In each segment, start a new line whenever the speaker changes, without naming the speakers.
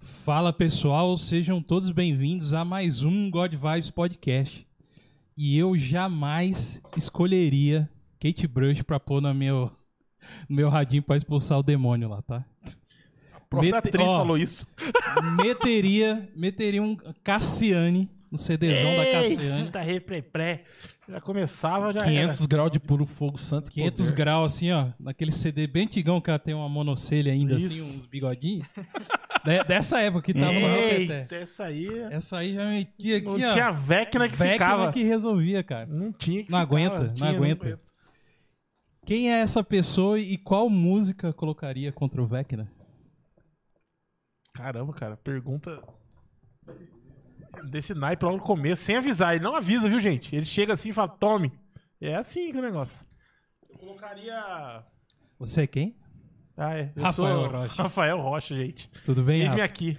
Fala pessoal, sejam todos bem-vindos a mais um God Vibes Podcast. E eu jamais escolheria Kate Brush pra pôr no meu, no meu radinho pra expulsar o demônio lá, tá?
A própria
Mete-
atriz
ó.
falou isso.
meteria, meteria um Cassiane no CDzão da Cassiane.
Eita, repré-pré. Já começava, já
500 graus de puro fogo santo. e
500
poder.
graus, assim, ó. Naquele CD bem antigão que ela tem uma monocelha ainda, assim, uns bigodinhos. De- dessa época que tava lá no
era.
Teté.
Eita, essa aí... é-
Essa aí já metia aqui,
Não
ó.
tinha Vecna que
Vecna
ficava.
que resolvia, cara.
Não tinha que
Não
ficava,
aguenta, não
tinha,
aguenta. Quem é essa pessoa e qual música colocaria contra o Vecna?
Caramba, cara, pergunta... Desse naipe logo no começo, sem avisar. Ele não avisa, viu, gente? Ele chega assim e fala, tome. É assim que o negócio. Eu colocaria...
Você é quem?
Ah, é. Eu
Rafael
sou...
Rocha.
Rafael Rocha, gente.
Tudo bem?
Eis-me
Rafa?
aqui.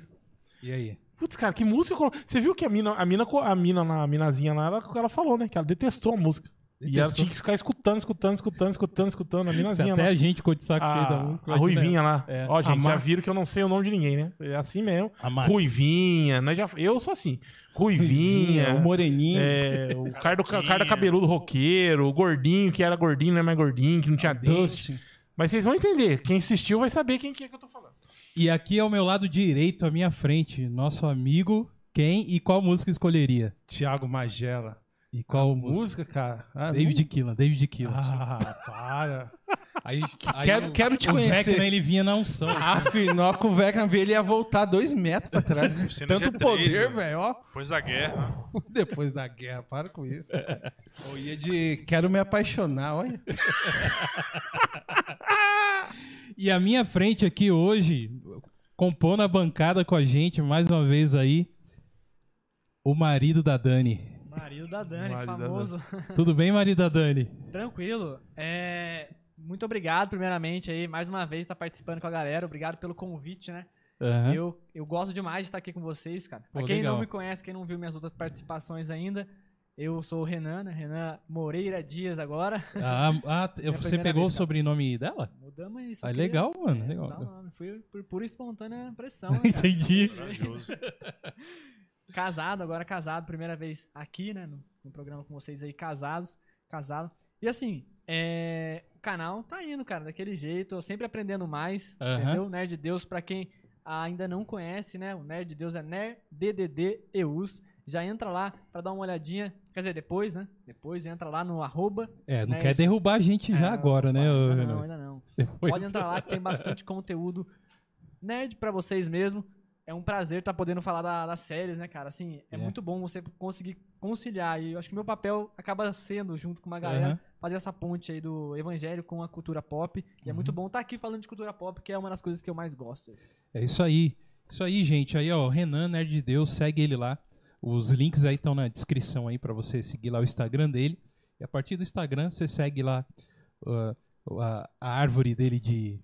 E aí?
Putz, cara, que música. eu colo- Você viu que a mina, a mina, co- a mina lá, a minazinha lá, ela, ela falou, né? Que ela detestou a música. E ela
Detestou.
tinha que ficar escutando, escutando, escutando, escutando, escutando. A
Se
minazinha
até
lá.
a gente ficou de saco cheio da
A,
música.
a
vai te
Ruivinha lá.
É.
Ó, gente,
A
já
Max.
viram que eu não sei o nome de ninguém, né? É assim mesmo.
lembrar. A Max.
Ruivinha, né? Já, eu sou assim. Ruivinha.
O Moreninho.
é, o cara, do, o cara cabeludo roqueiro, o gordinho, que era gordinho, não é mais gordinho, que não tinha dente.
Dustin.
Mas vocês vão entender. Quem assistiu vai saber quem que é que eu tô falando.
E aqui ao meu lado direito, à minha frente, nosso amigo, quem e qual música escolheria?
Thiago Magela.
E qual música?
Música, cara. Ah,
David Killan, David
não-
Killan.
Ah, para.
Aí, aí
quero-
o-
quero te
O Vecna
conhecer.
ele vinha na unção.
Afinal, com o Vecna veio, ele ia voltar dois metros pra trás.
Oficina
Tanto
G3,
poder,
né?
velho. Ó,
Depois da guerra.
depois da guerra. Para com isso. Ou ia de quero me apaixonar, olha.
E à minha frente aqui hoje, compondo a bancada com a gente mais uma vez aí, o marido da Dani.
Marido da Dani,
Marido da Dani.
famoso.
Tudo bem, marido da Dani?
Tranquilo. É, muito obrigado, primeiramente, aí, mais uma vez, estar participando com a galera. Obrigado pelo convite, né?
Aham.
Eu, eu gosto demais de estar aqui com vocês, cara.
É?
Pra
Pô,
quem
legal.
não me conhece, quem não viu minhas outras participações ainda, eu sou o Renan, né? Renan Moreira Dias agora.
Ah, ah, eu-
Minha
você
primeira
pegou
vez,
o
cara.
sobrenome dela?
Mudamos isso. é
Ah, legal, mano. legal.
tá um Fui por pura e espontânea pressão. né, cara?
Entendi.
Corajoso.
casado, agora casado, primeira vez aqui, né? No, no programa com vocês aí, casados, casado. E assim, é, o canal tá indo, cara, daquele jeito, eu sempre aprendendo mais,
Aham.
entendeu? Nerd Deus, pra quem ainda não conhece, né? O Nerd Deus é NerdDDDEUS. Já entra lá pra dar uma olhadinha, quer dizer, depois, né? Depois entra lá no arroba.
É, não
Né?
quer derrubar a gente já
É,
agora, né? ô
Ainda não,
Renan?
ainda não.
Depois-
Pode entrar lá que tem bastante conteúdo nerd pra vocês mesmo. É um prazer estar podendo falar da- das séries, né, cara? Assim, é,
É.
muito bom você conseguir conciliar. E eu acho que meu papel acaba sendo, junto com uma galera,
Aham.
fazer essa ponte aí do evangelho com a cultura pop. E é
Uhum.
muito bom estar aqui falando de cultura pop, que é uma das coisas que eu mais gosto.
É isso aí. Isso aí, gente. Aí, ó, Renan, Nerd de Deus, segue ele lá. Os links aí estão na descrição aí pra você seguir lá o Instagram dele. E a partir do Instagram, você segue lá uh, a, a árvore dele de,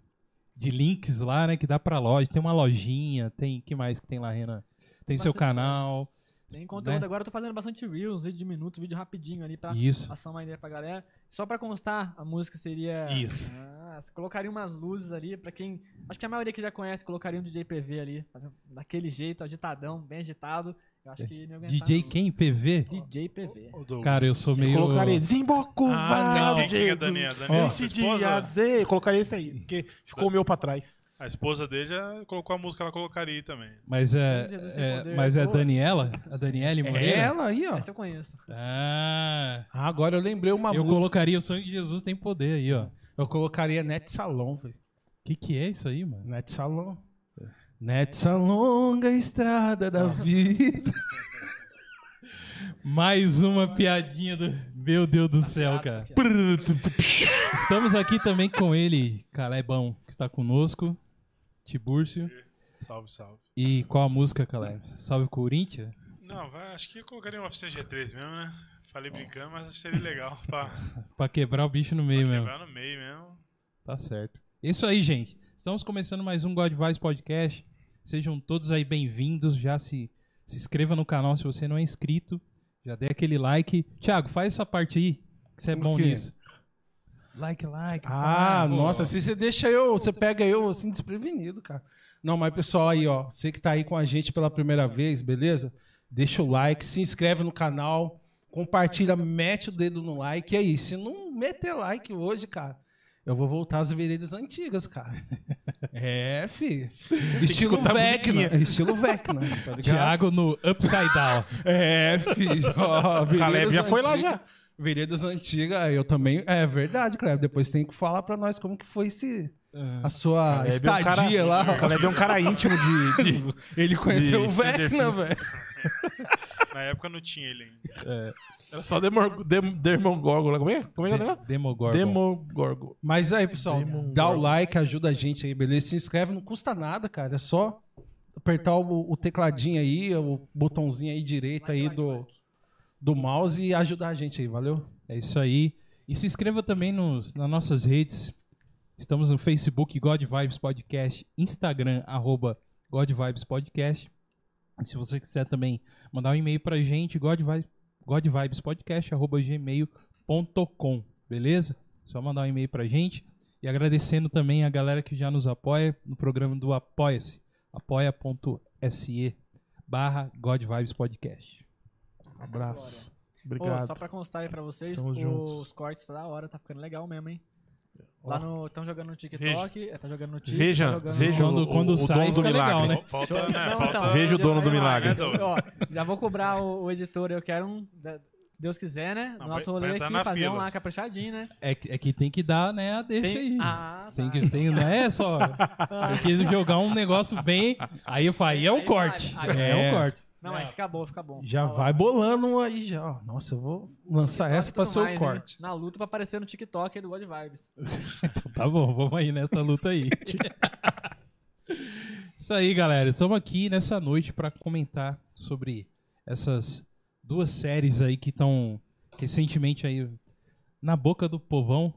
de links lá, né? Que dá pra loja. Tem uma lojinha, tem... que mais que tem lá, Renan? Tem seu
Bastante
canal.
Tem conteúdo.
Né?
Agora eu tô fazendo bastante reels, vídeo de minuto, vídeo rapidinho ali pra
Isso.
passar uma ideia pra galera. Só pra constar, a música seria.
Isso.
Ah, você colocaria umas luzes ali, pra quem. Acho que a maioria que já conhece, colocaria um DJ PV ali, fazendo daquele jeito, agitadão, bem agitado. Eu acho que não ia aguentar,
DJ
não.
quem? PV?
DJ PV.
Cara, eu sou meio...
Eu colocaria Desemboco
Ah,
Val,
quem, quem que é a
Jesus.
Dani? A Dani
Ó.
é
Este
sua
dia
esposa?
Z, eu colocaria isso aí, porque ficou o meu pra trás.
A esposa dele já colocou a música, ela colocaria aí também.
Mas é,
Deus tem
é-
poder.
mas é
Boa.
Daniela? A Daniele Moreira?
ela É. aí, ó.
Essa eu conheço.
Ah,
Ah, agora eu lembrei uma
eu
música.
colocaria o sangue de Jesus tem poder aí, ó.
Eu colocaria Net Salon, velho.
Que que é isso aí, mano?
Net Salon. Nessa longa estrada da vida.
Mais uma piadinha do meu Deus do céu, cara. Estamos aqui também com ele, Calebão, que está conosco, Tibúrcio.
Salve, salve.
E qual a música, Caleb? Salve Corinthians?
Não, vai, acho que eu colocaria um uma oficina G3 mesmo, né? Falei brincando, mas acho que seria legal pra,
Pra quebrar o bicho no
pra
meio mesmo.
quebrar no meio mesmo.
Tá certo. Isso aí, gente. Estamos começando mais um God Vibes Podcast. Sejam todos aí bem-vindos. Já se, se inscreva no canal se você não é inscrito. Já dê aquele like. Thiago, faz essa parte aí, que você é Ah,
O
bom
quê?
nisso. Like, like.
Ah,
pá, pô.
Ah,
nossa, se você deixa eu, você pega eu assim desprevenido, cara. Não, mas pessoal aí, ó, você que tá aí com a gente pela primeira vez, beleza? Deixa o like, se inscreve no canal, compartilha, mete o dedo no like. E aí, se não meter like hoje, cara, eu vou voltar às veredas antigas, cara. É, fi. Estilo
escutar a
Vecna. Estilo Vecna, tá ligado?
Thiago no Upside Down.
É, filho. Ó,
Caleb já
veredas
foi lá
antigas-
já.
Veredas antigas, eu também. É verdade, Caleb. Depois tem que falar pra nós como que foi esse, a sua
Caleb é um
Ah, estadia
cara-
lá.
O Caleb é um cara íntimo de. de-
Ele conheceu o
Stranger
Vecna, velho.
Na época não tinha ele ainda.
Era só Demor... Dem... Dermongorgon lá. Como é? Como é que é o negócio?
Demogorgon.
Demogorgon.
Mas aí, pessoal, dá o like, ajuda a gente aí, beleza? Se inscreve, não custa nada, cara. É só apertar o, o tecladinho aí, o botãozinho aí direito aí do, do mouse e ajudar a gente aí, valeu?
É isso aí. E se inscreva também nos, nas nossas redes. Estamos no Facebook God Vibes Podcast, Instagram arroba God Vibes Podcast. E se você quiser também mandar um e-mail pra gente, godvi- godvibespodcast arroba gmail.com, beleza? Só mandar um e-mail pra gente. E agradecendo também a galera que já nos apoia no programa do Apoia-se, apoia.se barra God Vibes Podcast.
Abraço.
Pô,
Obrigado.
só pra constar aí pra vocês,
Tamo
os
juntos.
cortes tá da hora, tá ficando legal mesmo, hein? Lá no. Estão jogando no TikTok, estão jogando no TikTok.
Veja,
tão jogando
veja
no...
Quando-
o,
quando
o
sai,
dono do
fica legal,
milagre.
né?
Falta, né?
Não,
Falta...
então,
Veja o
já
dono do
vai lá,
milagre.
né, Douglas? Ó, já vou cobrar o, o editor, eu quero um. da- Deus quiser, né?
Não,
Nosso
vai-
rolê
vai
aqui,
entrar na
fazer um
fila.
lá caprichadinho, né?
É, que- é que tem que dar, né, a deixa aí.
Ah,
Tem
tá. Ah,
que, tem, não é só. Eu quis jogar um negócio bem. Aí eu falei, aí é um
Aí
corte.
vale, aí
é,
vale.
um corte.
Não,
Né?
mas fica bom, fica bom.
Já vai bolando um aí já. ó. Nossa, eu vou lançar essa pra
Tudo
ser o
mais,
corte.
hein? Na luta pra aparecer no TikTok aí do God Vibes.
Então tá bom, vamos aí nessa luta aí. Isso aí, galera. Estamos aqui nessa noite para comentar sobre essas duas séries aí que estão recentemente aí na boca do povão.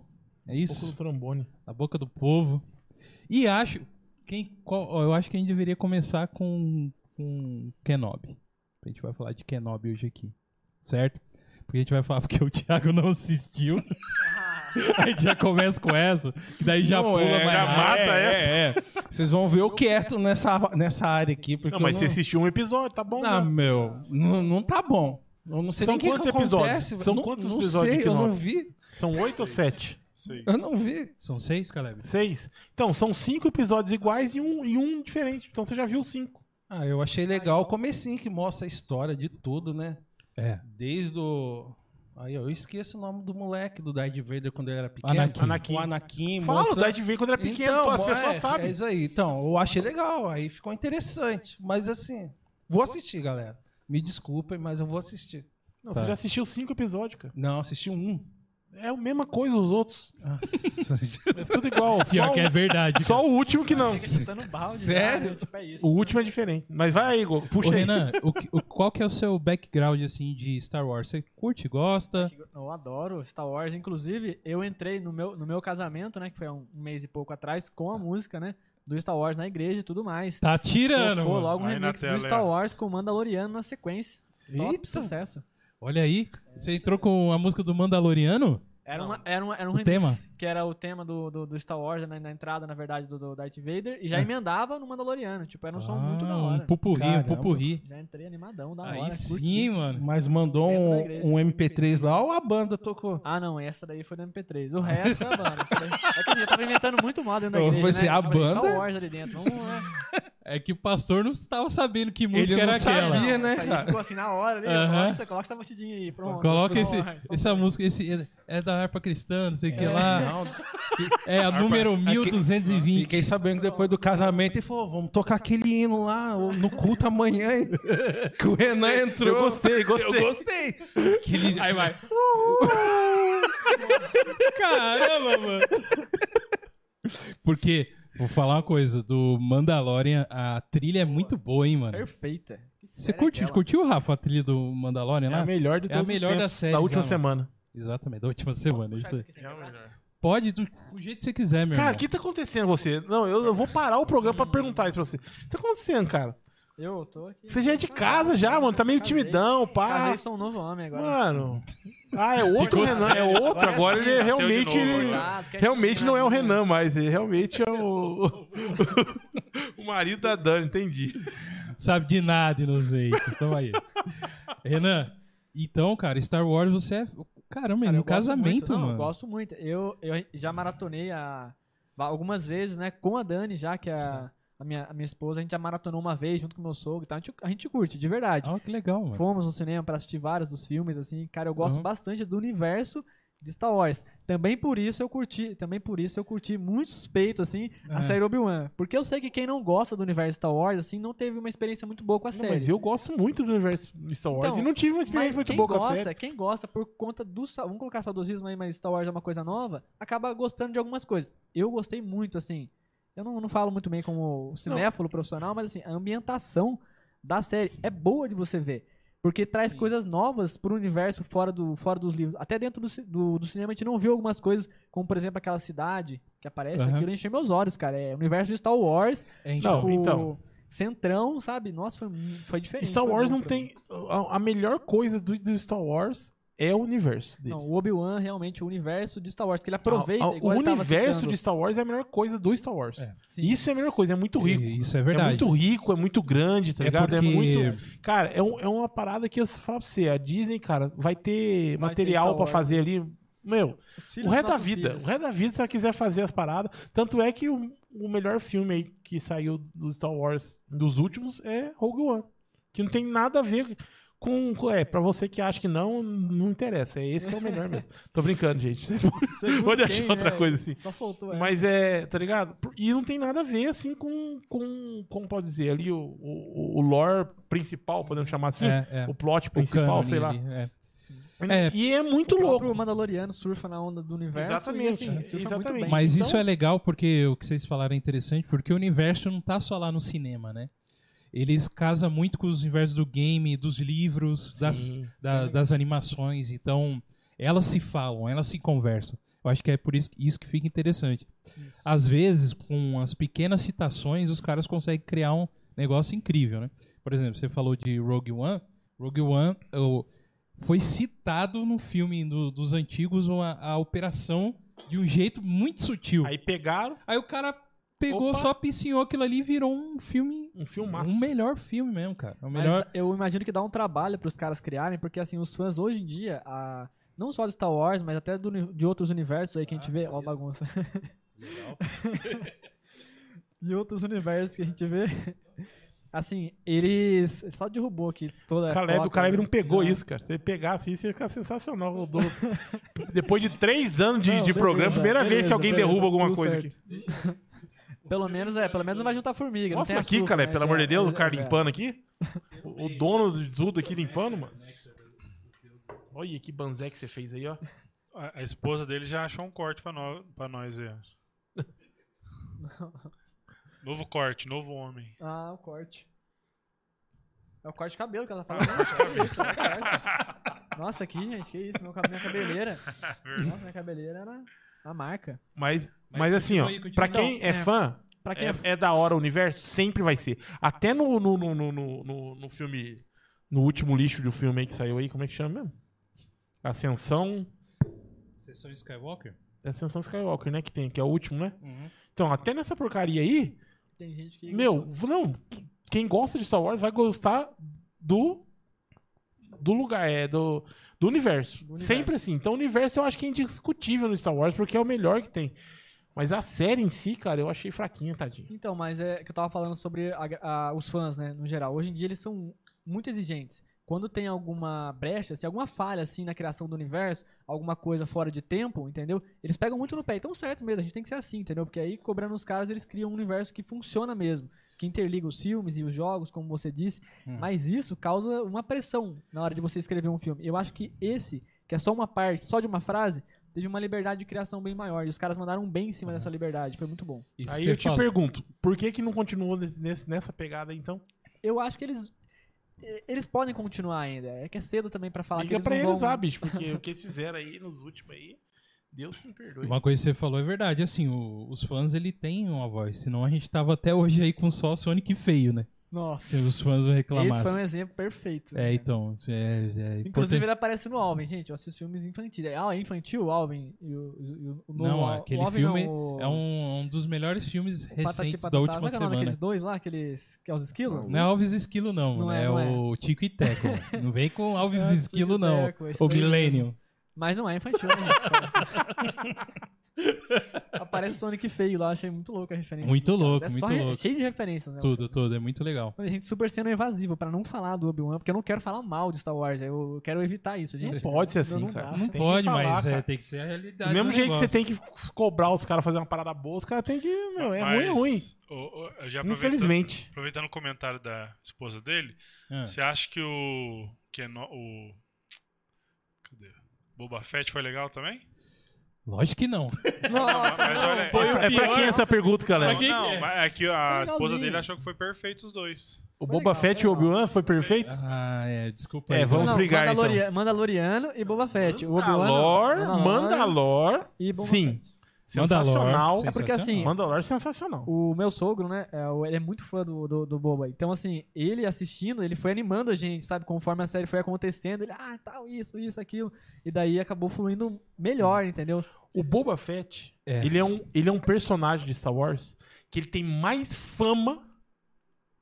É
Pouco
isso?
do trombone.
Na boca do povo. E acho. Quem, qual- ó, eu acho que a gente deveria começar com, com Kenobi. A gente vai falar de Kenobi hoje aqui. Certo? Porque a gente vai falar porque o Thiago não assistiu. a gente já começa com essa. Que daí já
Não,
pula
é,
mais
já
rápido.
mata
É, é. Vocês vão ver eu quieto nessa, nessa área aqui. Porque
Não, mas
eu
você assistiu um episódio, tá bom?
Ah,
né?
meu, não, não tá bom. Eu não sei
São
nem o que que
quantos episódios?
acontece, velho.
São
não,
quantos
não
episódios
sei,
que
eu
não?
não vi.
São oito ou sete?
Seis.
Eu não vi.
São seis, Caleb?
Seis. Então, são cinco episódios iguais e um, e um diferente. Então você já viu cinco.
Ah, eu achei legal o comecinho que mostra a história de tudo, né?
É.
Desde o... Aí, ó, eu esqueço o nome do moleque do Darth Vader quando ele era pequeno.
Anakin.
O Anakin.
Fala,
mostra-
o Darth Vader quando era pequeno,
Então,
as pessoas
é, É
sabem.
isso aí. Então, eu achei legal, aí ficou interessante. Mas assim, vou assistir, galera. Me desculpem, mas eu vou assistir.
Não,
Tá.
Você já assistiu cinco episódios, cara.
Não, assisti um.
É a mesma coisa os outros.
Nossa,
É tudo igual.
Pior
só,
que é verdade.
o, só o último que não.
Fica chutando balde.
Sério?
né? Tipo, é isso.
O último é diferente. Mas vai aí, Igor. Puxa
Ô,
aí.
Renan, o que- o- qual que é o seu background assim de Star Wars? Você curte, gosta?
Eu adoro Star Wars. Inclusive, eu entrei no meu, no meu casamento, né? Que foi há um um mês e pouco atrás, com a música, né? Do Star Wars na igreja e tudo mais.
Tá tirando.
Tocou
mano.
logo um
Aí na
remix do
tela,
Star
é.
Wars com o Mandaloriano na sequência. Top
Eita.
sucesso.
Olha aí. Você entrou com a música do Mandaloriano?
Era, uma, era, uma, era um
O
remix
tema?
que era o tema do, do, do Star Wars né, na, na entrada, na verdade, do, do Darth Vader. E já emendava no Mandaloriano. Tipo, era um som muito da
Ah,
hora.
Um pupurri, um
Caramba.
pupurri.
Já entrei animadão, da
Aí
hora.
sim,
curti.
mano.
Mas mandou
Dentro da
um,
igreja.
um MP3 lá ou a banda tocou?
Ah, não, essa daí foi do MP3. O resto é a banda. Essa daí... É que assim, eu tava inventando muito mal dentro da
Eu
igreja,
pensei,
né?
a
Tipo, tem
banda?
Star Wars ali dentro. Vamos lá.
É que o pastor não estava sabendo que música
não
era
sabia.
aquela.
Sabia, né,
isso aí
cara?
ficou assim na hora ali. ó.
Aham.
Nossa, coloca essa batidinha aí. Pronto.
Coloca
Star
esse,
Wars, Star
essa
Wars.
música, esse é- é da harpa cristã, não sei o que
É.
lá.
Não,
É a número
fiquei
1220.
sabendo que depois do casamento ele falou: vamos tocar aquele hino lá no culto amanhã. hein?" que o Renan entrou.
Eu gostei, gostei.
Eu gostei. Aquele-
Aí vai. Caramba, mano. Porque, vou falar uma coisa, do Mandalorian, a trilha é muito boa, hein, mano.
Perfeita. Que
Você
série é
curte,
aquela?
curtiu, Rafa, a trilha do Mandalorian
É
lá?
a melhor de
É a
todos os
melhor
tempos,
das séries,
Da última
né, mano?
semana.
Exatamente, da última semana. Isso aí.
Esqueci, agora.
Pode do, do jeito que você quiser, meu
Cara, o
irmão.
que tá acontecendo com você? Não, eu, eu vou parar o programa pra perguntar isso pra você. O que tá acontecendo, cara?
Eu tô aqui.
Você já é de casa já, mano. Tá meio
Casei.
timidão, pá.
Casei, sou um novo homem agora.
Mano. Ah, é outro
Ficou
Renan. É
sério.
outro.
Agora
Agora
sim,
ele é
nasceu de
né?
realmente. é
novo
ele-
agora.
Cuidado, quietinho,
Realmente não é o
né?
Renan, mas ele realmente é o. O marido da Dani, entendi.
Sabe de nada, inocente. Então aí. Renan, então, cara, Star Wars você é. Caramba, é
Cara, eu
no
gosto muito,
casamento,
não,
mano.
Eu gosto muito. Eu, eu já maratonei a- va- algumas vezes, né? Com a Dani, já que a, a minha, a minha esposa, a gente já maratonou uma vez junto com o meu sogro e tal. A gente, a gente curte, de verdade.
Ah, que legal, mano.
Fomos no cinema pra assistir vários dos filmes, assim. Cara, eu gosto
Uhum.
bastante do universo de Star Wars. Também por isso eu curti, também por isso eu curti muito suspeito, assim,
É.
a série Obi-Wan. Porque eu sei que quem não gosta do universo Star Wars, assim, não teve uma experiência muito boa com a série.
mas eu gosto muito do universo Star Wars
Então,
e não tive uma
Mas
experiência muito
quem
boa com a
gosta,
série.
quem gosta por conta do. sa- Vamos colocar saudosismo aí, mas Star Wars é uma coisa nova, acaba gostando de algumas coisas. Eu gostei muito, assim. Eu não, não falo muito bem como cinéfilo profissional, mas assim, a ambientação da série é boa de você ver. Porque traz coisas novas pro universo fora, do, fora dos livros. Até dentro do, ci- do, do cinema a gente não viu algumas coisas, como por exemplo aquela cidade que aparece,
Aham.
aquilo encheu meus olhos, cara. É o universo de Star Wars,
É, então,
Não,
o
então.
centrão, sabe? Nossa, foi, foi diferente.
Star
é foi
Wars
bom
não
pra mim.
tem. A, a melhor coisa do, do Star Wars é o universo dele.
Não, o Obi-Wan realmente, o universo de Star Wars, que ele aproveita.
A- a-
igual
Ah, o
ele tava
universo
citando.
de Star Wars é a melhor coisa do Star Wars.
É.
Sim.
Isso é a melhor coisa, é muito rico.
e- isso é
É
verdade.
muito rico, é muito grande, tá
É
ligado? É
porque-
muito. Cara, é, um- é uma parada que eu falo pra você. A Disney, cara, vai ter
Vai ter
material
Star
pra
Wars.
fazer ali. Meu,
Os
o
filhos
resto da
nossos
vida.
filhos.
O resto da vida, se ela quiser fazer as paradas. Tanto é que o, o melhor filme aí que saiu do Star Wars dos últimos é Rogue One. Que não tem nada a ver com. com- É, pra você que acha que não, não interessa. É esse que é o melhor mesmo. Tô brincando, gente. Vocês
Segundo
podem
quem,
achar outra
né?
coisa assim.
Só soltou essa.
Mas é, tá ligado? Por- E não tem nada a ver, assim, com, com como pode dizer, ali o, o, o lore principal, podemos chamar assim,
É, é.
o plot
O
principal,
cânone
sei lá.
ali, é. É.
E é muito
o
louco.
próprio Mandaloriano surfa na onda do universo.
Exatamente,
E, assim,
é,
surfa
exatamente.
Muito bem.
Mas
Então-
isso é legal porque o que vocês falaram é interessante, porque o universo não tá só lá no cinema, né? Eles casam muito com os universos do game, dos livros, das,
Sim.
da- das animações. Então, elas se falam, elas se conversam. Eu acho que é por isso, isso que fica interessante. Às vezes, com as pequenas citações, os caras conseguem criar um negócio incrível, né? Por exemplo, você falou de Rogue One. Rogue One eu- foi citado no filme do- dos antigos uma- a operação de um jeito muito sutil. Aí,
Aí pegaram
o cara pegou,
Opa.
só piscinhou aquilo ali e virou um filme.
um filmaço.
Um melhor filme mesmo, cara. O
Mas
melhor.
eu imagino que dá um trabalho pros caras criarem, porque assim, os fãs hoje em dia, a- não só de Star Wars, mas até do uni- de outros universos aí que
Ah,
a gente
é
vê. Ó, a bagunça. de outros universos que a gente vê. Assim, eles. Só derrubou aqui toda
O
a.
Caleb, o
coca,
Caleb
né?
não pegou
Já-
isso, cara. Se ele pegasse isso, ia ficar sensacional. Eu dou- Depois de três anos de,
Não,
de
beleza,
programa, primeira vez que
beleza,
alguém
beleza,
derruba alguma
tudo
coisa
certo.
aqui.
Pelo menos, é, pelo menos não vai juntar formiga. não tem
Mostra aqui,
açúcar,
cara,
né?
pelo
Já-
amor de Deus, o
já-
cara
já-
limpando aqui. O, o dono de tudo aqui limpando, mano. Olha que banzé que você fez aí, ó.
A, a esposa dele já achou um corte pra, nó- pra nós aí. ó. novo corte, novo homem.
Ah, o corte. É o corte de cabelo que ela
Ah,
fala. Nossa, isso, é o corte. Nossa, aqui, gente, que isso? Meu, cab- minha cabeleira. Nossa, minha cabeleira era a marca.
Mas, mas,
continua
assim, ó,
aí, continua.
pra quem é,
é.
fã,
Pra quem é,
é, é da hora o universo, sempre vai ser. Até no, no, no, no, no- no- no filme. No último lixo do filme aí que saiu aí, como é que chama mesmo? Ascensão.
Sessão Skywalker?
é Ascensão Skywalker, né? Que tem, que é o último, né? Então, até nessa porcaria aí,
tem gente que.
Meu, não. Quem gosta de Star Wars vai gostar do. Do lugar, é do, do universo.
universo.
Sempre assim. Então, o universo eu acho que é indiscutível no Star Wars, porque é o melhor que tem. Mas a série em si, cara, eu achei fraquinha, tadinha.
Então, mas é que eu tava falando sobre a- a- os fãs, né, no geral. Hoje em dia eles são muito exigentes. Quando tem alguma brecha, se alguma falha assim na criação do universo, alguma coisa fora de tempo, entendeu? Eles pegam muito no pé. Então, certo mesmo, a gente tem que ser assim, entendeu? Porque aí cobrando os caras, eles criam um universo que funciona mesmo, que interliga os filmes e os jogos, como você disse.
Hum.
Mas isso causa uma pressão na hora de você escrever um filme. Eu acho que esse, que é só uma parte, só de uma frase, teve uma liberdade de criação bem maior e os caras mandaram um bem em cima dessa liberdade, foi muito bom.
Isso
Aí
que
eu
você
te
fala.
pergunto, por que que não continuou nesse- nesse- nessa pegada aí, então?
eu acho que eles e- eles podem continuar ainda. É que é cedo também pra falar que
Liga
eles
pra
não
eles
vão...
lá, bicho, porque o que eles fizeram aí nos últimos aí, Deus que me perdoe.
Uma coisa que você falou é verdade, assim, o- os fãs ele têm uma voz, senão a gente tava até hoje aí com só Sonic feio, né? se
Nossa.
os fãs não
Esse foi um
reclamassem.
exemplo perfeito.
É,
cara.
então. É, é
Inclusive
importante.
ele aparece no Alvin, gente. Eu assisto filmes infantis. É, Ah, infantil, Alvin. E o, e o- o novo
Não,
Al- o
aquele
Alvin
filme
não, o-
é um, um dos melhores filmes
Patati
recentes da
Patatá.
última
Como é que é o
semana.
nome daqueles dois lá, aqueles. que é os esquilos?
Não é Alves e Esquilo, não.
Não
né?
é,
é,
não é.
o Tico e Teco. não vem com Alves
É,
e Esquilo,
Tico e
não.
Teco, esse
O
daí mesmo.
Millennium.
Mas não é infantil, né? gente? Aparece Sonic feio lá, achei muito louco a referência.
Muito
dos caras.
louco,
é
muito
só re-
louco.
Cheio de referências, né?
Tudo, tudo. É muito legal.
Mano, A gente super sendo evasivo pra não falar do Obi-Wan, porque eu não quero falar mal de Star Wars. Eu quero evitar isso, gente.
Não pode ser assim,
Não dá.
cara.
Não
Tem que
pode,
falar,
mas é,
cara.
tem que ser a realidade.
Do mesmo
do
jeito que você
negócio.
tem que cobrar os caras fazer uma parada boa, os caras tem que. Meu, é ruim, é ruim.
ruim. já Tá aproveitando,
Infelizmente.
aproveitando o comentário da esposa dele,
Ah.
você acha que o. Que é no, o. Cadê? Boba Fett foi legal também?
Lógico que não.
Nossa,
mas olha,
É, pra- é pra
pior-
quem essa pergunta, galera?
Pra quem
não,
que é?
mas é que a
Foi
esposa
legalzinho.
dele achou que foi perfeito os dois.
O
Foi
Boba
legal,
Fett e
foi
o
legal.
Obi-Wan foi perfeito?
Ah, é, desculpa
É,
aí.
vamos
não,
brigar, então.
Mandalorian, Mandaloriano e Boba Fett. O Obi-Wan,
Mandalor, Mandalor,
e Boba
sim.
Fett.
Mandalor,
Sensacional.
É porque assim,
Mandalor sensacional.
o meu sogro, né? é, o- Ele é muito fã do, do, do Boba. Então, assim, ele assistindo, ele foi animando a gente, sabe? Conforme a série foi acontecendo, ele, ah, tal, isso, isso, aquilo. E daí acabou fluindo melhor, entendeu?
O Boba Fett,
É.
Ele, é um, ele é um personagem de Star Wars que ele tem mais fama.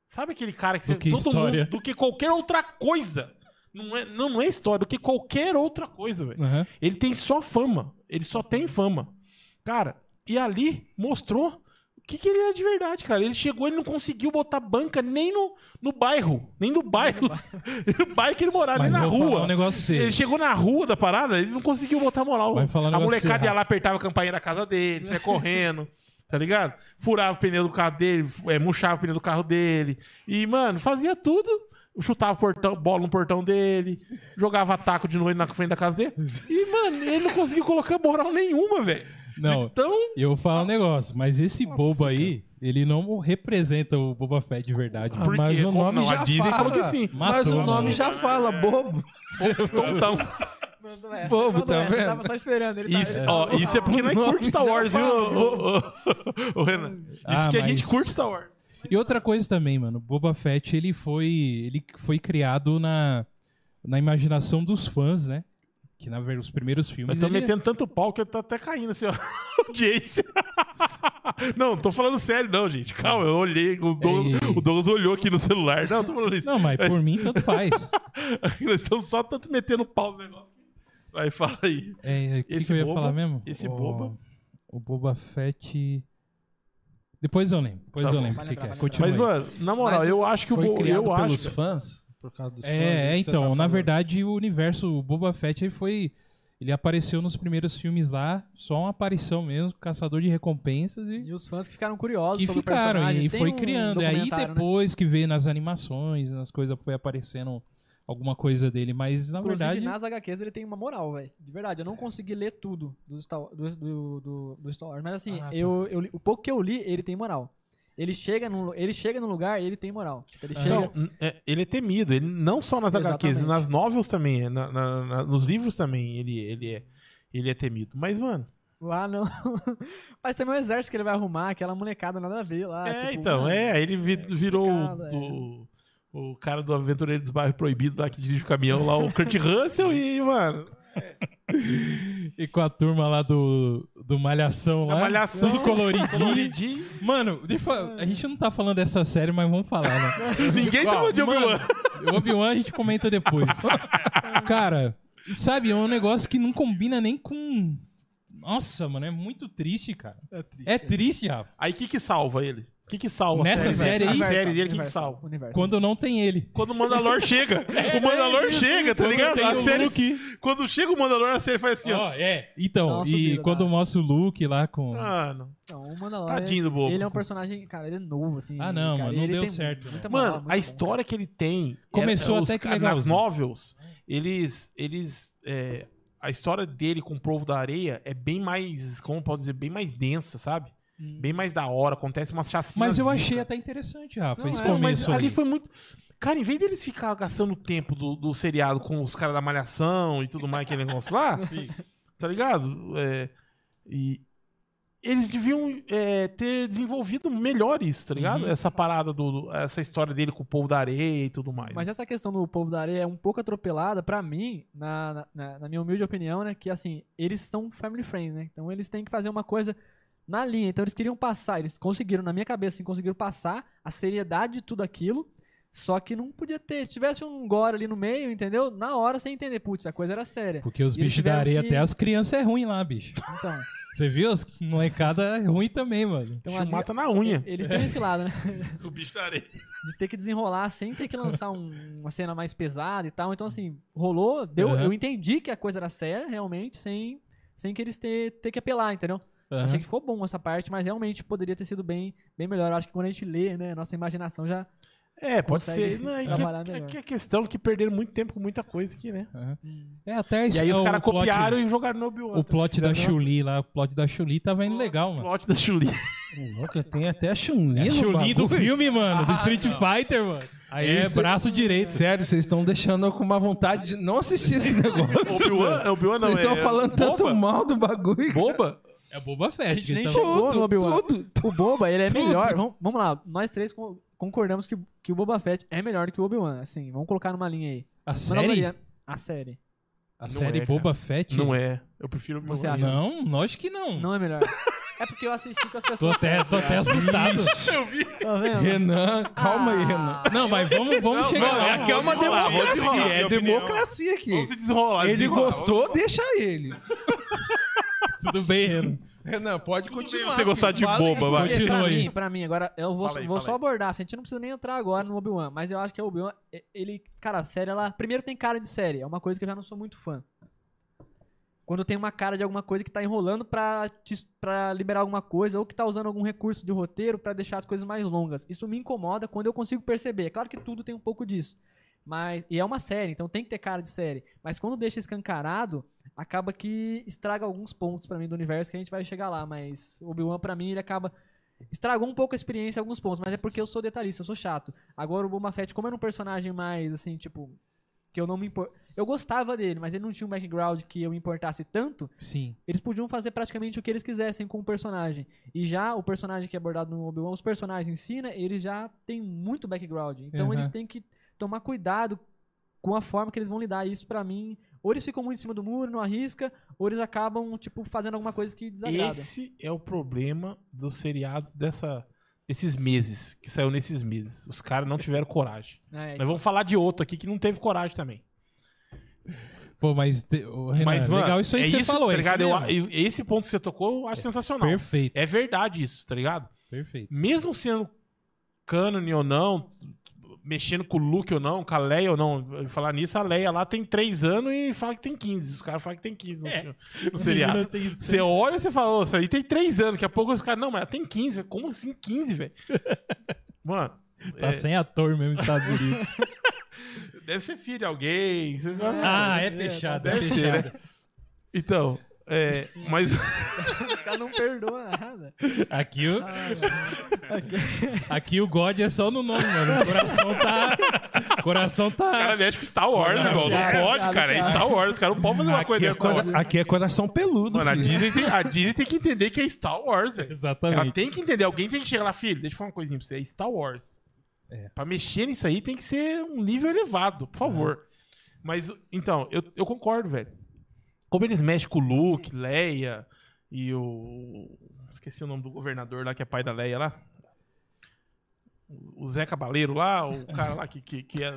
Sabe aquele cara que,
Do
você-
que história.
mundo do que qualquer outra coisa. Não é, não, não é história, do que qualquer outra coisa, velho.
Aham.
Ele tem só fama. Ele só tem fama. Cara, e ali mostrou o que, que ele é de verdade, cara. Ele chegou, ele não conseguiu botar banca nem no, no bairro. Nem no bairro. no bairro que ele morava,
Mas
nem na
eu vou falar
rua.
um negócio pra você.
Ele chegou na rua da parada, ele não conseguiu botar moral.
Vai falar um
a
negócio pra
molecada
você,
ia lá, apertava a campainha da casa dele, saia correndo, tá ligado? Furava o pneu do carro dele, fu- é, murchava o pneu do carro dele. E, mano, fazia tudo. Chutava o portão- bola no portão dele, jogava taco de noite na frente da casa dele. E, mano, ele não conseguiu colocar moral nenhuma, velho.
Não,
Então,
eu vou falar um negócio, mas esse boba aí, ele não representa o Boba Fett de verdade.
por
Ah, mas
quê?
o
Como
nome
não?
já
a Disney
fala.
falou que sim.
Matou,
Mas o nome
mano.
já fala, bobo.
Então,
Mandou é essa,
Bobo,
mandou
tá
essa,
vendo?
Tava só esperando. Ele
isso,
tá, ele
ó,
tá-
isso é porque nós curte Star Wars, viu, ô, ô, ô, ô, Renan? Isso
Ah,
porque a gente
mas-
curte Star Wars.
E outra coisa também, mano, Boba Fett, ele foi, ele foi criado na, na imaginação dos fãs, né? Que na verdade os primeiros
Mas
filmes
tô
ele-
metendo tanto pau que eu tô até caindo assim, ó. Audiência. não, tô falando sério, não, gente. Calma, eu olhei. O Douglas,
Ei.
o Douglas olhou aqui no celular. Não, tô falando isso.
Não, mas por mim tanto faz.
Nós estamos só tanto metendo pau no negócio. Vai, fala aí.
É, o que,
Esse
que eu ia
boba-
falar mesmo?
esse
o,
boba.
O Boba Fett. Depois eu lembro. Depois
Tá
eu
bom.
lembro o que,
Vai
que é.
lembrar, vai
Continua.
Mas,
aí.
mano, na moral,
Mas
eu acho que o
Foi
Bo-
criado
eu
pelos
acho.
fãs? Por causa dos fãs.
É,
isso que você
então,
tá
na
falando.
verdade, o universo o Boba Fett ele foi. Ele apareceu nos primeiros filmes lá, só uma aparição mesmo, caçador de recompensas e.
E os fãs que ficaram curiosos
Que
sobre o
ficaram
personagem.
e
Tem
foi
um
criando. E aí
documentário, né?
depois que veio nas animações, nas coisas, foi aparecendo alguma coisa dele. Mas na
Inclusive,
verdade.
nas HQs ele tem uma moral, velho. De verdade, eu não consegui ler tudo do Star, do, do, do, do Star Wars. Mas assim,
Ah, tá.
eu, eu li- o pouco que eu li, ele tem moral. Ele chega num, ele chega num lugar e ele tem moral.
Ah.
Tipo, ele chega...
Então, n- é, ele é temido, ele não só nas HQs,
Exatamente.
nas novels também, é, na- na- na- nos livros também ele, ele, é, ele é temido. Mas, mano,
Lá não. Mas também o exército que ele vai arrumar, aquela molecada nada a ver lá.
é,
tipo,
então,
mano,
é, aí ele vi- virou
complicado, é.
o, o cara do Aventureiro dos Bairros Proibido lá que dirige o caminhão lá, o Kurt Russell e, mano,
E com a turma lá do. Do Malhação
Da
lá.
Malhação.
Tudo coloridinho.
coloridinho.
Mano, deixa eu- a gente não tá falando dessa série, mas vamos falar, né?
Ninguém tá
Ó,
falando de Obi-Wan.
mano, Obi-Wan a gente comenta depois. Cara, sabe, é um negócio que não combina nem com. Nossa, mano, é muito triste, cara.
É triste.
É triste, Rafa.
Aí o que que salva ele? O que que salva? a
Nessa série
velho?
aí?
A série dele, o que que
Universal,
salva?
Universo.
Quando não tem ele.
Quando o Mandalor chega. o Mandalor chega, tá
Quando
ligado?
É, tem
A
o
série-
Luke.
Quando chega o Mandalor, a série faz assim, ó.
Ó, é. Então,
Nossa, ah.
e
vida,
quando
cara.
mostra o Luke lá com. Ah,
Mano,
Então, o Mandalorian,
tadinho do bobo.
ele é um personagem, cara, ele é novo, assim.
Ah, não,
cara,
mano, não
ele
deu
tem
certo.
muita moral,
Mano,
muito
a
bom.
história que ele tem.
Começou
era-
até
os
que
ca- Nas
legalzinho.
novels, eles. eles é, a história dele com o povo da areia é bem mais. Como eu posso dizer? Bem mais densa, sabe?
Hum.
Bem mais da hora. Acontece umas chacinas.
Mas eu
zica.
achei até interessante, Rafa,
Não,
esse
é,
Não, mas
começo.
ali foi muito. Cara, em vez deles ficar gastando tempo do, do seriado com os caras da Malhação e tudo mais, aquele negócio lá, tá ligado? É, e eles deviam é, ter desenvolvido melhor isso, tá ligado?
Uhum.
Essa parada do, do- Essa história dele com o povo da areia e tudo mais.
Mas essa questão do povo da areia é um pouco atropelada, pra mim, na, na- na, na minha humilde opinião, né? Que assim, eles são family friends, né? Então eles têm que fazer uma coisa na linha. Então eles queriam passar, eles conseguiram, na minha cabeça, assim, conseguiram passar a seriedade de tudo aquilo. Só que não podia ter. Se tivesse um gore ali no meio, entendeu? Na hora você ia entender, putz, a coisa era séria.
Porque os
E eles
bichos da
tiveram
areia,
que-
até as crianças é ruim lá, bicho.
Então,
Você viu? As molecada é ruim também, mano.
então
Bicho
a-
um mata na unha.
eles têm esse lado, né?
O bicho tá da areia.
de ter que desenrolar sem ter que lançar um- uma cena mais pesada e tal. Então, assim, rolou, deu,
Aham.
eu entendi que a coisa era séria, realmente, sem, sem que eles ter, ter que apelar, entendeu? Achei que ficou bom essa parte, mas realmente poderia ter sido bem, bem melhor. Eu acho que quando a gente lê, né, nossa imaginação já.
É, pode
Consegue
ser. Não, é que-
trabalhar
é
melhor.
que a questão é que perderam muito tempo com muita coisa aqui, né?
Aham.
Hum.
É, até
E
isso-
aí os
o
caras
plot-
copiaram e jogaram no Obi-Wan.
O plot da Chuli lá, o plot da Chuli tava indo legal,
O
mano.
plot da Chuli.
Louca, tem até a Chun-Li
É
no
Chuli do
bagulho.
filme, mano, do Street Fighter, mano.
Aí
é
cê-
braço direito.
Sério, vocês estão deixando eu com uma vontade de não assistir esse negócio. mano.
Obi-Wan
Vocês estão falando tanto mal do bagulho.
é, Boba?
É Boba Fett.
gente nem
então.
chegou.
Tudo,
Boa, Obi-Wan.
tudo.
O Boba, ele é
Tudo.
melhor. Vamos, vamos lá, nós três con- concordamos que, que o Boba Fett é melhor que o Obi-Wan. Assim, vamos colocar numa linha aí.
A
Mandalorian-
série?
A série.
A
Não
série
é, cara.
Boba Fett?
Não é. Eu prefiro o Obi-Wan.
Você acha?
Não, lógico que não.
Não é melhor. é porque eu assisti com as
Tô
pessoas.
até, tô até assustado.
Tá vendo?
Renan, calma aí, Renan.
Não, mas vamos, vamos chegar
não,
lá.
aqui é uma
Vamos lá, vamos
democracia.
lá.
minha
É
opinião.
democracia aqui.
Vamos se desenrolar.
Ele
desenrolar.
gostou, deixa ele.
Tudo bem, Renan.
Renan, pode
bem
continuar.
você gostar de
Fala aí.
boba, vai.
Porque
Continua
pra
aí.
Mim, pra mim, agora eu vou,
Fala aí,
vou
fala
só
aí.
abordar. assim, a gente não precisa nem entrar agora no Obi-Wan, mas eu acho que o Obi-Wan, e- ele, cara, a série, ela. Primeiro tem cara de série, é uma coisa que eu já não sou muito fã. Quando tem uma cara de alguma coisa que tá enrolando pra, te- pra liberar alguma coisa, ou que tá usando algum recurso de roteiro pra deixar as coisas mais longas. Isso me incomoda quando eu consigo perceber. É claro que tudo tem um pouco disso. Mas, e é uma série, então tem que ter cara de série. Mas quando deixa escancarado, acaba que estraga alguns pontos pra mim do universo que a gente vai chegar lá. Mas o Obi-Wan, pra mim, ele acaba estragou um pouco a experiência em alguns pontos, mas é porque eu sou detalhista, eu sou chato. Agora o Boba Fett, como era um personagem mais, assim, tipo, que eu não me impor... Eu gostava dele, mas ele não tinha um background que eu me importasse tanto,
Sim.
eles podiam fazer praticamente o que eles quisessem com o personagem. E já o personagem que é abordado no Obi-Wan, os personagens em si, né, eles já têm muito background. Então
Uhum.
eles têm que tomar cuidado com a forma que eles vão lidar. Isso pra mim, ou eles ficam muito em cima do muro, não arrisca, ou eles acabam, tipo, fazendo alguma coisa que desagrada.
Esse é o problema dos seriados dessa, desses meses, que saiu nesses meses. Os caras não tiveram coragem.
É,
Mas vamos falar de outro aqui que não teve coragem também.
Pô, mas, te- ô, Renan,
Mas, mano,
legal isso aí
é
que você falou.
tá
é isso
ligado? Eu
mesmo.
a- eu- esse ponto que você tocou, eu acho sensacional.
Perfeito,
É verdade isso, tá ligado?
perfeito.
Mesmo sendo cânone ou não, mexendo com o Luke ou não, com a Leia ou não, falar nisso, a Leia lá tem 3 anos e fala que tem 15. Os caras falam que tem 15
É.
no, no seriado. Você olha e você fala, "Ô, isso aí tem 3 anos. Daqui a pouco os caras, não, mas ela tem 15. velho. Como assim 15, velho? Mano,
Tá sem ator mesmo nos Estados Unidos.
deve ser filho de alguém. Você fala,
ah, é
é,
fechado, é
deve ser,
fechado.
né? Então, é, mas
Os caras não perdoam um nada.
Aqui o, aqui o God é só no nome, mano. O coração tá. o coração
Cara,
tá.
mexe com Star Wars, né, irmão? Não
Cara,
pode,
cara,
cara. É
cara.
Star Wars. Os caras não podem fazer uma coisa
Aqui é,
dessa.
cora- aqui é coração peludo,
Mano, a
filho.
Disney, tem, a Disney tem que entender que é Star Wars, velho. Ela
Exatamente.
tem que entender. Alguém tem que chegar lá, filho. Deixa eu falar uma coisinha pra você. É Star Wars.
É.
Pra mexer nisso
isso aí tem que ser um nível elevado, por favor. Mas, então, eu, eu concordo, velho. Como eles mexem com o Luke, Leia e o. Esqueci o nome do governador lá, que é pai da Leia lá. O Zé Cabaleiro lá, o cara lá que, que, que é.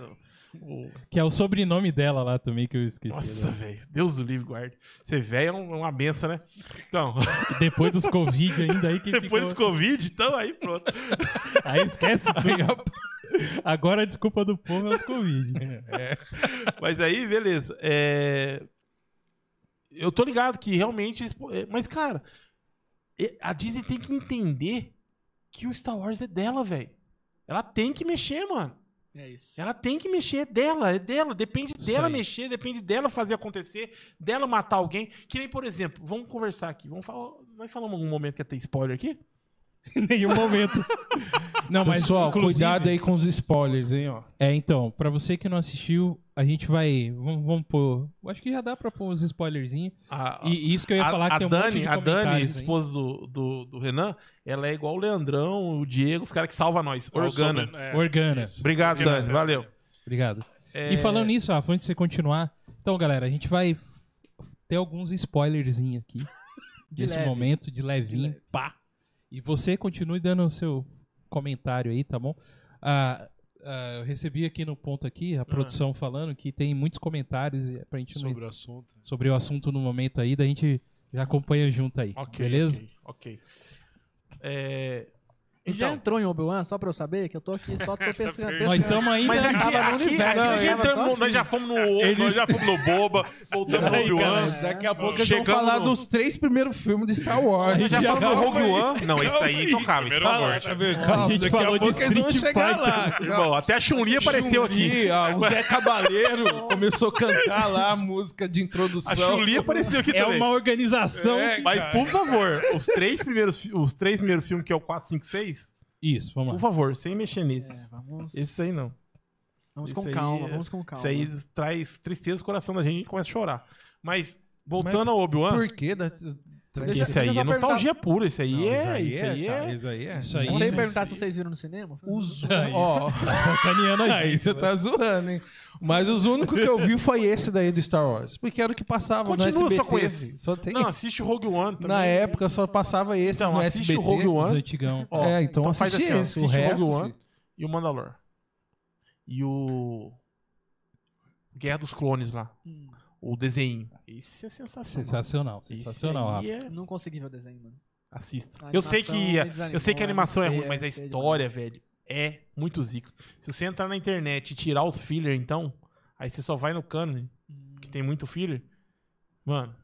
o-
Que é o sobrenome dela lá também que eu esqueci. né?
Nossa, velho. Deus do livre, guarde. Você velho é um- é uma benção, né? Então,
Depois dos Covid ainda aí que
depois
ficou...
dos Covid, então aí pronto.
Aí esquece tudo. Agora a desculpa do povo é os Covid.
Mas aí, beleza. É, Eu tô ligado que realmente. eles- é, Mas, cara, e- a Disney tem que entender que o Star Wars é dela, velho. Ela tem que mexer, mano.
É isso.
Ela tem que mexer, é dela, é dela. Depende
Isso
dela
aí.
mexer, depende dela fazer acontecer, dela matar alguém. Que nem, por exemplo, vamos conversar aqui. Vamos falar. Nós falamos em algum momento que ia ter spoiler aqui?
em nenhum momento. Não, mas
Pessoal,
inclusive-
cuidado aí com os spoilers, hein, ó.
É, então, pra você que não assistiu, a gente vai. Vamos, vamos pôr. eu Acho que já dá pra pôr uns spoilerzinhos.
A,
E isso que eu ia
Ah, a-
falar que
a
tem um monte
Dani,
de
a Dani,
comentários aí.
esposa do, do, do Renan, ela é igual o Leandrão, o Diego, os caras que salvam nós.
Ou
Organa.
sobre- é,
Organa.
isso.
Obrigado,
Organa,
Dani.
é.
Valeu.
Obrigado.
É,
E falando nisso, Rafa, antes de você continuar. Então, galera, a gente vai ter alguns spoilerzinhos aqui.
De
nesse
leve.
momento, de levinho.
De leve.
Pá. E você continue dando o seu comentário aí, tá bom? Ah, ah, eu recebi aqui no ponto aqui,
Ah.
a produção falando que tem muitos comentários e pra gente não
Sobre o assunto.
sobre o assunto no momento aí, da gente já acompanha junto aí.
Ok,
beleza?
Ok. ok. É,
E Já
então,
entrou em Obi-Wan, só pra eu saber, que eu tô aqui, só tô pescando. pescando.
Nós estamos ainda.
mas aqui,
tava no
aqui,
universo,
aqui
né?
já
Tava só
entramos,
assim.
nós já fomos no nós já fomos no Boba, voltamos no
Peraí,
Obi-Wan.
cara.
Mas Daqui a pouco eles vão
Chegamos
falar
no-
dos três primeiros filmes de Star Wars.
A gente já
Já
falou do
calma
Rogue
aí.
One. Não, isso aí é intocável. isso é
Primeiro
intocável.
agora.
a gente
Daqui a
falou de
pouco eles vão
Street
chegar
Fighter.
lá.
Irmão, até a Chun-Li apareceu aqui.
Chun-Li, ó, o Zé Cabaleiro começou a cantar lá a música de
A
introdução.
Chun-Li apareceu aqui
É
também.
uma organização.
É,
Mas, por favor, os três primeiros, fi- os três primeiros filmes, que é o 4, 5, 6,
Isso, vamos
por
lá.
favor, sem mexer
É,
nesses.
vamos,
Esse Então, aí não.
vamos
isso
com
aí
calma,
é-
vamos com calma.
Isso aí traz tristeza no coração da gente, a gente começa a chorar. Mas, voltando ao Obi-Wan,
Por quê? Da...
Deixa-
é esse aí
deixa eu
é
só
nostalgia pura, isso aí
Não,
é, isso aí
cara,
é...
Isso aí é.
Isso aí.
Eu Não sei
Isso,
perguntar
isso
se vocês viram no cinema.
Os...
Aí.
Ó,
Tá sacaneando a
aí
gente.
você tá zoando, hein? Mas os únicos que eu vi foi esse daí do Star Wars. Porque era o que passava no
Continua
SBT.
só com esse.
Só tem-
Não, assiste o Rogue One também. é
Na época só passava esse
Então,
no
assiste
SBT.
o Rogue
Os
One
antigão.
Ó,
é, então,
então faz
assiste
assim, ó,
esse. O
assiste o
resto,
Rogue One.
filho.
e o Mandalor. E o... Guerra dos Clones lá.
Hum.
O desenho. Isso é sensacional.
Sensacional,
Isso
sensacional,
aí
Rafa.
é-
Não consegui ver o desenho, mano.
Assista.
A
Eu sei
animação
que
me desanimou,
eu sei que a
é
animação é
feia,
ruim, mas a
feia
história,
demais.
velho, é muito zica. Se você entrar na internet e tirar os filler, então, aí você só vai no canon,
Hum,
que tem muito filler. Mano,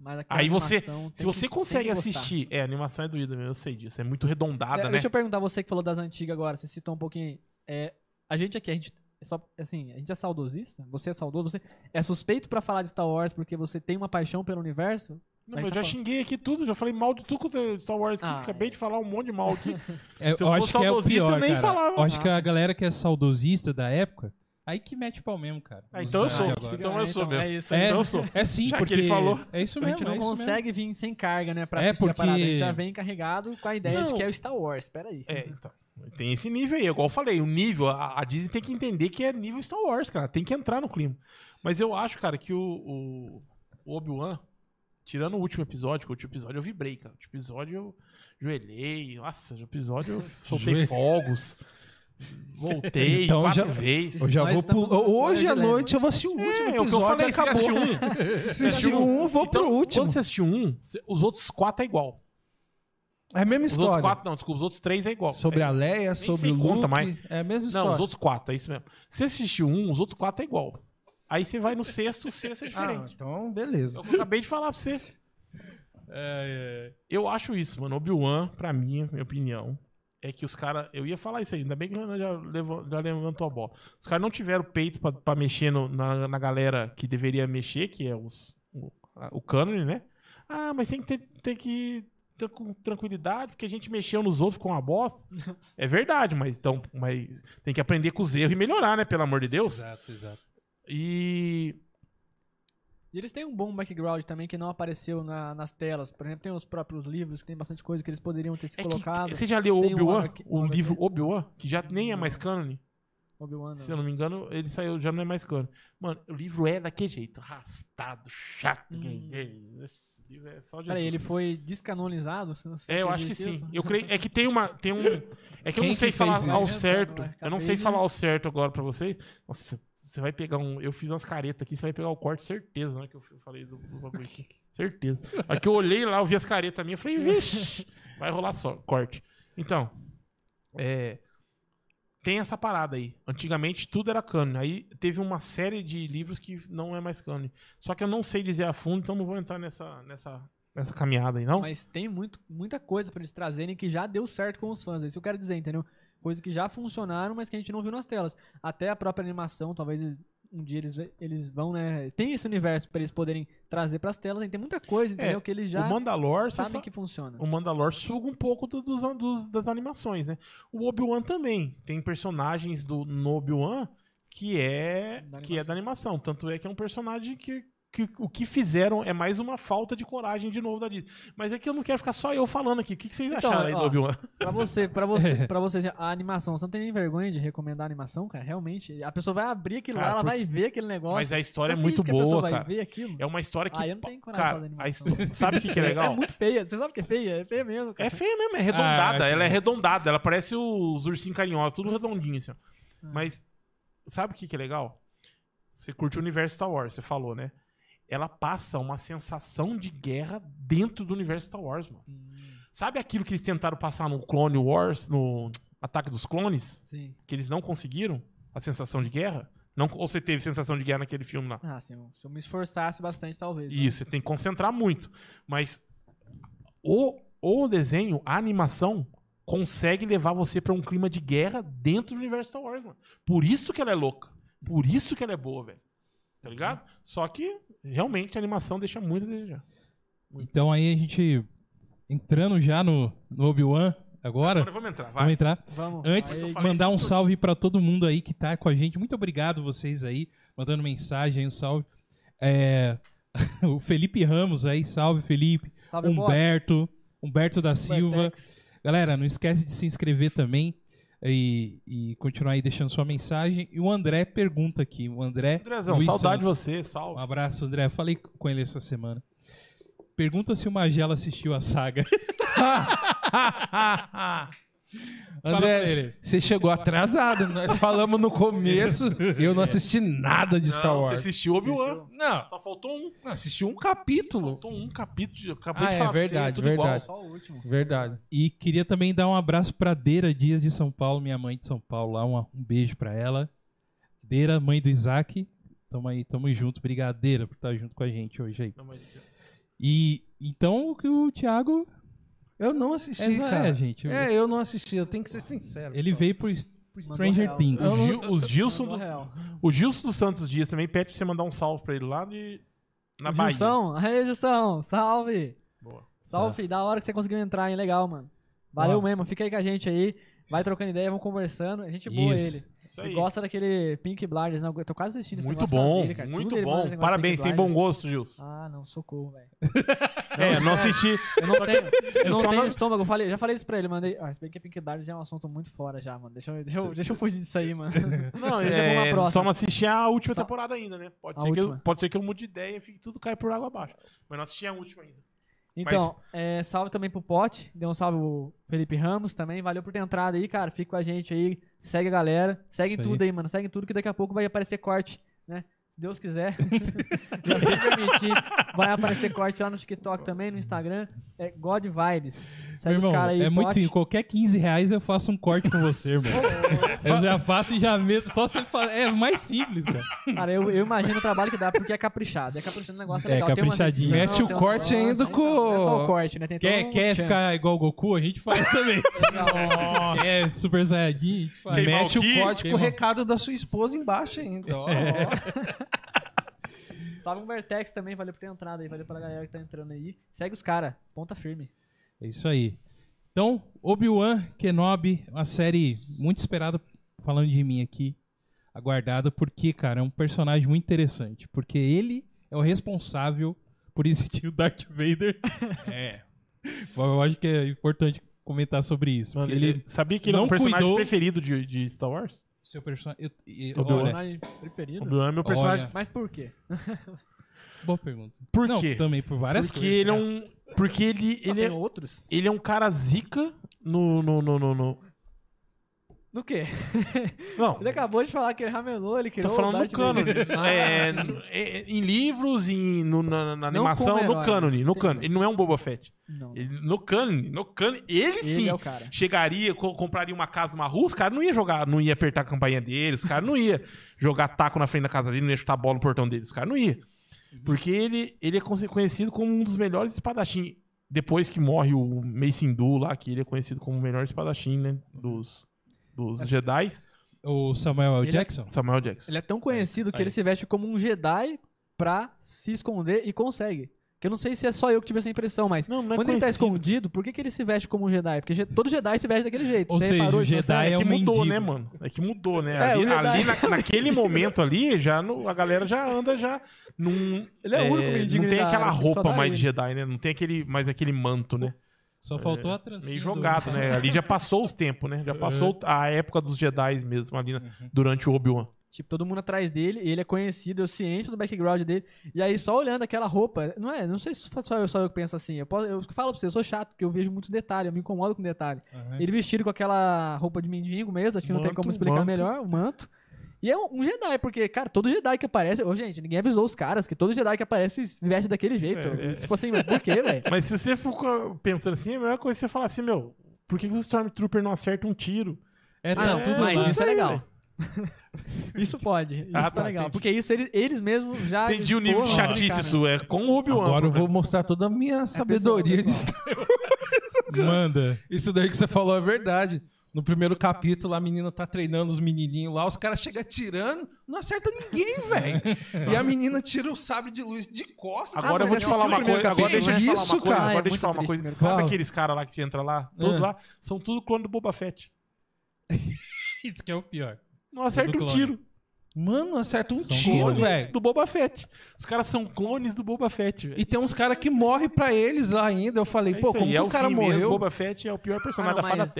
mas aquela
Aí você-
animação tem
se
que-
você
tem que
consegue
gostar.
assistir, é, a animação é doída mesmo, eu sei disso, é muito redondada,
É,
né?
Deixa eu perguntar você que falou das antigas agora, você citou um pouquinho. É, a gente aqui, a gente é só assim, a gente é saudosista? Você é saudoso? Você é suspeito pra falar de Star Wars porque você tem uma paixão pelo universo?
Não,
a
mas
gente
eu
tá
já xinguei aqui tudo, já falei mal de tudo que é Star Wars, que
Ah,
acabei
é.
de falar um monte de mal aqui.
É,
Se eu
eu
fosse
acho que é o
saudosista, eu
pior,
nem
cara.
falava.
Eu acho que a
Nossa.
galera que é saudosista da época, aí que mete pau mesmo, cara.
Ah,
Os
então eu
da-
sou.
agora.
Então eu sou
é,
mesmo.
É isso aí.
É,
Então eu sou.
é sim,
Já que
porque
ele falou.
É isso
a
mesmo.
gente
é
não
isso mesmo.
consegue vir sem carga, né? Pra
É,
assistir
porque-
a parada. A gente já vem carregado com a ideia de
Não.
que é o Star Wars. Peraí.
É,
Uhum.
então. Tem esse nível aí, igual eu falei, o nível, a, a Disney tem que entender que é nível Star Wars, cara, tem que entrar no clima. Mas eu acho, cara, que o, o, o Obi-Wan, tirando o último episódio, que o último episódio eu vibrei, cara. O último episódio eu joelhei, nossa, o episódio eu soltei
Joelho.
fogos, voltei
Então
quatro
já-
vezes.
Eu já
Nós
vou
estamos
pular-
nos
Hoje à
spoilers de
noite eu vou assistir o último
né? É, o que eu
episódio
falei, você Então,
acabou.
assistiu um,
Assisti um, eu vou pro último.
Quando você assistiu um, cê- os outros quatro é igual.
É a mesma
Os outros
história.
quatro não, desculpa, os outros três é igual.
Sobre
é,
a Leia, sobre
sei
o Luke.
conta mais.
É a mesma história.
Não, os outros quatro, é isso mesmo. Você assistiu um, os outros quatro é igual. Aí você vai no sexto, o sexto é
Ah,
diferente.
então,
É
beleza.
o que Eu acabei de falar pra
É,
você. Eu acho isso, mano. Obi-Wan, pra mim, minha opinião, é que os caras. Eu ia falar isso aí, ainda bem que o Renan já, levou- já levantou a bola. Os caras não tiveram peito pra, pra mexer no- na, na galera que deveria mexer, que é os, o, a- o cânone, né? Ah, mas tem que ter, tem que ter com tranquilidade, porque a gente mexeu nos outros com uma bosta. é verdade, mas, então, mas tem que aprender com os erros e melhorar, né? Pelo amor de Deus.
Exato, exato.
E.
E eles têm um bom background também que não apareceu na- nas telas. Por exemplo, tem os próprios livros, que tem bastante coisa que eles poderiam ter se
é que-
colocado.
você já leu
Tem um
Obi-Wan?
HQ
O livro Obi-Wan? Que já nem é mais cânone?
Obi-Wan, né?
Se eu não me engano, ele saiu, já não é mais cano. Mano, o livro é daquele jeito, arrastado, chato.
Hum.
que- que- Esse livro é só Jesus.
Peraí, ele foi descanonizado? Você não
É, eu
acredita
acho que sim.
nisso?
Eu creio, é que tem uma, tem um, é que eu
Quem
não sei
que
falar
fez
ao
isso?
certo.
Acabei
Eu não sei
de-
falar ao certo agora pra vocês. Nossa, você vai pegar um, eu fiz umas caretas aqui, você vai pegar o corte, certeza, né, que eu falei do, do bagulho aqui. Certeza. Aqui eu olhei lá, eu vi as caretas minhas, eu falei, vixe, vai rolar só, corte. Então, é, tem essa parada aí. Antigamente tudo era cânone. Aí teve uma série de livros que não é mais cânone. Só que eu não sei dizer a fundo, então não vou entrar nessa, nessa, nessa caminhada aí, não.
Mas tem muito, muita coisa pra eles trazerem que já deu certo com os fãs. É isso que eu quero dizer, entendeu? Coisas que já funcionaram, mas que a gente não viu nas telas. Até a própria animação, talvez um dia eles, eles vão, né? Tem esse universo pra eles poderem trazer pras telas, tem muita coisa, entendeu? que eles já
É, o Mandalor, você
sabem
sa-
que funciona.
o Mandalor suga um pouco do- dos, dos- das animações, né? O Obi-Wan também. Tem personagens do, no Obi-Wan que é,
Da
que é da animação. Tanto é que é um personagem que, que o que fizeram é mais uma falta de coragem de novo da Disney. Mas é que eu não quero ficar só eu falando aqui. O que, que vocês
Então,
acharam aí do
ó,
Obi-Wan?
Pra você, pra
É.
você, pra vocês, a animação, você não tem nem vergonha de recomendar a animação, cara? Realmente. A pessoa vai abrir aquilo
Cara,
lá, ela
porque-
vai ver aquele negócio.
Ah, Mas a história é
Você
muito
sente que a pessoa
boa,
vai
cara.
ver aquilo?
É uma história que.
Ah, eu não tenho coragem de
cara,
falar da
a
animação.
his- sabe o que, que é legal?
É muito feia. Você sabe que é feia? É feia mesmo, cara.
É feia mesmo, é redondada.
Ah,
ela é redondada, ela parece os ursinhos carinhosos, tudo redondinho, assim. ó. Mas sabe o que, que é legal? Você curte o universo Star Wars, você falou, né? Ela passa uma sensação de guerra dentro do universo Star Wars, mano. Sabe aquilo que eles tentaram passar no Clone Wars, no Ataque dos Clones?
Sim.
Que eles não conseguiram? A sensação de guerra? Não, ou você teve sensação de guerra naquele filme lá?
Ah, se eu, se eu me esforçasse bastante, talvez. né?
Isso, você tem que concentrar muito. Mas o, o desenho, a animação, consegue levar você pra um clima de guerra dentro do universo Star Wars, mano. Por isso que ela é louca. Por isso que ela é boa, velho. Tá ligado? Só que, realmente, a animação deixa muito a desejar.
Então aí a gente entrando já no, no Obi-Wan agora,
Agora vamos entrar, vai.
vamos entrar.
Vamos.
Antes,
Aí,
falei
mandar um
tudo.
salve pra todo mundo aí que tá com a gente. Muito obrigado vocês aí, mandando mensagem, um salve. É, o Felipe Ramos aí, salve Felipe.
salve,
um
Bob.
Humberto, Humberto da Silva.
Humbertex.
Galera, não esquece de se inscrever também e, e continuar aí deixando sua mensagem. E o André pergunta aqui, o André
Andrezão,
Luiz
saudade de
Santos.
você,
um
salve.
abraço, André. Falei com ele essa semana. Pergunta se o Magela assistiu a saga. pra
André,
ele.
você chegou atrasado. Nós falamos no começo. eu não assisti nada de Star
Não,
Wars.
Você assistiu Obi-Wan.
Não,
Só faltou um.
não, assisti um capítulo.
Faltou um capítulo. de- Acabei
Ah,
de
é
falar pra você,
verdade,
tudo igual.
verdade.
Só o último.
Verdade.
E queria também dar um abraço pra Deira Dias de São Paulo, minha mãe de São Paulo lá. Um, um beijo pra ela. Deira, mãe do Isaac. Tamo aí, tamo junto. Obrigado, Deira, por estar junto com a gente hoje aí.
Não, mas-
E então o que o Thiago
Eu não assisti,
é,
cara.
é, gente.
É, eu não assisti, eu tenho que ser sincero.
Ele
pessoal.
veio pro, S- pro
Mandou
Stranger
real.
Things.
Os, Gil- os Gilson
Mandou
do-
real.
O Gilson dos Santos Dias também pede pra você mandar um salve pra ele lá de. Na Bahia.
Gilson, aí, Gilson, salve.
Boa.
Salve, filho, da hora que você conseguiu entrar, hein? Legal, mano. Valeu
Ó.
mesmo, fica aí com a gente aí. Vai trocando ideia, vamos conversando. A gente boa
Isso.
ele.
Isso
E
aí.
gosta daquele Pink Blinders, não? Eu tô quase assistindo esse
Muito
negócio por causa
bom,
dele, cara.
muito
Tudo ele
bom.
manda esse negócio de
Parabéns,
Pink
tem bom
Blinders.
gosto, Gilson.
Ah, não, socorro, velho.
é, não assisti.
Eu não tenho, eu não
só
tenho
não-
estômago. Eu falei, já falei isso pra ele, mandei. Ah, se bem que a Pink Blinders já é um assunto muito fora já, mano. Deixa eu, deixa eu, deixa eu fugir disso aí, mano.
Não,
Deixa eu
é,
pra uma
só não assisti a última
Só-
temporada ainda, né? Pode
A
ser, que eu,
última.
pode ser que eu mude de ideia e fique tudo cai por água abaixo. Mas não assisti a última ainda.
Então, é, salve também pro Pote. Deu um salve o Felipe Ramos também. Valeu por ter entrado aí, cara. Fica com a gente aí. Segue a galera. Segue
Isso aí.
tudo aí, mano. Segue tudo que daqui a pouco vai aparecer corte, né? Se Deus quiser. Já se permitir. Vai aparecer corte lá no TikTok também, no Instagram. É God Vibes.
Meu
Segue os
irmão,
caras aí,
é muito
Pote.
simples. Qualquer 15 reais eu faço um corte com você, irmão. eu já faço e já meto. Só você falar. É mais simples, cara.
Então,
Cara, eu, eu imagino o trabalho que dá, porque é caprichado. É caprichado o negócio, é
É,
legal. Tem umas
caprichadinho.
edição,
Mete o
tem um
corte
negócio,
ainda
aí, cara. Não é só o
com-
corte, né? Tem todo
Quer,
um
quer
tchan.
ficar igual o Goku? A gente faz também. é Super Saiyajin. a gente faz.
Queimar
Mete
o
o
Ki.
código com
Queima.
o recado da sua esposa embaixo ainda. ó.
Salve o Vertex também, valeu por ter entrado aí, valeu pela galera que tá entrando aí. Segue os caras, ponta firme.
É isso aí. Então, Obi-Wan Kenobi, uma série muito esperada, falando de mim aqui, aguardada, porque, cara, é um personagem muito interessante. Porque ele é o responsável por existir o Darth Vader.
É.
Bom, Eu acho que é importante comentar sobre isso.
Mano,
porque ele,
ele- sabia que ele é
não
um personagem
cuidou-
preferido de, de Star Wars?
seu personagem. eu- e-
Seu
olha,
personagem preferido?
Obi-Wan é meu personagem.
Mas por quê?
boa pergunta.
Por
não,
quê?
também por várias
Porque
coisas. né?
ele é
cara.
um. Porque ele,
Ele
ele,
né? tem
é,
outros?
ele é um cara zica no. no, no, no, no-
No quê?
Não.
Ele é acabou de falar que ele ramelou, ele
Tô
criou
falando
o
no
Darth
cânone.
Vader. Ah,
É,
sim.
no- é, em livros, em, no- na, na- na
Não
animação,
como
no
herói. né?
cânone, no cânone. Ele não é um Boba Fett.
Não, não.
Ele- no cânone, no cânone, ele
Ele
sim
é o cara.
chegaria, co- compraria uma casa, uma rua, os caras não iam jogar, não ia apertar a campainha dele, os caras não ia jogar taco na frente da casa dele, não ia chutar bola no portão dele, os caras não ia.
Uhum.
Porque ele, ele é conse- conhecido como um dos melhores espadachins. Depois que morre o Mace Windu lá, que ele é conhecido como o melhor espadachim, né, dos, dos Jedi.
O Samuel L.
Ele é-
Jackson?
Samuel Jackson.
Ele é tão conhecido que
Aí.
ele se veste como um Jedi pra se esconder e consegue. Que eu não sei se é só eu que tive essa impressão, mas
Não, não é
quando ele tá
conhecido.
escondido, por que, que ele se veste como um Jedi? Porque je- todo Jedi se veste daquele jeito.
Ou
Você
seja,
reparou isso na
Jedi
série?
é
É
um
que mudou,
mendigo.
né, mano? É que mudou, né?
É,
ali
o Jedi-
ali na- naquele momento ali, já no, a galera já anda já num.
Ele é o único mendigo
Não tem
da-
aquela
só
roupa
dá
mais
ele.
de Jedi, né? Não tem aquele, mais aquele manto, né?
Só faltou a trancinha.
Meio
do-
jogado, né? Ali já passou os tempos, né?
É.
Já passou a época dos Jedi mesmo ali na-
Uhum.
durante o Obi-Wan.
Tipo, todo mundo atrás dele, e ele é conhecido, eu ciência do background dele. E aí, só olhando aquela roupa, não é? Não sei se fa- só eu, só eu que penso assim. Eu, posso- eu falo pra você, eu sou chato, porque eu vejo muito detalhe, eu me incomodo com detalhe.
Aham.
Ele vestido com aquela roupa de mendigo mesmo, acho que não tem
Manto,
como explicar
manto.
melhor, o manto. E é um um Jedi, porque, cara, todo Jedi que aparece. Ô, gente, ninguém avisou os caras que todo Jedi que aparece se veste daquele jeito.
É,
Tipo assim, mas por quê, velho?
Mas se você for pensando assim, é a melhor coisa você falar assim, meu, por que, que o Stormtrooper não acerta um tiro?
É,
Ah,
tá
não,
tudo
mas
lá.
isso é
Isso aí,
legal. isso pode. Isso
Ah,
tá
tá,
legal.
entendi.
Porque isso eles, eles mesmos já. né?
Entendi o nível de
exploram,
chatice
Ah, cara.
isso, é com o Obi-Wan.
Agora eu
mano.
vou mostrar toda é a minha sabedoria de
pessoal.
Manda.
Isso daí que você falou é verdade. No primeiro capítulo, a menina tá treinando os menininhos lá, os caras chegam atirando, não acerta ninguém, velho. e a menina tira o sabre de luz de costas.
Agora
Ah,
é
eu vou te
você
falar uma
assistiu o
coisa.
primeiro
Agora
capítulo?
deixa eu te
Que
falar uma coisa.
isso, cara.
Ah, é
Agora deixa eu te
muito
falar uma
triste
coisa.
mesmo.
Sabe
Fala.
aqueles caras lá que entra lá? Todos
É.
lá? São tudo clone do Boba Fett.
Isso que é o pior.
Não acerta
Tudo
um
clone.
tiro.
Mano, acerta um
São
tiro,
clones.
velho.
Do Boba Fett. Os caras são clones do Boba Fett, velho.
E tem uns caras que morrem pra eles lá ainda. Eu falei,
É
pô,
isso
como
aí,
que
é
o cara
fim mesmo,
morreu?
Boba Fett é o pior personagem
Ah, não,
da face
mas-
da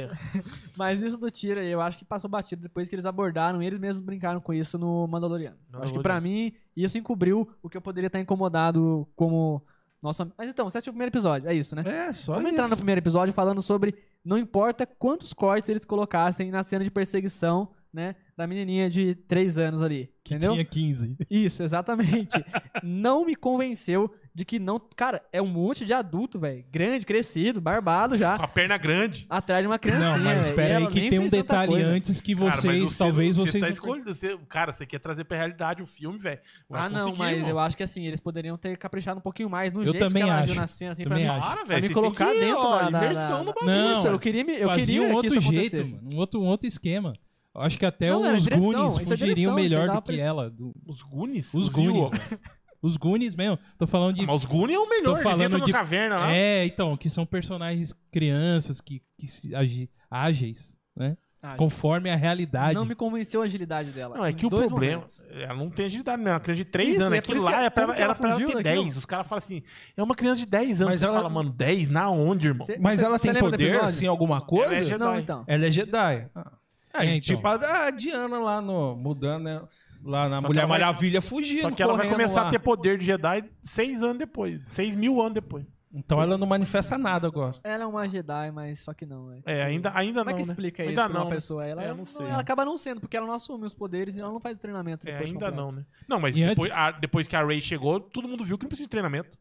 Terra.
Mas isso do tiro aí, eu acho que passou batido depois que eles abordaram, eles mesmos brincaram com isso no Mandaloriano. Eu Acho que pra mim, isso encobriu o que eu poderia estar incomodado como. Nossa. Mas então, você assistiu o primeiro episódio, é isso, né?
É, só
Vamos
isso.
entrar no primeiro episódio falando sobre não importa quantos cortes eles colocassem na cena de perseguição, né? Da menininha de 3 anos ali.
Que
entendeu?
tinha 15.
Isso, exatamente. não me convenceu de que não. Cara, é um monte de adulto, velho. Grande, crescido, barbado já.
Com a perna é grande.
Atrás de uma criancinha.
Não, mas
velho. E
espera aí
ela
que
nem
tem um
fez tanta
detalhe
coisa.
antes que
Cara, mas
vocês,
você-
talvez
você
vocês...
Tá
não-
escolhendo, você, cara, você quer trazer pra realidade o filme, velho. Vai
Ah, não,
conseguir,
mas
irmão.
eu acho que assim, eles poderiam ter caprichado um pouquinho mais no
Eu
jeito
também
que ela agiu
acho.
na cena, assim,
Também
pra mim.
acho.
Para, velho.
me
você
colocar
tem que,
dentro
ó,
da- da-
imersão
da-
no bagulho.
Não,
Isso, eu queria, me- eu
fazia
queria
um
que
outro
isso
jeito,
acontecesse.
mano. Um outro, um outro esquema. Eu Acho que até
Não, era
os
direção,
Goonies
isso é
fugiriam
direção, isso
melhor
dava
do que
pra eles-
ela. do-
Os Goonies?
Os Goonies,
Ewoks.
Os Goonies mesmo. Tô falando de...
Mas os Goonies é o melhor. Eles
falando
entram na
de-
caverna lá.
É, então, que são personagens crianças, que, que se agi- ágeis, né?
Ah,
Conforme a realidade.
Não me convenceu a agilidade dela.
Não, é
em
que o
dois
problema.
momentos.
Ela não tem agilidade, né? É uma criança de 3
Isso,
anos.
é né? por
Aquilo
isso que
lá
ela-
era pra,
como
ela-
que ela
era pra ela
fugiu
ter
daquilo?
10. Os caras falam assim: é uma criança de 10 anos.
Mas
você
ela-
fala, mano, 10 na onde, irmão?
Cê-
Mas
cê-
ela
cê
tem
lembra do
poder,
episódio?
assim, alguma coisa?
Ela é
Não,
Jedi.
então.
Ela é Jedi. Ah. É,
É, então.
tipo a da Diana lá no. Mudando, né? Lá na
Só que
Mulher
ela vai-
Maravilha fugindo.
Só que ela vai
correndo
começar
lá.
a ter poder de Jedi 6 anos depois. 6 mil anos depois.
Então ela não manifesta nada agora.
Ela é uma Jedi, mas só que não.
É, ainda, ainda
Como é
não.
que
né?
explica
ainda
isso pra
não,
uma
né?
pessoa? Ela,
É, eu não
não
sei.
ela acaba não sendo, porque ela não assume os poderes e ela não faz o treinamento.
É,
depois
ainda
completo.
não, né? Não, mas
E
depois, a- depois que a Ray chegou, todo mundo viu que não precisa de treinamento.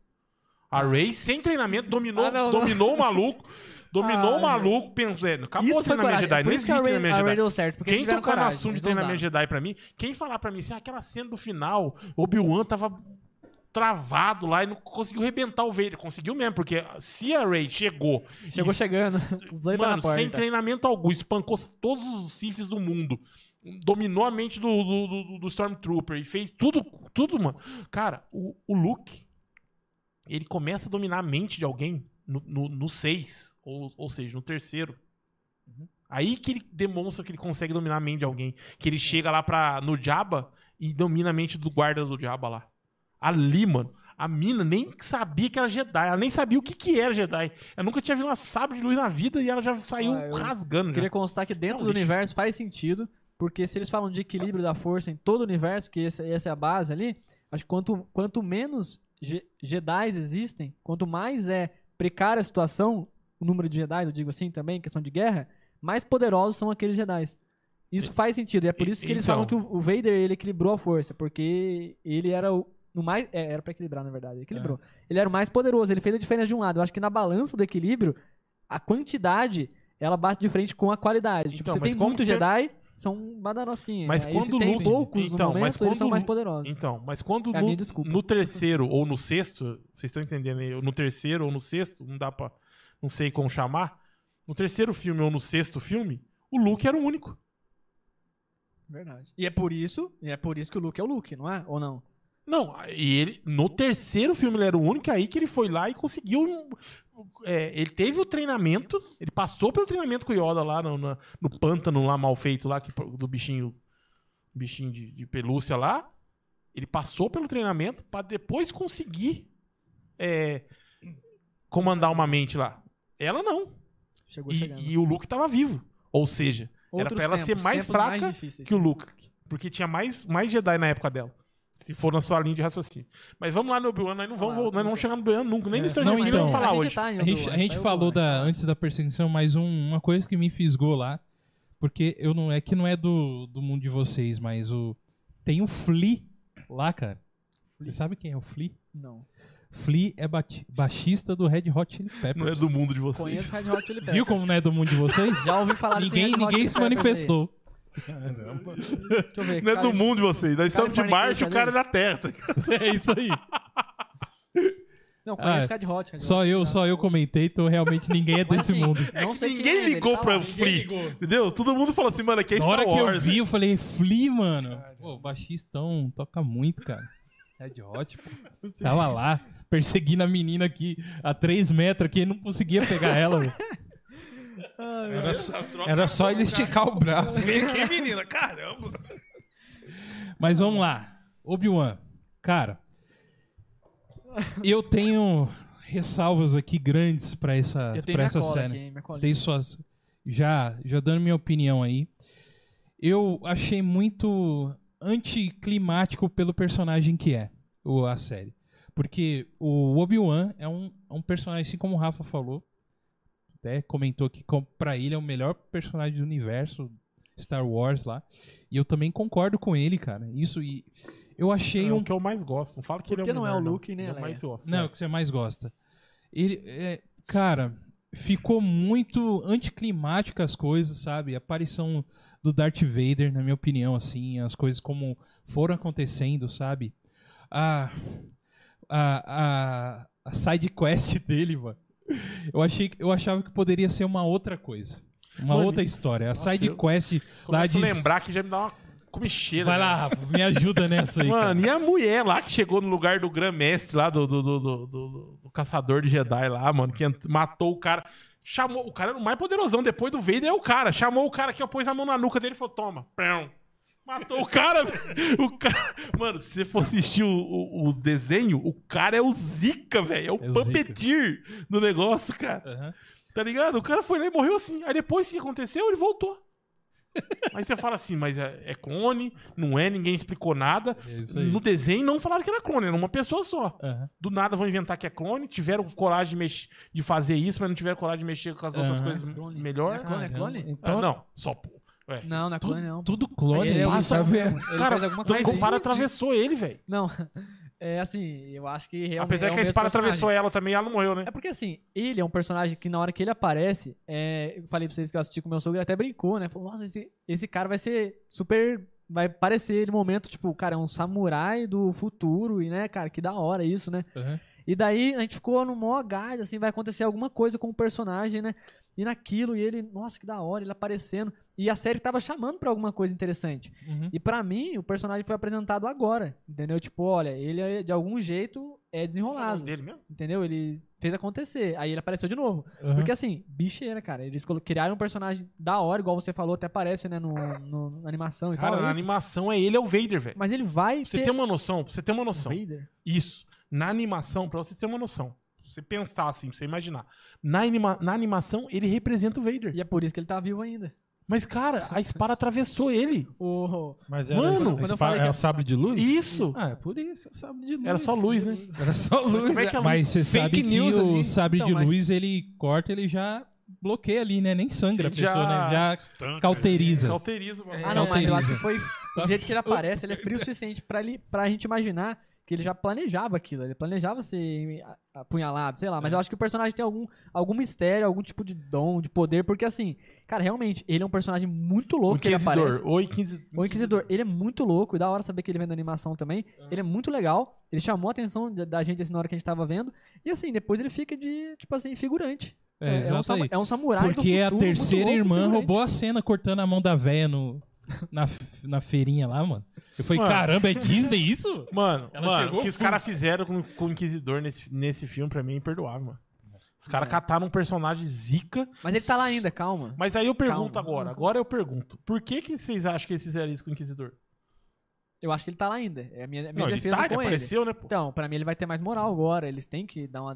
A Ray, sem treinamento, dominou,
Ah, não, não.
dominou o maluco. Dominou
Ah,
o maluco, pensou, é, acabou o
Isso foi
treinamento
coragem.
Jedi.
Por
Não
isso
existe
que a Ray-
treinamento
a Ray
Jedi.
deu certo, porque
Quem
tiveram
tocar no
coragem,
assunto de
eles
treinamento
ousaram.
Jedi pra mim, quem falar pra mim assim, ah, aquela cena do final, Obi-Wan tava travado lá e não conseguiu rebentar o Vader. Conseguiu mesmo, porque se a Ray chegou,
Chegou chegando. Os dois pés na
mano,
porta.
sem treinamento algum, espancou todos os Siths do mundo, dominou a mente do, do, do- do Stormtrooper e fez tudo, tudo, mano. Cara, o, o Luke, ele começa a dominar a mente de alguém no, no, no seis, ou, ou seja, no terceiro.
Uhum.
Aí que ele demonstra que ele consegue dominar a mente de alguém. Que ele chega lá pra, no Jabba e domina a mente do guarda do Jabba lá. Ali, mano. A mina nem sabia que era Jedi. Ela nem sabia o que, que era Jedi. Eu nunca tinha visto uma sabre de luz na vida e ela já saiu
Ah, eu
rasgando. já.
Eu queria constar que dentro
É um
do
lixo.
universo faz sentido, porque se eles falam de equilíbrio da força em todo o universo, que esse- essa é a base ali, acho que quanto, quanto menos Je Jedi existem, quanto mais é precária a situação, o número de Jedi, eu digo assim também, em questão de guerra, mais poderosos são aqueles Jedi. Isso faz sentido, e é por
e-
isso que eles
então.
falam que o o Vader ele equilibrou a força, porque ele era o no mais, é, era pra equilibrar, na verdade, ele equilibrou. Ele era o mais poderoso, ele fez a diferença de um lado. Eu acho que na balança do equilíbrio, a quantidade ela bate de frente com a qualidade. tipo,
Então,
você
mas
tem
como
muito
que você-
Jedi, são badarosquinhas.
Mas
Aí
quando
se
o
tem
Luke-
poucos
Então,
no
mas
momento, eles
quando
são
o
mais
Lu-
poderosos.
Então, Hum. mas quando
É a minha desculpa.
no, no terceiro ou no sexto, vocês estão entendendo aí? No terceiro ou no sexto, não dá pra. Não sei como chamar. No terceiro filme ou no sexto filme, o Luke era o único.
Verdade. E é por isso, e é por isso que o Luke é o Luke, não é? Ou não?
Não, e ele, no terceiro filme, ele era o único aí que ele foi lá e conseguiu. um- um- é, ele teve o treinamento, ele passou pelo treinamento com o Yoda lá no, na- no pântano lá mal feito, lá que, do bichinho, bichinho de, de pelúcia lá. Ele passou pelo treinamento pra depois conseguir é, comandar uma mente lá. Ela não.
Chegou chegando.
E, e o Luke tava vivo. Ou seja, era pra ela ser mais
tempos
fraca
difíceis.
que o Luke. Porque tinha mais, mais Jedi na época dela. Se for na sua linha de raciocínio. Mas vamos lá no Obi-Wan, nós não vamos,
Claro,
nós não vamos chegar no Obi-Wan nunca. Nem
É.
no Stranger
Não,
Things
então.
vamos
a
falar
gente
hoje.
tá em
A gente, a
Obi-Wan,
gente
saiu tá.
falou
Obi-Wan.
da, antes da perseguição, mas um- uma coisa que me fisgou lá, porque eu não é que não é do, do mundo de vocês, mas o tem o Flea lá, cara. Você sabe quem é o Flea?
Não.
Flea é bati- baixista do Red Hot Chili
Não é
Peppers.
do mundo de vocês.
Conheço Red Hot Chili Peppers.
Viu como não é do mundo de vocês?
Já ouvi falar desse
ninguém
assim, Red Hot
ninguém
Chili
se
Peppers aí.
manifestou.
Deixa eu ver.
Não é do
Cali-
mundo de vocês. Nós estamos de
California
Marte e o cara é da Terra. tá ligado?
É isso aí.
Não, conheço
Ah,
Red Hot. Red
Só
Hot,
eu,
tá?
só eu comentei, então realmente ninguém é
Mas,
desse
assim,
mundo.
É
não
que
sei quem
ninguém
é, ele
ligou
tá
pra
lá, ninguém
Flea. Entendeu? Todo mundo falou assim, mano, aqui é
Na
Star
hora que eu
Wars.
vi, eu falei, Flea, mano. Pô, o baixistão toca muito, cara. Red Hot, pô. Tava lá, perseguindo a menina aqui a 3 metros aqui, e não conseguia pegar ela. velho.
Era só, era só ele esticar o braço.
Vem aqui, menina, caramba.
Mas vamos lá. Obi-Wan, cara. Eu tenho ressalvas aqui grandes pra essa,
Eu
pra
tenho minha
essa
cola
série.
aqui, hein, minha colinha.
Tem suas. Já, já dando minha opinião aí. Eu achei muito anticlimático pelo personagem que é o, a série. Porque o Obi-Wan é um, é um personagem, assim como o Rafa falou, até comentou que com- pra ele é o melhor personagem do universo Star Wars lá. E eu também concordo com ele, cara. Isso e eu achei
É
um
o que eu mais gosto. Não fala que ele
Porque
é o
não é
melhor,
o Luke, né,
Ele é o
Leia?
mais gosto.
não, é o que você mais gosta. Ele, é, cara, ficou muito anticlimático as coisas, sabe? A aparição do Darth Vader, na minha opinião, assim, as coisas como foram acontecendo, sabe? A, a, a, a side quest dele, mano. Eu, achei, eu achava que poderia ser uma outra coisa. Uma
Mano,
outra história. A
nossa,
side
eu
quest lá
Começo
de.
a lembrar que já me dá uma comicheira. né?
Vai
cara.
lá, Rafa, me ajuda nessa aí. cara.
Mano, e a mulher lá que chegou no lugar do Grã-Mestre lá, do, do, do, do- do- do caçador de Jedi lá, mano, que ent- matou o cara. Chamou, o cara era o mais poderosão, depois do Vader é o cara. Chamou o cara que pôs a mão na nuca dele e falou: toma, prão. Matou o cara, velho. o cara. Mano, se você for assistir o, o- o desenho, o cara é o Zika, velho. É o
É o
puppeteer do negócio, cara.
Aham.
Tá ligado? O cara foi lá e morreu assim. Aí depois o que aconteceu, ele voltou. Aí você fala assim, mas é, é clone, não é, ninguém explicou nada.
É isso aí.
No desenho não falaram que era clone, era uma pessoa só.
Aham.
Do nada vão inventar que é clone, tiveram coragem de, mex- de fazer isso, mas não tiveram coragem de mexer com as outras
Aham.
coisas
Clone.
melhor.
É clone, é
Caramba.
clone?
Ah,
Então,
não, só. pô, É.
Não, não é clone, não.
tudo clone.
Ele
Ele
é um
passa-
sabe mesmo. Ele
Cara,
faz
mas
alguma coisa
o
aí.
assim?
espada atravessou ele, velho.
Não. É assim, eu acho que realmente.
Apesar
é o
que a
mesmo
espada
personagem.
atravessou ela também, ela não morreu, né?
É porque assim, ele é um personagem que na hora que ele aparece, é, eu falei pra vocês que eu assisti com o meu sogro, ele até brincou, né? Falou, nossa, esse, esse cara vai ser super. Vai parecer ele no momento, tipo, cara, é um samurai do futuro, e né, cara, que da hora isso, né?
Aham.
E daí a gente ficou no maior gás, assim, vai acontecer alguma coisa com o personagem, né? E naquilo, e ele, nossa, que da hora, ele aparecendo. E a série tava chamando pra alguma coisa interessante.
Uhum.
E pra mim, o personagem foi apresentado agora, entendeu? Tipo, olha, ele é- de algum jeito é
Qual é o
desenrolado,
nome Dele mesmo?
entendeu? Ele fez acontecer, aí ele apareceu de novo.
Aham.
Porque assim, bicheira, cara, eles colo- criaram um personagem da hora, igual você falou, até aparece, né, no, no- na animação e
Cara,
tal.
na
é isso.
animação é ele, é o Vader, velho.
Mas ele vai
Pra você
ter... um
ter uma noção, pra você ter uma noção.
Vader?
Isso. Na animação, pra você ter uma noção. Pra você pensar assim, pra você imaginar. Na, anima- na animação, ele representa o Vader.
E é por isso que ele tá vivo ainda.
Mas, cara, a espada atravessou ele.
O...
Mas
era Mano,
quando eu falei
é
que-
o sabre de luz?
Isso.
Ah, é por isso, é o sabre de luz.
Era só luz, né?
Era só luz.
como é que a
Mas você
Fake
sabe que
news
o
ali.
sabre
Então,
de
mas-
luz, ele corta, ele já bloqueia ali, né? Nem sangra a
Ele já-
pessoa, né? Já
Estanca.
cauteriza.
Cauteriza, mano.
Ah, não, mas eu acho que
Autoriza.
foi. Do jeito que ele aparece, ele é frio o suficiente pra, ele, pra gente imaginar que ele já planejava aquilo. Ele planejava ser a- apunhalado, sei lá.
É.
Mas eu acho que o personagem tem algum, algum mistério, algum tipo de dom, de poder, porque assim, cara, realmente, ele é um personagem muito
O
louco que ele
Um Inquisidor.
aparece.
O Inquisi-
O Inquisidor, ele é muito louco, e da hora saber que ele vem da animação também. Ele é muito legal, ele chamou a atenção da- da gente assim, na hora que a gente tava vendo. E assim, depois ele fica de, tipo assim, figurante.
É,
um,
exato
samu-
aí.
é um samurai do
Porque a
futuro, muito
terceira
louco,
irmã
figurante.
roubou a cena cortando a mão da véia no, na, f- na feirinha lá, mano. Eu falei,
Mano.
caramba, é Disney isso?
Mano,
Ela
mano,
chegou
o que os
full.
caras fizeram com, com o Inquisidor nesse, nesse filme, pra mim, é imperdoável, mano. Os
É.
caras cataram um personagem zica.
Mas ele tá lá ainda, calma.
Mas aí eu pergunto
Calma.
agora, agora eu pergunto. Por que, que vocês acham que eles fizeram isso com o Inquisidor?
Eu acho que ele tá lá ainda. É a minha, minha
Não, ele
defesa
tá, ele
com ele.
apareceu, né, pô?
Então, pra mim ele vai ter mais moral agora. Eles têm que dar uma,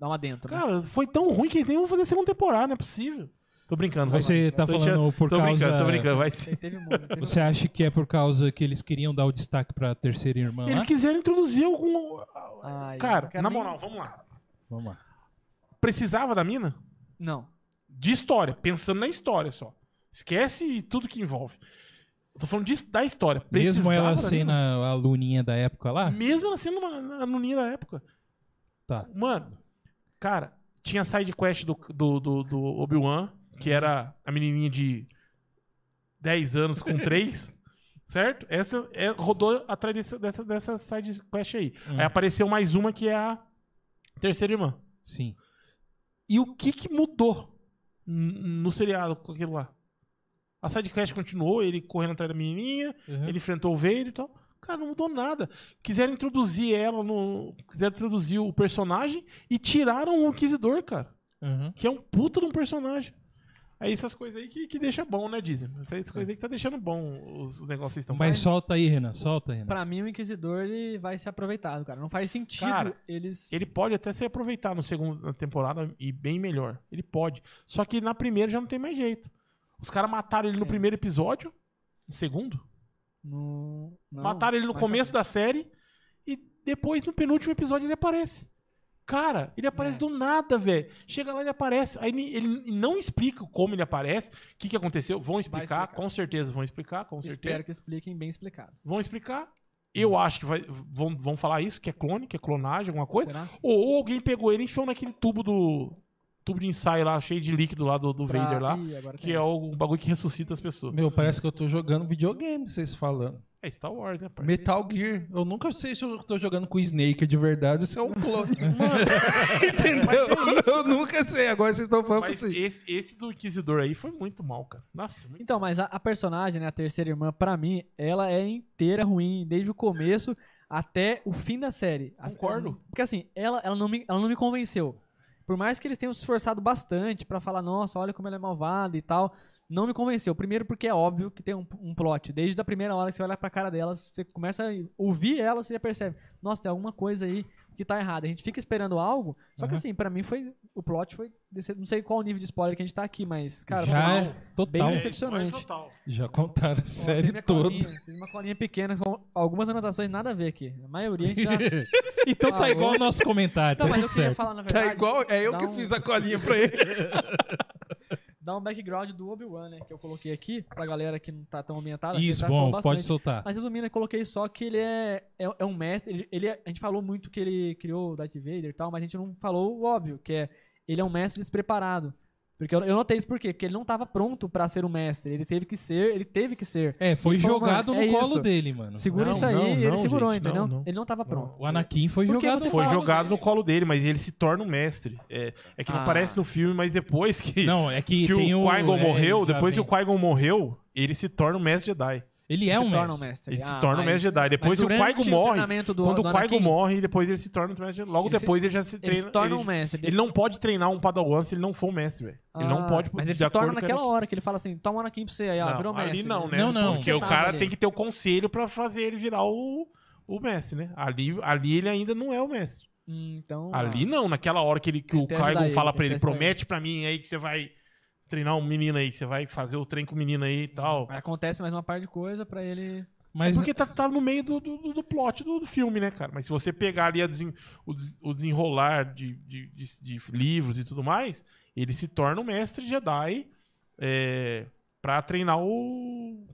dar uma dentro. né?
Cara, foi tão ruim que eles nem vão fazer segunda temporada, não é possível. Tô brincando, vai
Você tá
Tô
falando por
Tô
causa...
brincando, tô brincando, vai
Ele teve muito. ele teve
Você acha que é por causa que eles queriam dar o destaque pra terceira irmã lá?
Eles quiseram introduzir algum.
muito. Ai, eu não
Cara,
quero
na
nem-
moral, vamos lá.
Vamos lá.
Precisava da mina?
Não.
De história, pensando na história só. Esquece tudo que envolve. Tô falando disso, da história.
Mesmo
Precisava né,
ela
da
sendo
mina?
a aluninha da época lá?
Mesmo ela sendo uma anuninha da época.
Tá.
Mano, cara, tinha a side quest do, do, do, do Obi-Wan, que era a menininha de 10 anos com 3. Certo? Essa é- rodou atrás dessa, dessa, dessa side quest aí.
Hum.
Aí apareceu mais uma que é a terceira irmã.
Sim.
E o que que mudou n- no seriado com aquilo lá? A sidequest continuou, ele correndo atrás da menininha,
Uhum.
ele enfrentou o Vader e tal. Cara, não mudou nada. Quiseram introduzir ela no. Quiseram introduzir o personagem e tiraram o Inquisidor, cara.
Uhum.
Que é um puta de um personagem. É essas coisas aí que, que deixa bom, né, Disney? Essas coisas aí que tá deixando bom os os negócios que estão
Mas solta aí, Renan. Solta, Renan.
Pra mim, o Inquisidor ele vai ser aproveitado, cara. Não faz sentido
Cara,
eles.
Ele pode até se aproveitar no segundo na temporada e bem melhor. Ele pode. Só que na primeira já não tem mais jeito. Os caras mataram ele no
É.
primeiro episódio, no segundo.
Não, não,
mataram ele no
mas-
começo da série e depois no penúltimo episódio ele aparece. Cara, ele aparece
É.
do nada, velho. Chega lá ele aparece. Aí ele, ele não explica como ele aparece, o que, que aconteceu. Vão explicar,
explicar.
com certeza vão explicar, com certeza.
Espero que Uhum. expliquem bem explicado.
Vão explicar. Eu acho que vai- vão, vão falar isso, que é clone, que é clonagem, alguma coisa.
Será?
Ou alguém pegou ele e enfiou naquele tubo do. Tubo de ensaio lá, cheio de líquido lá do, do
Pra-
Vader lá.
Ih, agora
Que
tem
é
essa.
o bagulho que ressuscita as pessoas.
Meu, parece que eu tô jogando videogame, vocês falando.
É Star Wars, né, parceiro?
Metal Gear. Eu nunca sei se eu tô jogando com o Snake de verdade, se é um clone. Entendeu? eu nunca sei. Agora vocês estão falando
é Mas
assim.
esse, esse do Inquisidor aí foi muito mal, cara. Nossa,
Uhum.
muito.
Então, mas a, a personagem, né, a terceira irmã, pra mim, ela é inteira ruim, desde o começo até o fim da série. As-
Concordo.
Porque assim, ela, ela, não me, ela não me convenceu. Por mais que eles tenham se esforçado bastante pra falar, nossa, olha como ela é malvada e tal, não me convenceu. Primeiro porque é óbvio que tem um, um plot. Desde a primeira hora que você olha pra cara dela, você começa a ouvir ela, você já percebe, nossa, tem alguma coisa aí que tá errada. A gente fica esperando algo, só que
Uhum.
assim, pra mim foi, o plot foi, desse- não sei qual o nível de spoiler que a gente tá aqui, mas, cara,
já
foi-
é total.
bem- decepcionante.
É, total.
Já contaram a
Ó, teve
série
a
toda.
colinha, teve uma colinha pequena com algumas anotações nada a ver aqui. A maioria a gente já...
então tá
Falou.
igual o nosso comentário.
Então,
tá
mas eu
tudo
queria
certo.
falar, na verdade,
Tá igual, é eu
dá
que
um-
fiz a colinha pra ele.
Dá um background do Obi-Wan, né? Que eu coloquei aqui, pra galera que não tá tão ambientada. que
Isso,
tá
bom,
falando
pode
bastante.
soltar.
Mas resumindo, eu coloquei só que ele é, é, é um mestre. Ele, ele é- a gente falou muito que ele criou o Darth Vader e tal, mas a gente não falou o óbvio, que é ele é um mestre despreparado. Porque eu, eu notei isso por quê? Porque ele não tava pronto pra ser um mestre. Ele teve que ser, ele teve que ser.
É, foi
Então,
jogado
mano, é
no colo
isso.
dele, mano.
Segura
Não,
isso aí,
não,
ele
não,
segurou,
gente, não,
entendeu?
não.
Ele não tava pronto.
O Anakin foi
Porque
jogado
Foi
você
fora.
fala-
jogado no colo dele, mas ele se torna um mestre. É, é que não
né? Ah.
parece no filme, mas depois que,
Não, é que,
que o
tem o.
Qui-Gon
é,
morreu,
já
depois que o
vem.
Qui-Gon morreu, ele se torna um mestre Jedi.
Ele é
se
um
torna
mestre.
mestre.
Ele se
Ah,
torna um
mas-
mestre Jedi. Depois
mas
que o
durante
Qui-Gon
o
morre,
treinamento do-
quando
do
o Qui-Gon
Anakin-
morre, depois ele se torna um mestre Jedi. Logo
Ele se-
depois ele já se
Ele
treina.
se torna
ele-
um mestre.
Ele não pode treinar um Padawan se ele não for um mestre, velho. Ele não
Ah,
pode.
Mas ele
de
se torna
acordo com-
naquela hora que ele fala assim: toma Anakin pra você, aí ó,
Não,
virou
ali
mestre. Tipo, é.
não, né?
Não, não.
Porque o
Nada
cara
ali.
tem que ter o conselho pra fazer ele virar o, o mestre, né? Ali, ali ele ainda não é o mestre.
Hum, então.
Ali não, naquela hora que, ele, que o
Tem que ajudar
Qui-Gon
ele,
fala
tem
pra
que
ele,
ajudar
promete pra mim aí que você vai treinar um menino aí, que você vai fazer o trem com o menino aí e tal.
ah, Acontece mais uma par de coisa pra ele.
Mas
Porque tá, tá no meio do, do, do plot do, do filme, né, cara? Mas se você pegar ali a desen- o, des- o desenrolar de, de, de- de livros e tudo mais, ele se torna um mestre Jedi é, pra treinar o,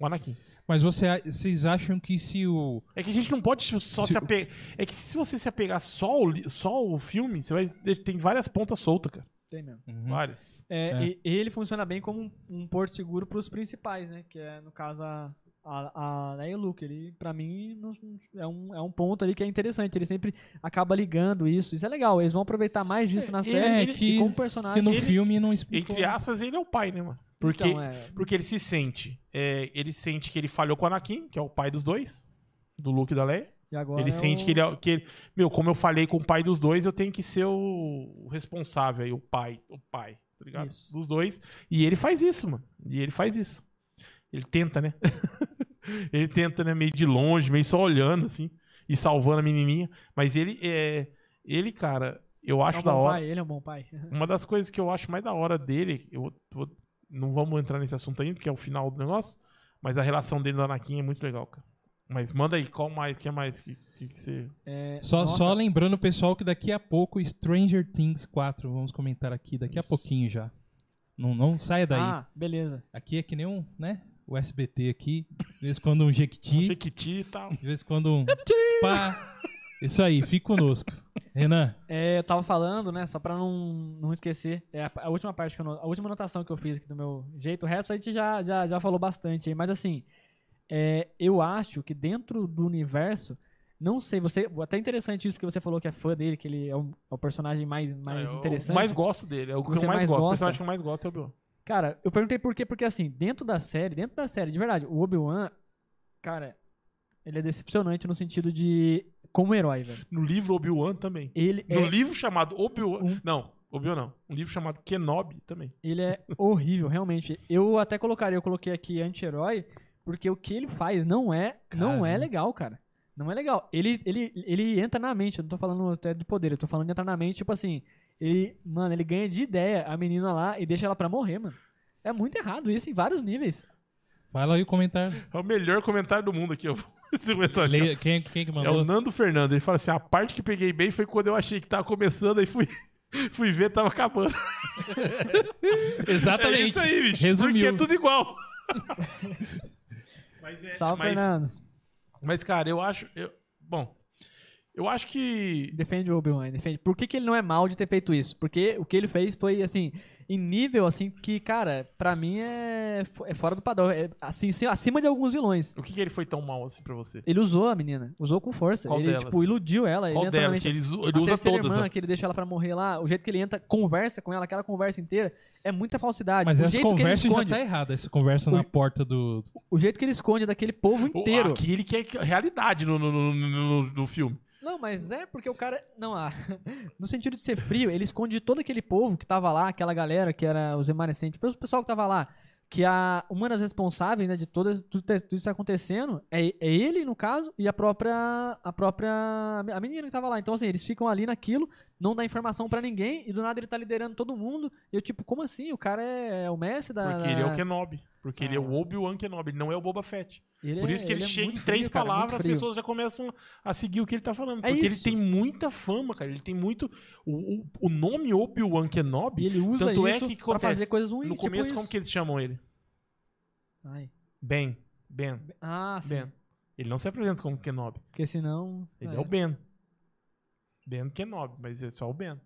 o Anakin.
Mas você, a- vocês acham que se o.
É que a gente não pode só
Se
se,
o-
apegar. É que se você se apegar só ao, li- só ao filme, você vai. Tem várias pontas soltas, cara.
Tem mesmo.
Várias.
É,
É.
E, e ele funciona bem como um, um porto seguro pros principais, né? Que é, no caso, a, a, a Leia e o Luke. Ele, pra mim, não- é um, é um ponto ali que é interessante. Ele sempre acaba ligando isso. Isso é legal. Eles vão aproveitar mais disso na
É,
série.
é
e
que-
como
Que
personagem.
no
ele-
filme não explicou.
Entre aspas, ele é o pai, né, mano? Porque,
Então, é,
porque ele se sente. é, ele sente que ele falhou com o Anakin, que é o pai dos dois, do Luke e da Leia.
e agora
ele
é
sente
o-
que ele, é- que ele. Meu, como eu falei com o pai dos dois, eu tenho que ser o, o responsável aí, o pai. O pai, tá ligado?
Isso.
Dos dois. E ele faz isso, mano. E ele faz isso. Ele tenta, né? ele tenta, né? Meio de longe, meio só olhando, assim. E salvando a menininha. Mas ele é. Ele, cara, eu
é
acho
um
da
bom
hora.
pai, ele é um bom pai.
Uma das coisas que eu acho mais da hora dele, eu vou- não vamos entrar nesse assunto ainda, porque é o final do negócio, mas a relação dele do Anakin é muito legal, cara. Mas manda aí, qual mais, que é mais que, que, que você...
É,
Só,
nossa,
só lembrando, pessoal, que daqui a pouco Stranger Things 4, vamos comentar aqui daqui a pouquinho já. Não, não saia daí.
Ah, beleza.
Aqui é que nem um, né? O SBT aqui. De vez em quando um Jequiti.
Chiquiti e tal.
De vez em quando um. Pá. Isso aí, fique conosco. Renan,
É, eu tava falando, né? Só pra não, não esquecer, é a, a última parte que eu no- a última anotação que eu fiz aqui do meu jeito, o resto a gente já, já, já falou bastante aí. Mas assim, é, eu acho que dentro do universo, não sei, você. Até interessante isso, porque você falou que é fã dele, que ele é, um, é o personagem mais, mais
É, eu
interessante.
mais gosto dele, é o que
Você
eu mais,
mais
gosto. O
gosta?
personagem que eu mais gosto é o Obi-Wan.
Cara, eu perguntei por quê, porque assim, dentro da série, dentro da série, de verdade, o Obi-Wan, cara, ele é decepcionante no sentido de. como herói, velho.
No livro Obi-Wan também.
Ele é,
No livro chamado Obi-Wan...
Um-
Não, Obi-Wan não. Um livro chamado Kenobi também.
ele é horrível, realmente. Eu até colocaria, eu coloquei aqui anti-herói, porque o que ele faz não é, não é
Caramba.
legal, cara. Não é legal. Ele, ele, ele entra na mente, eu não tô falando até de poder, eu tô falando de entrar na mente, tipo assim, ele, mano, ele ganha de ideia a menina lá e deixa ela pra morrer, mano. É muito errado isso em vários níveis.
vai lá aí o comentário.
É o melhor comentário do mundo aqui, eu vou... Esse comentário aqui, ó.
Leia- quem, quem que
É o
mandou?
Nando Fernando. Ele fala assim: a parte que peguei bem foi quando eu achei que tava começando, aí fui, fui ver, tava acabando.
Exatamente.
É isso aí, bicho. Porque
Resumiu.
é tudo igual. mas, é,
Salve, Fernando.
mas, cara, eu acho. eu- bom, eu acho que.
Defende o Obi-Wan, defende. Por que, que ele não é mal de ter feito isso? Porque o que ele fez foi, assim, em nível, assim, que, cara, pra mim é, fo- é fora do padrão. É, assim, sim- acima de alguns vilões.
O que, que ele foi tão mal assim pra você?
Ele usou a menina, usou com força.
Qual
ele,
delas?
tipo, iludiu ela.
Qual
ele entra na
delas?
mente-
Que ele, usa-
a
ele usa
terceira
todas.
irmã,
né?
que ele deixa ela pra morrer lá, o jeito que ele entra, conversa com ela, aquela conversa inteira, é muita falsidade.
Mas
o
essa
jeito que
conversa
ele
já
esconde,
tá errada. Essa conversa na porta do.
o jeito que ele esconde daquele povo
O-
é inteiro.
Aqui ele quer que- realidade no, no, no, no- no- no filme.
Não, mas é porque o cara. Não, ah, no sentido de ser frio, ele esconde todo aquele povo que tava lá, aquela galera que era os remanescentes, o pessoal que tava lá. Que a, uma das responsáveis né, de todas, tudo, ter- tudo isso tá acontecendo é, é ele, no caso, e a própria. A própria. A menina que tava lá. Então, assim, eles ficam ali naquilo, não dá informação pra ninguém, e do nada ele tá liderando todo mundo. E eu, tipo, como assim? O cara é, é o mestre da.
Porque ele é o
da-
Kenobi. Porque ele é o Obi-Wan Kenobi. Ele não é o Boba Fett.
ele
Por
é-
isso que ele,
é
chega
muito
em três
frio, cara, muito
palavras, as
frio.
pessoas já começam a seguir o que ele tá falando.
É
porque ele
isso.
tem muita fama, cara. Ele tem muito. O, o, o nome Obi-Wan
E
Kenobi,
ele usa
Tanto é
isso
que
pra
acontece.
fazer coisas ruins.
no
tipo
começo,
isso.
como que eles chamam ele?
Ai.
Ben. Ben.
Ah, sim.
Ben. Ele não se apresenta como Kenobi.
Porque senão.
Ele é, o Ben. Ben Kenobi, mas é só o Ben.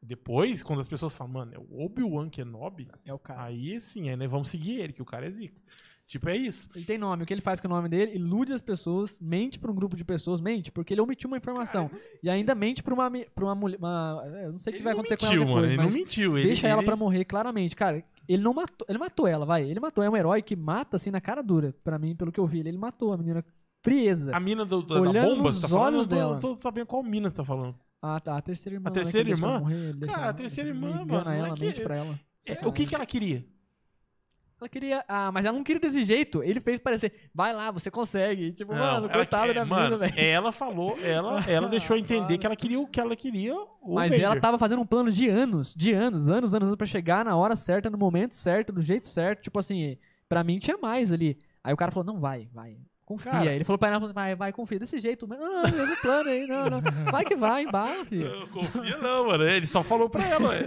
Depois, quando as pessoas falam, mano, é o Obi-Wan Kenobi,
É o cara.
aí sim, aí nós vamos seguir ele, que o cara é zica. Tipo, é isso.
Ele tem nome. O que ele faz com o nome dele? Ilude as pessoas, mente pra um grupo de pessoas, mente, porque ele omitiu uma informação. e ainda mente pra uma, mi- pra uma mulher. uma- é, eu não sei o que vai acontecer
mentiu,
com ela depois,
Ele
mas
não mentiu. Ele,
deixa ela
ele-
pra morrer, claramente. Cara, ele não matou. Ele matou ela, vai. Ele matou. É um herói que mata, assim, na cara dura. Pra mim, pelo que eu vi. Ele, ele matou a menina frieza.
A mina do, da, da
Olhando
bomba,
nos
você tá falando?
olhos
Eu tô-
dela.
Eu tô sabendo qual mina você tá falando.
Ah, tá. A terceira irmã.
A
né, que ele
terceira
deixa ela
irmã?
morrer, ele deixa
Cara,
ela-
a terceira
ele
irmã,
engana
mano, não
Ela,
é que-
mente pra ela.
É, o que, que ela queria?
Ela queria. Ah, mas ela não queria desse jeito. Ele fez parecer. Vai lá, você consegue. Tipo,
Não,
mano,
ela
coitada
quer-
da
mano, é,
menina, velho.
Ela falou, ela, ela deixou entender
Claro.
que ela queria o que ela queria. O
Mas
Vader.
ela tava fazendo um plano de anos, de anos, anos, anos, anos pra chegar na hora certa, no momento certo, do jeito certo. Tipo assim, pra mim tinha mais ali. Aí o cara falou, não, vai, vai. Confia.
Cara-
ele falou pra ela, vai, vai, confia. Desse jeito, mas- não, não, leva o plano aí, não, não. Vai que vai, embala, filho.
Não, confia não, mano. Ele só falou pra ela. é,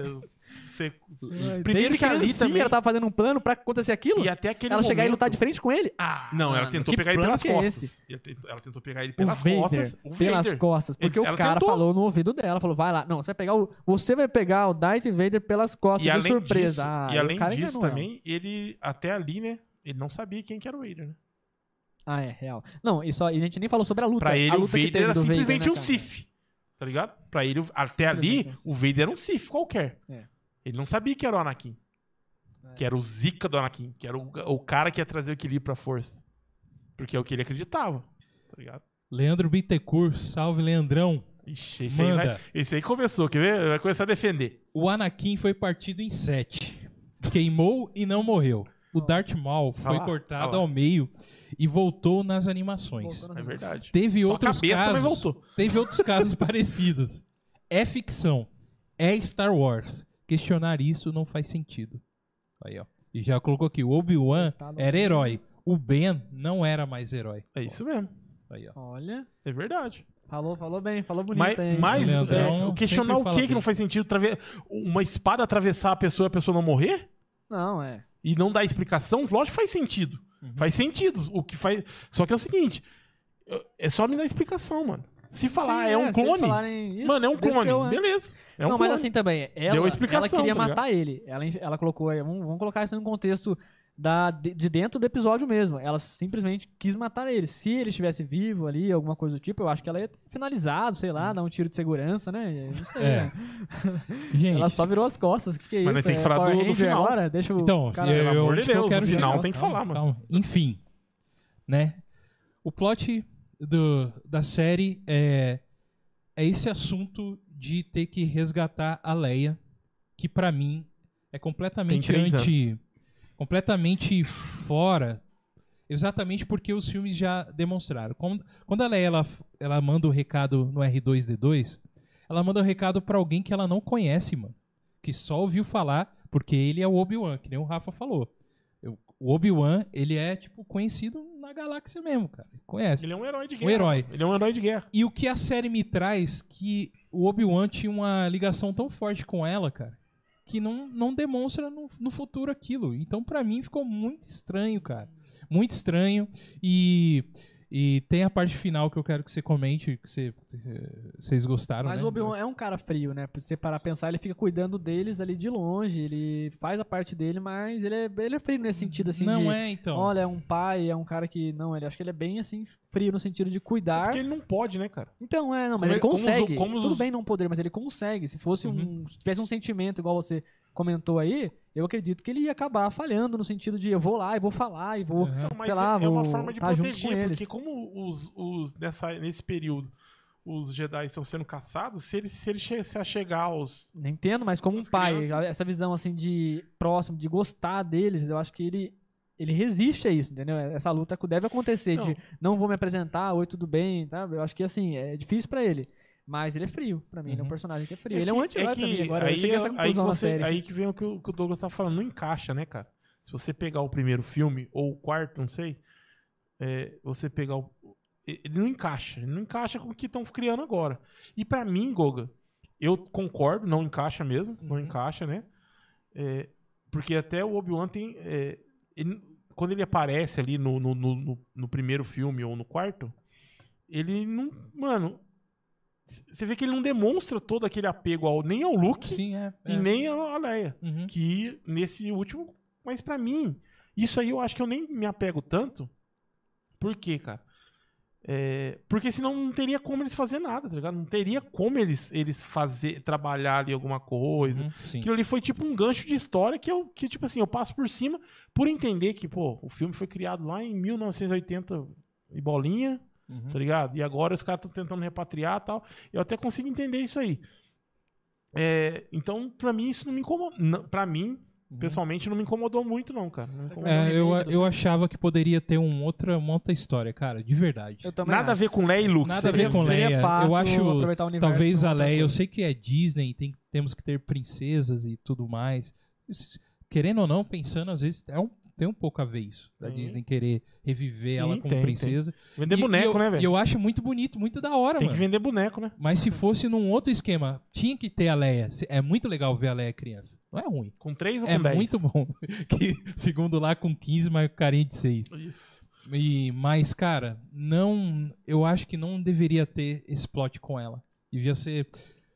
você-
Ai,
Primeiro
desde
que ali
criancinha
também-
ela tava fazendo um plano pra acontecer aquilo.
E até aquele
é. ela chegar e
momento-
lutar de frente com ele. Ah,
Não, ela
mano,
tentou
que
pegar ele
plano
pelas
que é esse?
costas. Ela tentou- Ela tentou pegar ele pelas
o Vader,
costas. O
pelas
Vader.
costas, porque
Ele-
o
ela
cara
tentou.
falou no ouvido dela, falou, vai lá, não, você vai pegar o, você vai pegar o Darth Vader pelas costas
E
de
além
surpresa.
disso,
Ah,
e
o
além
cara
disso
enganou ela.
também, ele até ali, né? Ele não sabia quem que era o Vader, né?
Ah, é, real. Não, e só, e a gente nem falou sobre a luta.
Pra ele,
a
o
luta que
Vader
teve
era
do
simplesmente
Vader, né,
um
cara?
Sith. Tá ligado? Pra ele, o- até ali,
Simplesmente um Sith.
o Vader era um Sith qualquer.
É.
Ele não sabia que era o Anakin. Que era o Zika do Anakin, que era o, o cara que ia trazer o equilíbrio pra força. Porque é o que ele acreditava. Tá ligado?
Leandro Bittencourt, salve Leandrão.
Ixi, esse aí,
Manda.
vai, esse aí começou, quer ver? Vai começar a defender.
O Anakin foi partido em sete. Queimou e não morreu. O Darth Maul foi
Ah lá, ah
cortado
lá.
ao meio e voltou nas animações.
Voltando
É
no-
verdade.
Teve
Só a
outros
cabeça, mas
casos.
voltou.
Teve outros casos parecidos. É ficção. É Star Wars. Questionar isso não faz sentido. Aí, ó. E já colocou aqui, o Obi-Wan
Tá no-
era herói. O Ben não era mais herói.
É isso mesmo.
Aí, ó.
Olha.
É verdade.
Falou, falou bem, falou bonito,
Mas,
hein?
mas
Esse Leandrão
é,
Então, sempre
questionar o
fala
que que
bem.
não faz sentido? Trave- Uma espada atravessar a pessoa e a pessoa não morrer?
Não, é.
e não dá explicação, lógico que faz sentido.
Uhum.
Faz sentido. O que faz. Só que é o seguinte: eu- é só me dar explicação, mano. Se falar,
Sim,
é, um
se eles
clone.
falarem isso,
mano, é um clone.
desceu, né?
Beleza. É um
não,
clone.
mas assim também, ela,
Deu a explicação,
ela queria
tá ligado?
matar ele. Ela, ela colocou aí, vamos, vamos colocar isso num contexto da, de, de dentro do episódio mesmo. Ela simplesmente quis matar ele. Se ele estivesse vivo ali, alguma coisa do tipo, eu acho que ela ia ter finalizado, sei
Hum.
lá, dar um tiro de segurança, né? Não sei.
É.
né?
Gente,
Ela só virou as costas. O que, que é
Mas
isso?
nós tem que
É
falar
Power
do- do
Ranger
final.
agora? Deixa o
Então,
cara-
eu,
pelo amor de
onde que
Deus,
eu quero
no final
chegar?
tem que falar, mano.
calma. Enfim, né? O plot do- da série é, é esse assunto de ter que resgatar a Leia, que pra mim é completamente
Tem três
anti... Completamente fora, exatamente porque os filmes já demonstraram. Quando, quando a Leia ela, ela manda o recado no R2-D2, ela manda o recado pra alguém que ela não conhece, mano. Que só ouviu falar, porque ele é o Obi-Wan, que nem o Rafa falou. Eu- o Obi-Wan, ele é, tipo, conhecido na galáxia mesmo, cara. Conhece.
Ele é um herói de
Um
guerra.
herói.
Ele é um herói de guerra.
E o que a série me traz que o Obi-Wan tinha uma ligação tão forte com ela, cara, que não, não demonstra no, no futuro aquilo. Então, pra mim, ficou muito estranho, cara. Muito estranho. E. E tem a parte final que eu quero que você comente, que você- eh, vocês gostaram,
Mas
né?
o Obi-Wan é um cara frio, né? Se você parar pra pensar, ele fica cuidando deles ali de longe, ele faz a parte dele, mas ele é, ele é frio nesse sentido, assim,
Não
de...
é, então.
Olha, é um pai, é um cara que. Não, ele acho que ele é bem assim, frio no sentido de
É
cuidar.
Porque ele não pode, né, cara?
Então, é, não, mas
Como
ele
ele- como os-
consegue.
como os-
Tudo bem não poder, mas ele consegue. Se fosse um. Se tivesse um sentimento, igual você comentou aí, eu acredito que ele ia acabar falhando no sentido de eu vou lá e vou falar e vou.
Aham.
Não, mas
Sei lá,
é uma
vou
forma de
tá junto com
proteger,
eles.
porque como os, os nessa, nesse período os Jedi estão sendo caçados, se eles se, eles che- se achegar aos,
Nem entendo, mas como um
As
pai,
crianças-
essa visão assim de próximo, de gostar deles, eu acho que ele. Ele resiste a isso, entendeu? Essa luta que deve acontecer
Não.
de não vou me apresentar, oi, tudo bem, tá? Eu acho que assim, é difícil pra ele. Mas ele é frio, pra mim, ele é um
Uhum.
personagem que é frio.
É
ele é um
que-
anti-herói
é
pra
que
mim agora. eu
Aí,
cheguei a essa
aí
conclusão
que
na
você-
série.
aí que vem o que, o que o Douglas tá falando, não encaixa, né, cara? Se você pegar o primeiro filme, ou o quarto, não sei, é, você pegar o. Ele não encaixa. Ele não encaixa com o que estão criando agora. E pra mim, Goga, eu concordo, não encaixa mesmo, não
Uhum.
encaixa, né? É, porque até o Obi-Wan tem. é, ele- quando ele aparece ali no, no, no- no- no primeiro filme ou no quarto, ele não. Mano. c- Você vê que ele não demonstra todo aquele apego ao, nem ao Luke
Sim, é.
e
é.
nem a Leia.
Uhum.
Que nesse último. Mas pra mim, isso aí eu acho que eu nem me apego tanto. Por quê, cara? É, porque senão não teria como eles fazer nada, tá ligado? Não teria como eles, eles fazer, trabalhar ali alguma coisa.
Uhum, Sim.
Aquilo ali foi tipo um gancho de história que eu, que, tipo assim, eu passo por cima por entender que, pô, o filme foi criado lá em 1980 e bolinha
Uhum.
tá ligado? E agora os caras estão tentando repatriar e tal. Eu até consigo entender isso aí. É, então, pra mim, isso não me incomoda. Não, pra mim, pessoalmente, não me incomodou muito, não, cara. Não me incomodou.
Uhum. É, eu,
remake do
eu achava que poderia ter um outra, uma outra história, cara, de verdade.
Eu também
Nada a
acho.
ver com Leia e Luke.
Nada
você
a ver
entende?
com Leia.
Seria
Eu
fácil
acho,
aproveitar o universo
Talvez
com
a
outra
Leia, eu
coisa.
sei que é Disney, tem, temos que ter princesas e tudo mais. Isso, Querendo ou não, pensando, às vezes é um- tem um pouco a ver isso. Da
Tem.
Disney querer reviver
Sim,
ela como
tem, tem.
princesa.
Vender
E- e
boneco,
eu-
né,
E
velho?
eu acho muito bonito, muito da hora,
Tem que
mano.
vender boneco, né?
Mas se fosse num outro esquema, tinha que ter a Leia. Se- É muito legal ver a Leia criança. Não é ruim.
Com 3 ou com
É
10?
muito bom. Que, segundo lá, com 15, mas carinha de 6.
Isso.
E, mas, cara, não. Eu acho que não deveria ter esse plot com ela. Devia ser.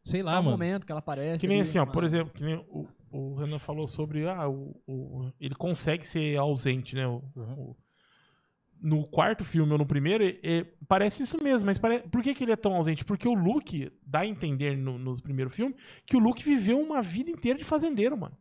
Sei
Só
lá,
um
mano.
momento que ela aparece.
Que nem
ali,
assim, ó,
uma-
por exemplo, que nem o, o Renan falou sobre. Ah, o, o- ele consegue ser ausente, né? O-
Uhum.
o- no quarto filme ou no primeiro, é- é- parece isso mesmo, mas pare- por que, que ele é tão ausente? Porque o Luke, dá a entender no, no primeiro filme, que o Luke viveu uma vida inteira de fazendeiro, mano.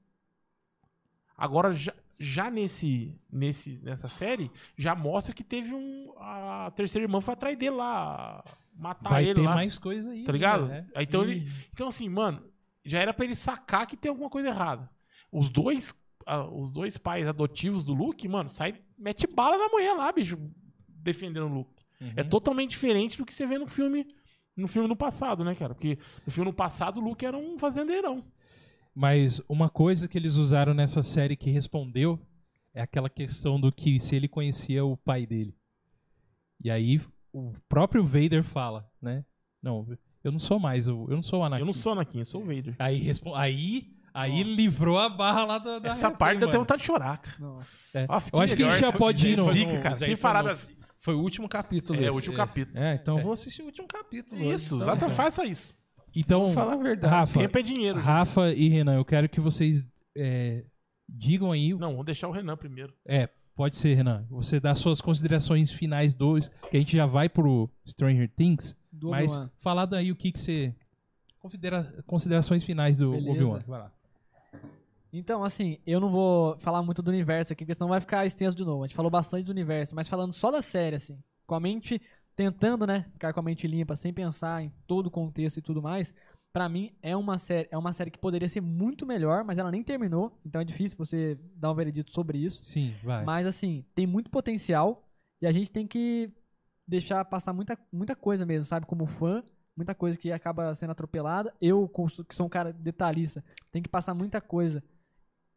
Agora, já, já nesse, nesse, nessa série, já mostra que teve um. A terceira irmã foi atrás dele lá. Matar
Vai
tá ele
ter
lá.
mais coisa aí.
Tá ligado?
né?
Aí, então,
E-
ele, então, assim, mano, já era pra ele sacar que tem alguma coisa errada. Os dois, ah, os dois pais adotivos do Luke, mano, sai, mete bala na mulher lá, bicho, defendendo o Luke.
Uhum.
É totalmente diferente do que você vê no filme. No filme no passado, né, cara? Porque no filme no passado o Luke era um fazendeirão.
Mas uma coisa que eles usaram nessa série que respondeu é aquela questão do que se ele conhecia o pai dele. E aí o próprio Vader fala, né? Não, eu não sou mais, o- eu não sou o Anakin.
Eu não sou Anakin, eu sou o Vader.
Aí respon- aí, aí livrou a barra lá da, da
Essa
Replay,
parte deu até
mano.
vontade de chorar, cara.
Nossa.
É.
Nossa,
Eu acho que a gente
melhor.
já pode ir no-
foi
Zica, cara.
Isso aí
Que
foi
parada
no-
zica.
Foi o último capítulo.
É, o
esse.
último capítulo.
É, então eu vou assistir o último capítulo. hoje,
Isso,
então.
exatamente. Faça isso.
Então,
Vou falar a verdade.
Rafa,
Tempo é dinheiro.
Rafa e Renan, eu quero que vocês é, digam aí.
Não, vamos deixar o Renan primeiro.
É, pode ser, Renan. Você dá suas considerações finais dois, que a gente já vai pro Stranger Things.
Do
Mas
Obi-Wan.
falar daí o que, que você. Considera... Considerações finais do
Beleza.
Obi-Wan. Vai lá.
Então, assim, eu não vou falar muito do universo aqui, porque senão vai ficar extenso de novo. A gente falou bastante do universo, mas falando só da série, assim, com a mente tentando, né, ficar com a mente limpa, sem pensar em todo o contexto e tudo mais, pra mim é uma série, é uma série que poderia ser muito melhor, mas ela nem terminou, então é difícil você dar um veredito sobre isso.
Sim, vai.
Mas assim, tem muito potencial e a gente tem que deixar passar muita, muita coisa mesmo, sabe? Como fã, muita coisa que acaba sendo atropelada. Eu, com- que sou um cara detalhista, tem que passar muita coisa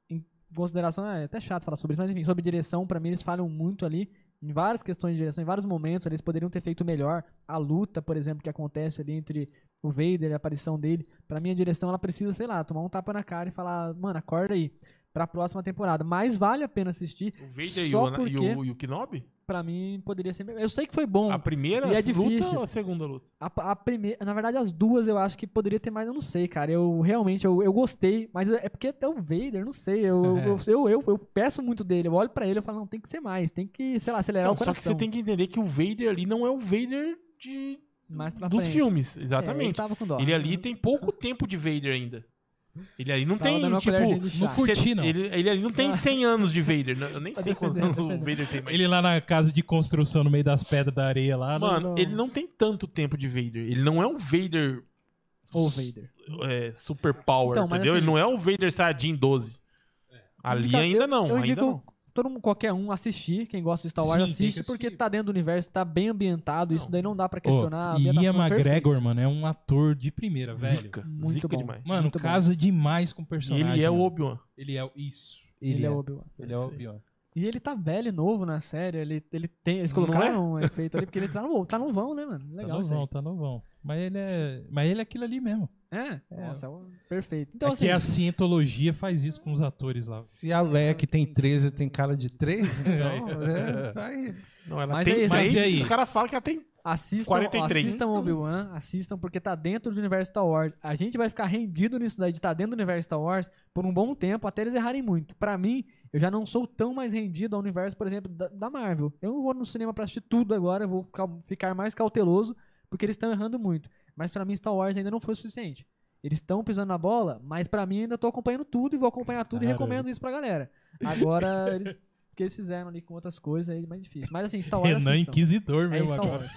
em consideração. É até chato falar sobre isso, mas enfim, sobre direção, pra mim eles falham muito ali. Em várias questões de direção, em vários momentos, eles poderiam ter feito melhor. A luta, por exemplo, que acontece ali entre o Vader e a aparição dele. Pra mim, a direção ela precisa, sei lá, tomar um tapa na cara e falar: mano, acorda aí, pra próxima temporada. Mas vale a pena assistir.
O Vader e
Só
o, Ana- e
porque-
o, e o Kenobi?
Pra mim poderia ser melhor. Eu sei que foi bom.
A
A,
primeira
E é
luta
difícil.
ou a segunda luta?
a primeira, na verdade, as duas eu acho que poderia ter mais, eu não sei, cara. Eu realmente eu, eu gostei, mas é porque até o Vader, não sei. Eu,
É.
eu, eu, eu, eu peço muito dele. Eu olho pra ele e falo, não, tem que ser mais, tem que, sei lá,
Então,
acelerar É, o
só
coração.
que você tem que entender que o Vader ali não é o Vader de,
mais pra
dos
frente.
filmes,
É,
exatamente.
ele tava com dó.
Ele ali tem pouco tempo de Vader ainda. Ele ali não
Tava
tem,
dando uma
tipo...
colherzinha de chá.
não curti,
set-
não.
Ele, ele ali não tem 100 anos de Vader. né? Eu nem
Tá
sei quantos anos
defendendo,
o
defendendo.
Vader tem, mas...
Ele tá lá na casa de construção no meio das pedras da areia lá. não-
Mano,
não-
ele não tem tanto tempo de Vader. Ele não é um Vader
Ô, Vader.
é, super power,
Então, mas
entendeu?
assim-
ele não é o Vader Saiyajin 12. Ali
Indica-
ainda não,
eu
ainda
indico-
não.
Todo mundo, qualquer um assistir, quem gosta de Star
Sim,
Wars
tem que
assiste,
assistir.
porque tá dentro do universo, tá bem ambientado, isso
Não.
daí não dá pra
Ô,
questionar. a
e Ian
ambientação é perfeita.
McGregor, mano, é um ator de primeira, velho.
Zica,
Muito
zica
bom.
demais.
Mano,
Muito bom.
casa demais com o
E
personagem.
ele é o
mano.
Obi-Wan.
Ele é o. Isso.
Ele é o Obi-Wan.
Ele é o Obi-Wan.
E ele tá velho, novo na série. Ele, ele tem, eles
Não
colocaram
é?
um efeito ali, porque ele tá, no, tá novão, né, mano?
Tá
Legal isso aí.
novão, tá novão. Mas ele é. Mas ele é aquilo ali mesmo.
É,
É.
nossa, ó, perfeito. Então,
é
assim,
que a cientologia faz isso com os atores lá.
Se a Leia que tem 13 tem cara de 3, então é, tá aí.
Não, ela
Mas
tem,
é isso,
mas
mas e aí?
os caras falam que ela tem
assistam,
43,
assistam Obi-Wan, assistam, porque tá dentro do universo Star Wars. A gente vai ficar rendido nisso daí de tá dentro do universo Star Wars por um bom tempo, até eles errarem muito. Pra mim, eu já não sou tão mais rendido ao universo, por exemplo, da, da Marvel. Eu não vou no cinema pra assistir tudo agora, eu vou ficar, ficar mais cauteloso, porque eles estão errando muito. Mas pra mim, Star Wars ainda não foi o suficiente. Eles estão pisando na bola, mas pra mim ainda tô acompanhando tudo e vou acompanhar tudo e
Caramba.
recomendo isso pra galera. Agora, eles. Porque eles fizeram ali com outras coisas aí, mais difícil. Mas assim, Star Wars.
Renan
assistam.
Inquisidor
É
mesmo
Star
agora.
Wars.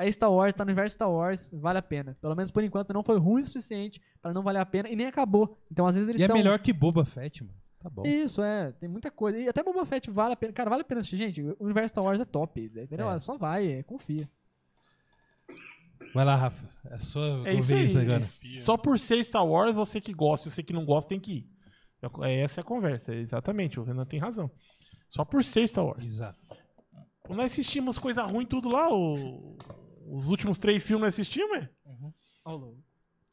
É Star Wars, tá no universo Star Wars, vale a pena. Pelo menos por enquanto não foi ruim o suficiente pra não valer a pena e nem acabou. Então às vezes eles
E é
tão-
melhor que Boba Fett, mano. Tá bom.
Isso, é, tem muita coisa. E até Boba Fett vale a pena. Cara, vale a pena assistir, gente. O universo Star Wars é top, entendeu?
É.
Só vai, é, confia.
Vai lá, Rafa. É a sua
É isso
vez
aí,
agora.
Fia.
Só por ser Star Wars, você que gosta e você que não gosta tem que ir. É, Essa é a conversa, exatamente. O Renan tem razão. Só por ser Star Wars.
Exato.
Nós assistimos coisa ruim tudo lá, o- os últimos três filmes nós assistimos, é?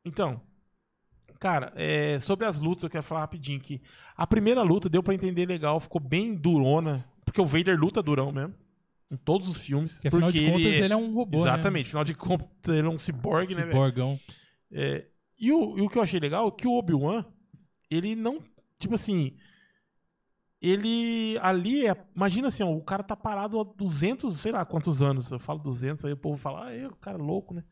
Então, cara, é, sobre as lutas eu quero falar rapidinho que a primeira luta deu pra entender legal, ficou bem durona, porque o Vader luta durão mesmo, em todos os filmes.
Porque afinal de
porque
contas ele é um robô. né?
Exatamente, afinal de contas ele é um ciborgue, né, velho?
Ciborgão.
É, e, o, e o que eu achei legal é que o Obi-Wan, ele não. Tipo assim. Ele ali é. Imagina assim, ó, o cara tá parado há 200, sei lá quantos anos. Eu falo 200, aí o povo fala, ah, é, o cara é louco, né?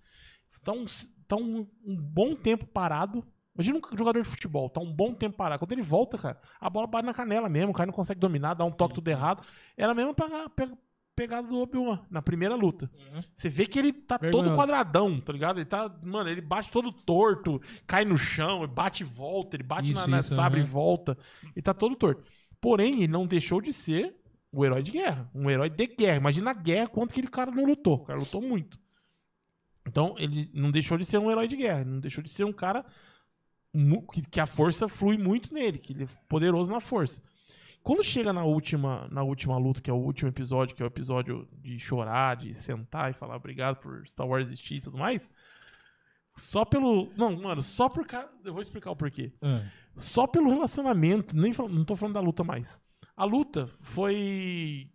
Tá um, tá um, um bom tempo parado. Imagina um jogador de futebol, tá um bom tempo parado. Quando ele volta, cara, a bola bate na canela mesmo, o cara não consegue dominar, dá um toque tudo errado. Era a mesma pega- pe- pegada do Obi-Wan na primeira luta.
Uhum.
Você vê que ele tá todo
Vergonhoso.
quadradão, tá ligado? Ele tá, mano, ele bate todo torto, cai no chão, ele bate e volta, ele bate na,
Isso,
na
isso,
sabre e
aham.
volta. Ele tá todo torto. Porém, ele não deixou de ser o herói de guerra. Um herói de guerra. Imagina a guerra, quanto que ele cara não lutou. O cara lutou muito. Então, ele não deixou de ser um herói de guerra. Não deixou de ser um cara mu- que, que a força flui muito nele, que ele é poderoso na força. Quando chega na última, na última luta, que é o último episódio, que é o episódio de chorar, de sentar e falar obrigado por Star Wars existir e tudo mais, só pelo. Não, mano, só por causa. Eu vou explicar o porquê
Ah,
só pelo relacionamento, nem fal- não tô falando da luta mais. A luta foi.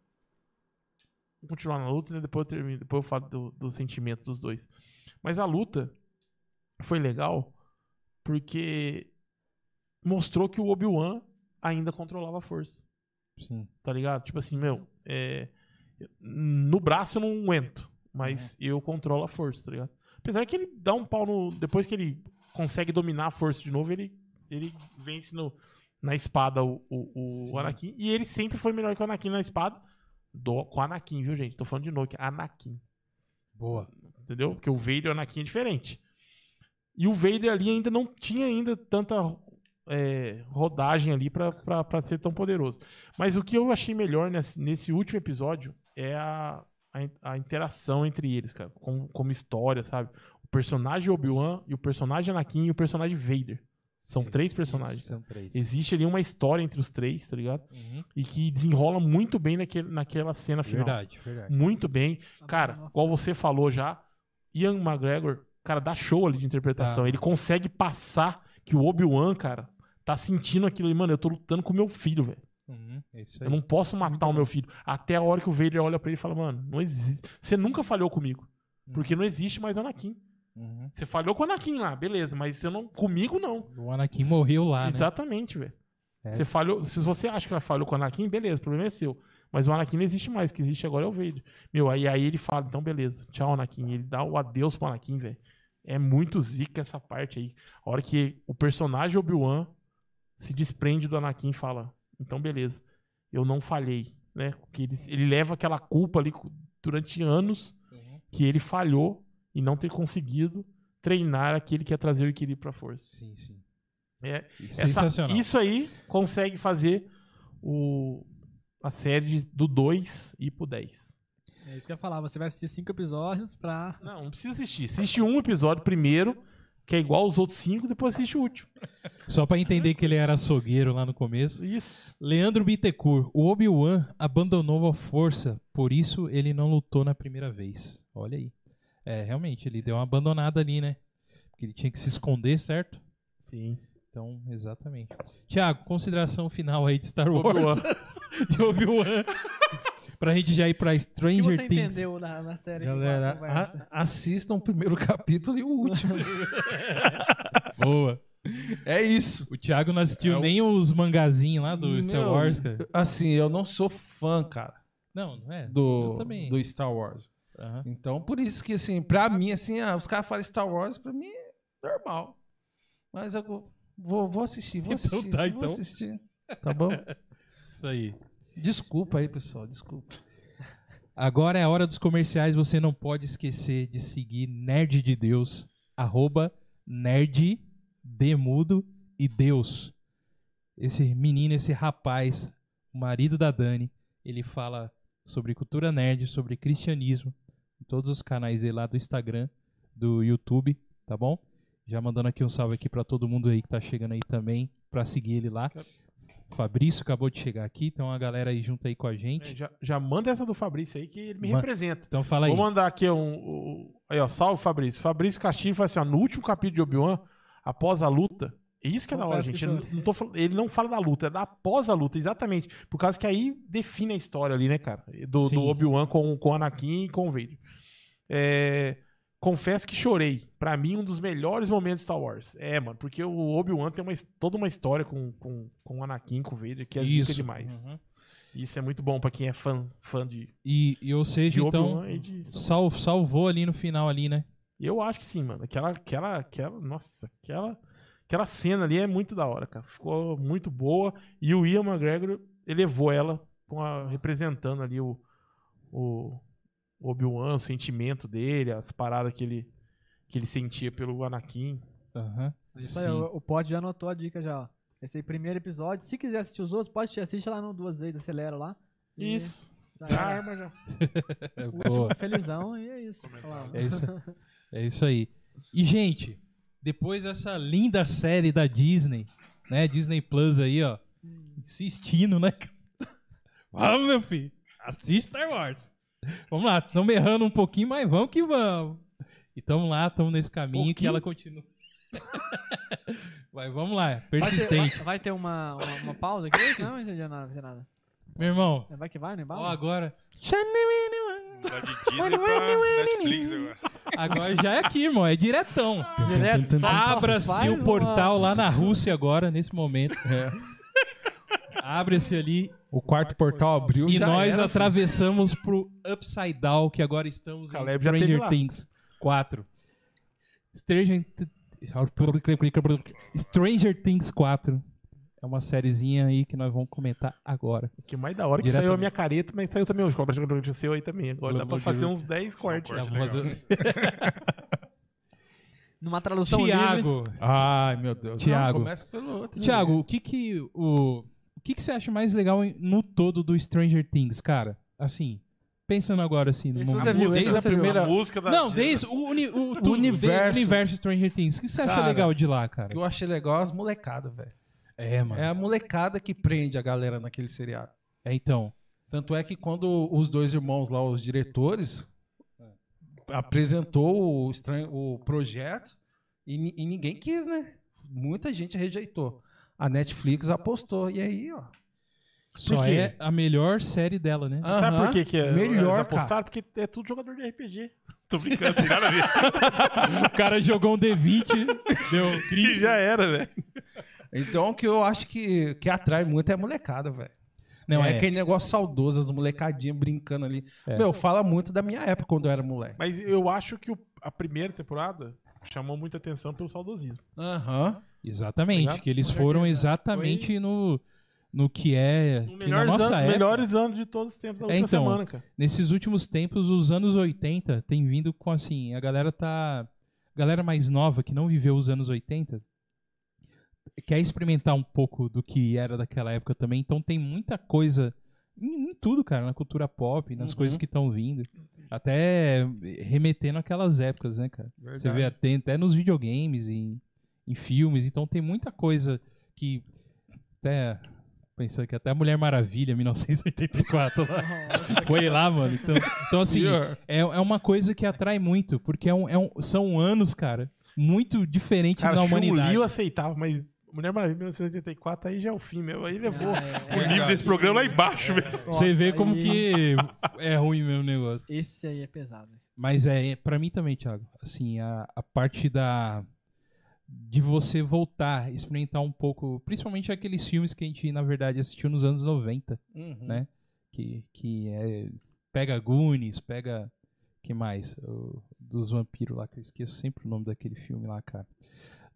Vou continuar na luta, né? Depois eu termino, depois eu falo do, do sentimento dos dois. Mas a luta foi legal porque mostrou que o Obi-Wan ainda controlava a força
sim.
tá ligado? Tipo assim, meu, é, no braço eu não aguento, mas
É.
eu controlo a força, tá ligado? Apesar que ele dá um pau no. Depois que ele consegue dominar a força de novo, ele, ele vence no, na espada o, o, o
Sim.
Anakin. E ele sempre foi melhor que o Anakin na espada. Do, com o Anakin, viu, gente? Tô falando de novo, que é Anakin
Boa.
entendeu? Porque o Vader e o Anakin é diferente. E o Vader ali ainda não tinha ainda tanta é, rodagem ali pra- pra pra ser tão poderoso. Mas o que eu achei melhor nesse, nesse último episódio é a, a, in- a interação entre eles, cara, como, como história, sabe? O personagem Obi-Wan e o personagem Anakin e o personagem Vader. São três personagens.
Isso, São três.
Existe ali uma história entre os três, tá ligado?
Uhum.
E que desenrola muito bem naquele, naquela cena final.
Verdade, verdade.
Muito bem. Cara, igual você falou já, Ian McGregor, cara, dá show ali de interpretação.
Tá.
Ele consegue passar que o Obi-Wan, cara, tá sentindo aquilo ali. Mano, eu tô lutando com o meu filho, velho.
Uhum, é isso aí.
Eu não posso matar o meu filho. Até a hora que o Vader olha pra ele e fala, mano, não existe. Você nunca falhou comigo. Porque não existe mais o Anakin.
Uhum.
Você falhou com o Anakin lá, beleza, mas você não. Comigo não.
O Anakin morreu lá, né?
Exatamente, velho.
É.
Você falhou. Se você acha que ela falhou com o Anakin, beleza, o problema é seu. Mas o Anakin não existe mais, o que existe agora é o Vader. Meu, aí, aí ele fala, então beleza, tchau, Anakin. Ele dá o adeus pro Anakin, velho. É muito zica essa parte aí. A hora que o personagem Obi-Wan se desprende do Anakin e fala, então beleza, eu não falhei, né? Porque ele, ele leva aquela culpa ali cu- durante anos
Uhum.
que ele falhou e não ter conseguido treinar aquele que ia trazer o equilíbrio pra força.
Sim, sim.
É, essa-
Sensacional.
isso aí consegue fazer o, a série de- do 2 ir pro 10.
É isso que eu ia falar. Você vai assistir cinco episódios pra.
Não, não precisa assistir. Assiste um episódio primeiro, que é igual aos outros cinco, depois assiste o último.
Só pra entender que ele era açougueiro lá no começo.
Isso.
Leandro Bittencourt, o Obi-Wan abandonou a força, por isso ele não lutou na primeira vez. Olha aí. É, realmente, ele deu uma abandonada ali, né? Porque ele tinha que se esconder, certo?
Sim.
Então, exatamente. Tiago, consideração final aí de Star Wars, de Obi-Wan, pra gente já ir pra
O que
Stranger
você
Things.
entendeu na, na série?
ah,
Galera,
que vai- vai-
a- assistam o primeiro capítulo e o último.
Boa.
é isso.
O Thiago não assistiu
É o-
nem os mangazinhos lá do Star
Meu,
Wars, cara.
Assim, eu não sou fã, cara,
Não, não é. Eu
do,
também.
do Star Wars.
Aham.
Então, por isso que, assim, pra mim, assim, ah, os caras falam Star Wars, pra mim é normal. Mas eu vou- vou, vou assistir, vou
Então
assistir.
tá,
vou
então.
assistir. Tá bom?
Isso aí.
Desculpa aí, pessoal, desculpa.
Agora é a hora dos comerciais. Você não pode esquecer de seguir Nerd de Deus, arroba Nerd Demudo e Deus. Esse menino, esse rapaz, o marido da Dani, ele fala sobre cultura nerd, sobre cristianismo, em todos os canais aí lá do Instagram, do YouTube, tá bom? Já mandando aqui um salve aqui pra todo mundo aí que tá chegando aí também, pra seguir ele lá. Fabrício acabou de chegar aqui, então a galera aí junto aí com a gente.
É, já, já manda essa do Fabrício aí, que ele me
Ma-
representa.
Então fala aí.
Vou mandar aqui um. um- aí, ó, salve Fabrício. Fabrício Castilho fala assim: ó, no último capítulo de Obi-Wan, após a luta. é Isso que é da hora, gente.
Confesso que
Eu não- não tô fal- ele não fala da luta, é da após a luta, exatamente. Por causa que aí define a história ali, né, cara? Do,
Sim.
do Obi-Wan com, com o Anakin e com o Vader. É, confesso que chorei. Pra mim, um dos melhores momentos de Star Wars. É, mano, porque o Obi-Wan tem uma his- toda uma história com, com, com o Anakin, com o Vader, que é zica demais.
Uhum.
Isso é muito bom pra quem é fã, fã de,
E, e, ou
de
seja, então,
Obi-Wan e de
sal- salvou ali no final ali, né?
eu acho que sim, mano. Aquela, aquela, aquela, nossa, aquela, Aquela cena ali é muito da hora, cara. Ficou muito boa. E o Ian McGregor elevou ela, com a- representando ali o, o Obi-Wan, o sentimento dele, as paradas que ele, que ele sentia pelo Anakin.
Aham.
Isso aí,
Sim.
o, o Pod já anotou a dica já, ó. Esse aí, primeiro episódio. Se quiser assistir os outros, pode assistir, assiste lá no duas vezes, acelera lá. E
Isso.
já
Já
era.
arma já.
É,
O
boa.
último, felizão, e é isso.
Comentário.
Olha lá.
É isso, é isso aí. E, gente, depois dessa linda série da Disney, né? Disney Plus aí, ó. Insistindo, né? Vamos, meu filho. Assiste Star Wars. Vamos lá, estamos errando um pouquinho, mas vamos que vamos. E estamos lá, estamos nesse caminho que
Pouquinho?
ela continua. mas vamos lá,
Vai ter-
persistente.
Vai, vai ter uma, uma, uma pausa aqui? Isso? Não, não entendi nada, não entendi nada.
Meu irmão,
É, Vai que vai, não
ó,
embala?
agora.
Mudar tá de Disney pra Netflix agora.
Agora já é aqui, irmão, é diretão.
Direto, sabe, só faz
Abra-se o
uma-
portal lá na Rússia agora, nesse momento. Abre-se ali
O quarto portal abriu
e
já
nós
era,
atravessamos pro Upside Down, que agora estamos
Caleb
em
já teve
Stranger
lá.
Things 4. Stranger... Stranger Things 4 é uma sériezinha aí que nós vamos comentar agora.
O que mais da hora é que saiu a
Diretamente.
minha careta, mas saiu também hoje. Cobra de seu aí também. Agora dá pra fazer uns 10 cortes.
Corte
Vamos
legal.
fazer-
Numa tradução livre.
Tiago,
Ai, meu Deus.
Thiago.
Não, começa pelo outro.
Tiago, o que que o, o que que você acha mais legal em- no todo do Stranger Things, cara? Assim, pensando agora assim, no
Isso
momento.
você viu, isso
desde a
você viu.
primeira-
A música da.
Não, desde o, uni- o, tudo,
universo.
desde o universo Stranger Things. O que você acha
Cara,
legal de lá,
O
cara?
que eu achei legal é as molecadas, velho.
É, mano.
É a molecada que prende a galera naquele seriado.
É, então.
Tanto é que quando os dois irmãos lá, os diretores, apresentou o, estran- o projeto e, ni- e ninguém quis, né? Muita gente rejeitou. A Netflix apostou. E aí, ó.
Só
quê?
é a melhor série dela, né?
Sabe
Aham.
por que, que é-
Melhor,
eles apostaram?
cara.
Porque é tudo jogador de RPG.
Tô brincando, tem nada a ver.
O cara jogou um D20, deu
E
crítico.
já era, velho.
Então, o que eu acho que, que atrai muito é a molecada, velho.
Não,
é,
é,
aquele negócio saudoso, as molecadinhas brincando ali.
É.
Meu, fala muito da minha época quando eu era moleque.
Mas eu acho que o- a primeira temporada chamou muita atenção pelo saudosismo.
Aham.
Exatamente,
Obrigado,
que eles
com
foram
certeza.
exatamente no, no que é
Um
que na
melhores,
nossa
anos,
época.
melhores anos de todos os tempos da
É,
última
então.
semana, cara.
Nesses últimos tempos, os anos 80 tem vindo com assim, a galera tá. A galera mais nova que não viveu os anos 80 quer experimentar um pouco do que era daquela época também, então tem muita coisa em, em tudo, cara, na cultura pop, nas
Uhum.
coisas que estão vindo. Até remetendo àquelas épocas, né, cara? Você vê até, até nos videogames, em, em filmes, então tem muita coisa que. Até. Pensando que até a Mulher Maravilha, 1984 lá.
Nossa,
né? Foi lá, mano. Então, então assim,
Pior.
é, é uma coisa que atrai muito, porque é um, é um- são anos, cara, muito diferentes
Cara,
da
Chun-Li
humanidade.
eu aceitava, mas Mulher Maravilha 1984 aí já é o fim mesmo. Aí levou
é,
o
é.
nível desse programa lá embaixo,
É,
velho.
Você vê
Nossa,
como
aí-
que é ruim mesmo o negócio.
Esse aí é pesado.
Mas é, é para mim também, Thiago. Assim, a, a parte da de você voltar, experimentar um pouco, principalmente aqueles filmes que a gente na verdade assistiu nos anos 90,
Uhum.
Né? que que é, pega Goonies, pega que mais? O- dos vampiros lá que eu esqueço sempre o nome daquele filme lá, cara.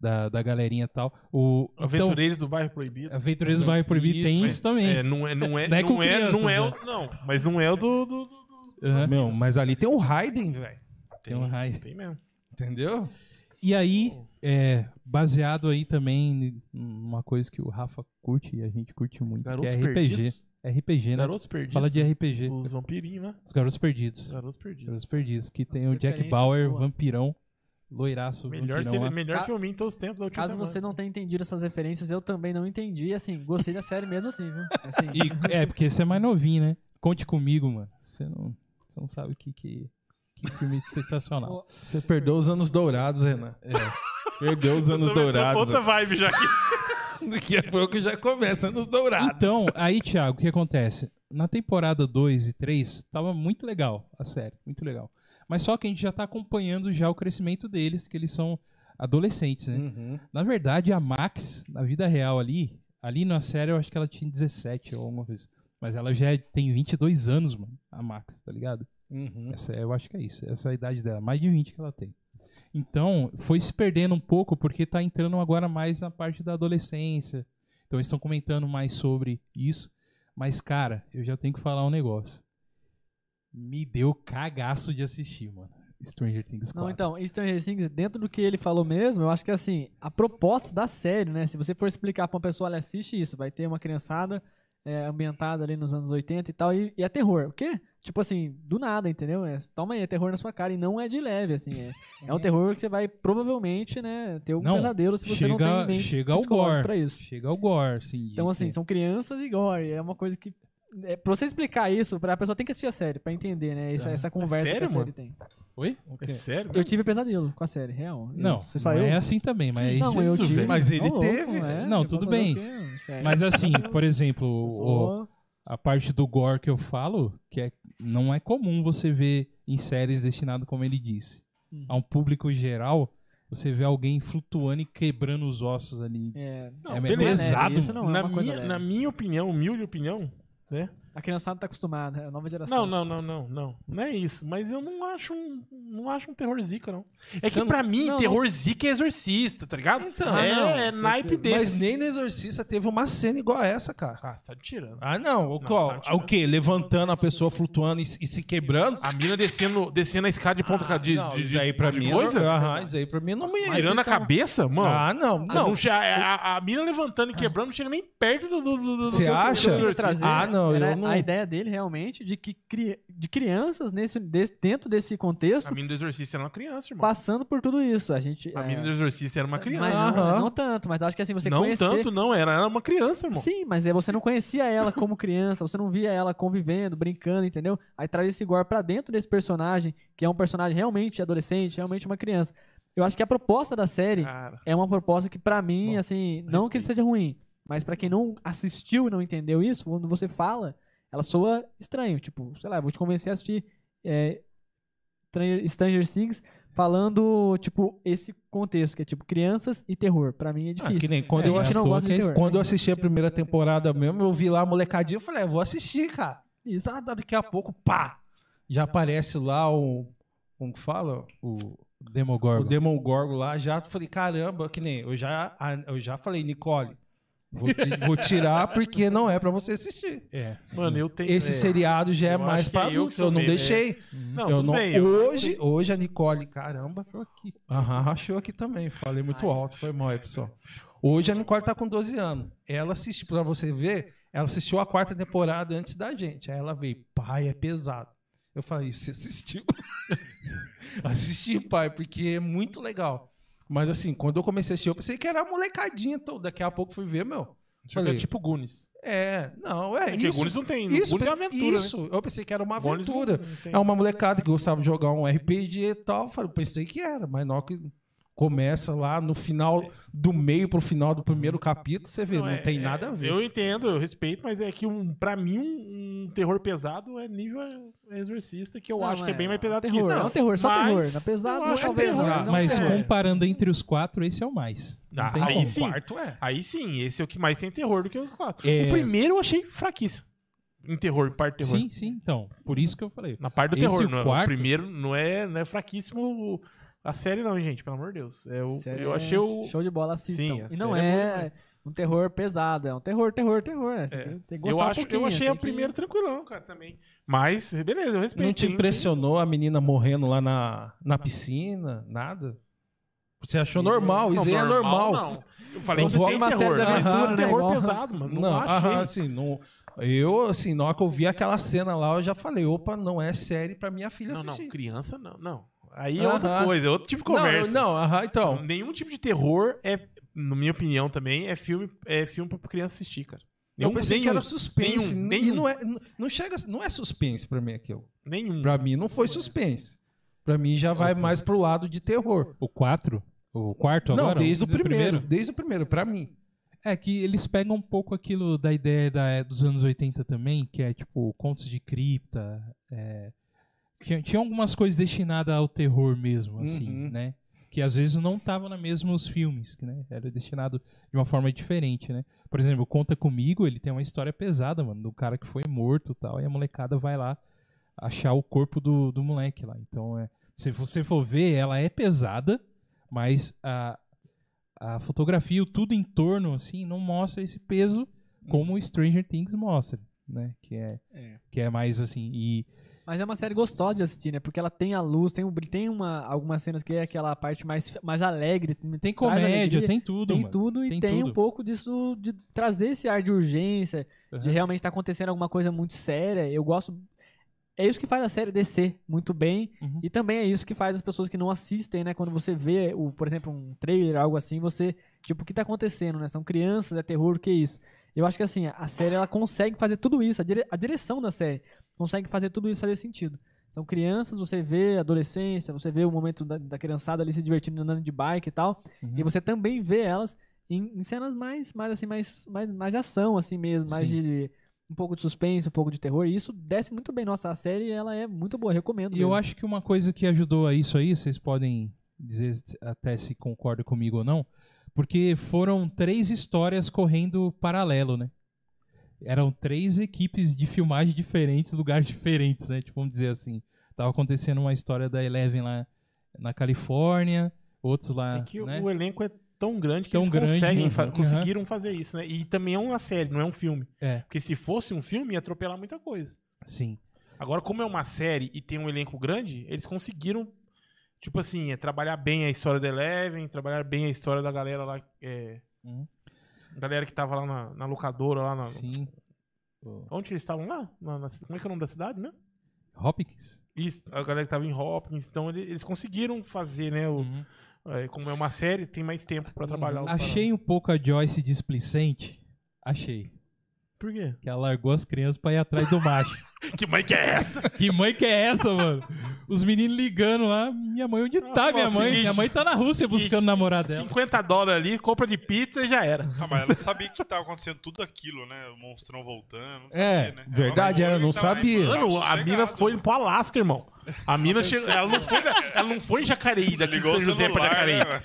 Da, da galerinha e tal. O então,
Aventureiros do Bairro Proibido.
Aventureiros do Bairro Proibido tem
Isso,
isso também.
É, não é, não é,
Não
não
é
é,
com
não é,
crianças, né?
o, não, mas não é o do, do, do-
Aham.
Uhum. Meu, mas ali tem o Raiden, velho.
Tem um raio.
é, tem mesmo.
Entendeu?
E aí, é, baseado aí também numa coisa que o Rafa curte e a gente curte muito,
Garotos
que é RPG.
Perdidos.
RPG, né?
Garotos Perdidos.
Fala de RPG.
Os vampirinhos, né?
Os Garotos Perdidos.
Garotos
Garotos
Perdidos.
Perdidos, que tem o
Referência
Jack Bauer,
boa.
vampirão, loiraço,
Melhor,
vampirão
filme-
lá.
Ca-
melhor filminho em todos os tempos da última
Caso
semana.
você não tenha entendido essas referências, eu também não entendi. Assim, gostei da série mesmo assim, viu? Assim,
E- é, porque você é mais novinho, né? Conte comigo, mano. Você não, você não sabe o que que... Que filme sensacional.
Você perdeu os anos dourados, Renan. Perdeu os anos
Tô vendo
dourados.
Outra vibe já aqui.
Daqui a pouco já começa, anos dourados.
Então, aí, Thiago, o que acontece? Na temporada 2 e 3, tava muito legal a série, muito legal. Mas só que a gente já tá acompanhando já o crescimento deles, que eles são adolescentes, né?
Uhum.
Na verdade, a Max, na vida real ali, ali na série eu acho que ela tinha 17 ou alguma coisa. Mas ela já é- tem 22 anos, mano, a Max, tá ligado?
Uhum.
Essa, eu acho que é isso. Essa é a idade dela, mais de 20 que ela tem. Então, foi se perdendo um pouco porque tá entrando agora mais na parte da adolescência. Então, eles estão comentando mais sobre isso. Mas, cara, eu já tenho que falar um negócio. Me deu cagaço de assistir, mano. Stranger Things 4.
Não, então, Stranger Things, dentro do que ele falou mesmo, eu acho que assim, a proposta da série, né? Se você for explicar pra uma pessoa, olha, assiste isso, vai ter uma criançada é, ambientada ali nos anos 80 e tal, e, e é terror. O quê? Tipo assim, do nada, entendeu? É, toma aí, é terror na sua cara, e não é de leve, assim. É, é um terror que você vai provavelmente, né, ter um
Não,
pesadelo se você não
chega-
tem mente
chega ao
psicológica
gore.
pra isso.
Chega ao gore, sim. de
Então, assim,
ter-
são crianças e gore. É uma coisa que. É, pra você explicar isso, pra a pessoa tem que assistir a série, pra entender, né?
É.
Essa, essa conversa
sério,
que a série
mano?
tem.
Oi?
É sério?
Eu tive pesadelo com a série, real.
Não,
Eu- foi só
não
eu.
é assim também, mas...
não, eu
isso,
tive.
velho?
Mas ele
Ô, louco,
teve.
é,
Não,
eu
tudo
posso fazer
bem.
o quê? Sério.
Mas assim, por exemplo, o-
Zoou.
a parte do gore que eu falo, que é, não é comum você ver em séries destinado, como ele disse,
Hum.
a um público geral, você vê alguém flutuando e quebrando os ossos ali.
É,
Não,
é
beleza.
pesado,
Isso não é
na,
uma coisa
minha,
leve.
na minha opinião, humilde opinião, né?
A criançada tá acostumada, é a nova
Não,
geração.
não, não, não, não. Não é isso. Mas eu não acho um, não acho um terror zica, não. É que
Você
pra mim,
não-
terror zica é exorcista, tá ligado?
Então,
é,
não,
é naipe desse.
Mas nem no Exorcista teve uma cena igual a essa, cara.
Ah, você tá me tirando.
Ah, não. O,
Não,
qual?
tá me
o quê? Levantando a pessoa, flutuando e, se- e se quebrando?
A mina descendo, descendo a escada de ponta ca- de,
Ah, não,
de,
isso aí pra
de
mim.
coisa?
não- Aham, isso aí pra mim não me.
Tirando a cabeça, mano.
Ah, não.
tá- não,
Não.
che- a, a- a mina levantando e quebrando não chega nem perto do. do, do- do-
Você
do- do-
acha?
do- do- do-
trazer
Ah, não,
era
eu não-
a ideia dele realmente de que cri- de crianças nesse, desse- dentro desse contexto
Ah, A mina do exorcista era uma criança, irmão.
passando por tudo isso. A gente
A
é,
mina do exorcista era uma criança.
Mas
Aham.
não, não tanto, mas acho que assim, você
não
conhecer...
tanto, não. Era, era uma criança, irmão.
Sim, mas é, você não conhecia ela como criança, você não via ela convivendo, brincando, entendeu? Aí traz esse gore pra dentro desse personagem, que é um personagem realmente adolescente, realmente uma criança. Eu acho que a proposta da série
Ah.
Cara,
é uma proposta que pra mim,
Bom,
é
assim, não que ele seja ruim, mas pra quem não assistiu e não entendeu isso, quando você fala, ela soa estranho, tipo, sei lá, eu vou te convencer a assistir é, Stranger- Stranger Things falando, tipo, esse contexto, que é tipo crianças e terror. Pra mim é
Ah,
difícil.
que nem quando
É,
eu
a gente
assisti.
não gosta de
terror.
Quando eu assisti a primeira temporada mesmo, eu vi lá a molecadinha eu falei, "Ah, eu vou assistir, cara.
Isso.
Tá, tá, daqui a pouco, pá! Já aparece lá o. Como que fala? O, o
Demogorgon.
Demogorgon lá. Já falei, caramba, que nem. Eu já, a- eu já falei, Nicole, vou, ti- vou tirar porque não é pra você assistir.
É.
mano, eu tenho.
Esse
é.
seriado já é
Eu
mais
acho que
pra
é eu
adultos.
que
Eu,
sou
não
meio-
deixei.
Não,
eu
tudo
não.
bem. eu-
hoje, hoje a Nicole, caramba, achou aqui. Aham, rachou aqui também. Falei muito alto, foi
é.
mal aí, pessoal. Hoje a Nicole tá com 12 anos. Ela assistiu, pra você ver, ela assistiu a quarta temporada antes da gente. Aí ela veio, pai, é pesado. Eu falei, você assistiu? Assisti, pai, porque é muito legal. Mas assim, quando eu comecei a assistir, eu pensei que era molecadinha, então daqui a pouco fui ver, meu.
Isso aqui é
Falei.
tipo Goonies.
É, não, é,
É que
isso.
Goonies não tem.
Isso,
Goonies é aventura.
isso. Eu pensei que era uma
né? Goonies não-
aventura.
não tem.
É uma molecada que gostava de jogar um RPG e tal. Falei, pensei que era, mas na hora que começa lá no final, do meio pro final do primeiro capítulo, você vê, não,
é-
tem
é-
nada a ver.
Eu entendo, eu respeito, mas é que um, pra mim um, um terror pesado é nível exorcista, que eu
Não,
acho que é
é
bem mais pesado que
terror,
isso.
é um terror, só
Mas
terror. Não é pesado,
eu
não é
acho
talvez,
pesado.
mas é um
Mas
terror.
comparando entre os quatro, esse é o mais. Não
Ah,
tem
aí
como.
sim.
quarto é.
Aí sim, esse é o que mais tem terror do que os quatro.
É.
O primeiro eu achei fraquíssimo. Em terror, parte terror.
Sim, sim, então. Por isso que eu falei.
Na parte do
Esse
terror,
o
não é-
quarto?
o primeiro não é, não é fraquíssimo o- a série não, hein, gente, pelo amor de Deus. É o-
Sério,
eu
é
achei o
Show de bola, assistam.
Sim, a
e não
série é boa
é, um terror pesado, é um terror, terror, terror. né? Você
É.
Tem que
eu
gostar um
acho que
pouquinho.
eu achei
tem
o
que-
primeiro tranquilão, cara, também. Mas beleza, eu respeito.
Não te
hein?
impressionou a menina morrendo lá na, na piscina? Nada? Você achou normal?
Não,
Isso aí é normal.
Não. Eu falei
Não
que
vou-
tem
uma
terror,
série de
mas não é
aventura,
um
né,
terror
igual-
pesado, mano. Não, achei.
aham, assim, não. Eu, assim, na hora que eu vi aquela cena lá, eu já falei, opa, não é série pra minha filha
Não, não,
assistir.
criança não, não. Aí é outra
Aham.
coisa, é outro tipo de conversa.
Não, eu- não, aham, então.
Nenhum tipo de terror é, na minha opinião também, é filme, é filme pra criança assistir, cara.
Eu
Nenhum,
pensei
nenhum,
que era
nenhum,
suspense. Nenhum,
nenhum.
Não, é, não- não chega, não é suspense pra mim aquilo.
nenhum.
Pra mim não foi suspense. Pra mim já vai mais pro lado de terror.
O quatro? O quarto
não,
Então agora?
desde o
Vamos dizer
primeiro, Desde o primeiro, pra mim.
É que eles pegam um pouco aquilo da ideia da- é, dos anos 80 também, que é tipo contos de cripta. é, tinha, tinha algumas coisas destinadas ao terror mesmo, assim,
Uhum.
né? Que às vezes não estavam nos mesmos filmes, que, né? Era destinado de uma forma diferente, né? Por exemplo, Conta Comigo, ele tem uma história pesada, mano, do cara que foi morto e tal, e a molecada vai lá achar o corpo do, do moleque lá. Então, é, Se você for ver, ela é pesada, mas a, a fotografia, o tudo em torno, assim, não mostra esse peso como o Stranger Things mostra, né? Que é,
É.
que é mais assim. E
Mas é uma série gostosa de assistir, né? Porque ela tem a luz, tem, o brilho, tem uma, algumas cenas que é aquela parte mais, mais alegre.
tem
traz
comédia,
alegria,
tem tudo.
tem
mano.
tudo e
Tem
tem,
tudo.
um pouco disso de trazer esse ar de urgência, de
Aham.
realmente estar acontecendo alguma coisa muito séria. Eu gosto. É isso que faz a série descer muito bem.
Uhum.
E também é isso que faz as pessoas que não assistem, né? Quando você vê, o, por exemplo, um trailer, algo assim, você. Tipo, o que tá acontecendo, né? São crianças, é terror, o que é isso? Eu acho que assim, a série ela consegue fazer tudo isso, a, dire- a direção da série consegue fazer tudo isso fazer sentido. São crianças, você vê a adolescência, você vê o momento da, da criançada ali se divertindo andando de bike e tal.
Uhum.
E você também vê elas em, em cenas mais, mais assim, mais, mais, mais ação, assim mesmo, mais
Sim.
de um pouco de suspense, um pouco de terror. E isso desce muito bem. Nossa, a série ela é muito boa, recomendo.
E eu
mesmo.
acho que uma coisa que ajudou a isso aí, vocês podem dizer se- até se concorda comigo ou não, porque foram três histórias correndo paralelo, né? Eram três equipes de filmagem diferentes, lugares diferentes, né? Tipo, vamos dizer assim. Tava acontecendo uma história da Eleven lá na Califórnia, outros lá.
É que
né?
o elenco é tão grande que
Tão
eles
grande,
né?
conseguem, fa-
uhum.
conseguiram fazer isso, né? E também é uma série, não é um filme.
É.
Porque se fosse um filme, ia atropelar muita coisa.
Sim.
Agora, como é uma série e tem um elenco grande, eles conseguiram, tipo assim, é, trabalhar bem a história da Eleven, trabalhar bem a história da galera lá. É,
Uhum.
Galera que tava lá na, na locadora, lá na.
Sim. O
Onde que eles estavam lá? Na- na- como é que é o nome da cidade, né?
Hopkins?
Isso, a galera que tava em Hopkins, então ele- eles conseguiram fazer, né? o- é, como é uma série, tem mais tempo pra trabalhar. os
Achei um pouco a Joyce displicente. Achei.
parâmetros. Por quê?
Que ela largou as crianças pra ir atrás do macho.
Que mãe que é essa?
Que mãe que é essa, mano? Os meninos ligando lá. Minha mãe, onde tá
Ah,
minha
ó,
mãe?
seguinte.
Minha mãe tá na Rússia buscando o
Seguinte.
namorado dela.
50 dólares ali, compra de pizza e já era.
Ah, mas ela sabia que tava acontecendo tudo aquilo, né? O monstrão voltando. Não sabia,
É,
né?
verdade, ela não sabia.
Mano,
Mano, a mina foi pro Alasca, irmão. A mina chegou. Ela não foi, na- ela não foi em Jacareí, daqui de
Ligou
São
o
José pra
celular,
Jacareí.
né, mano?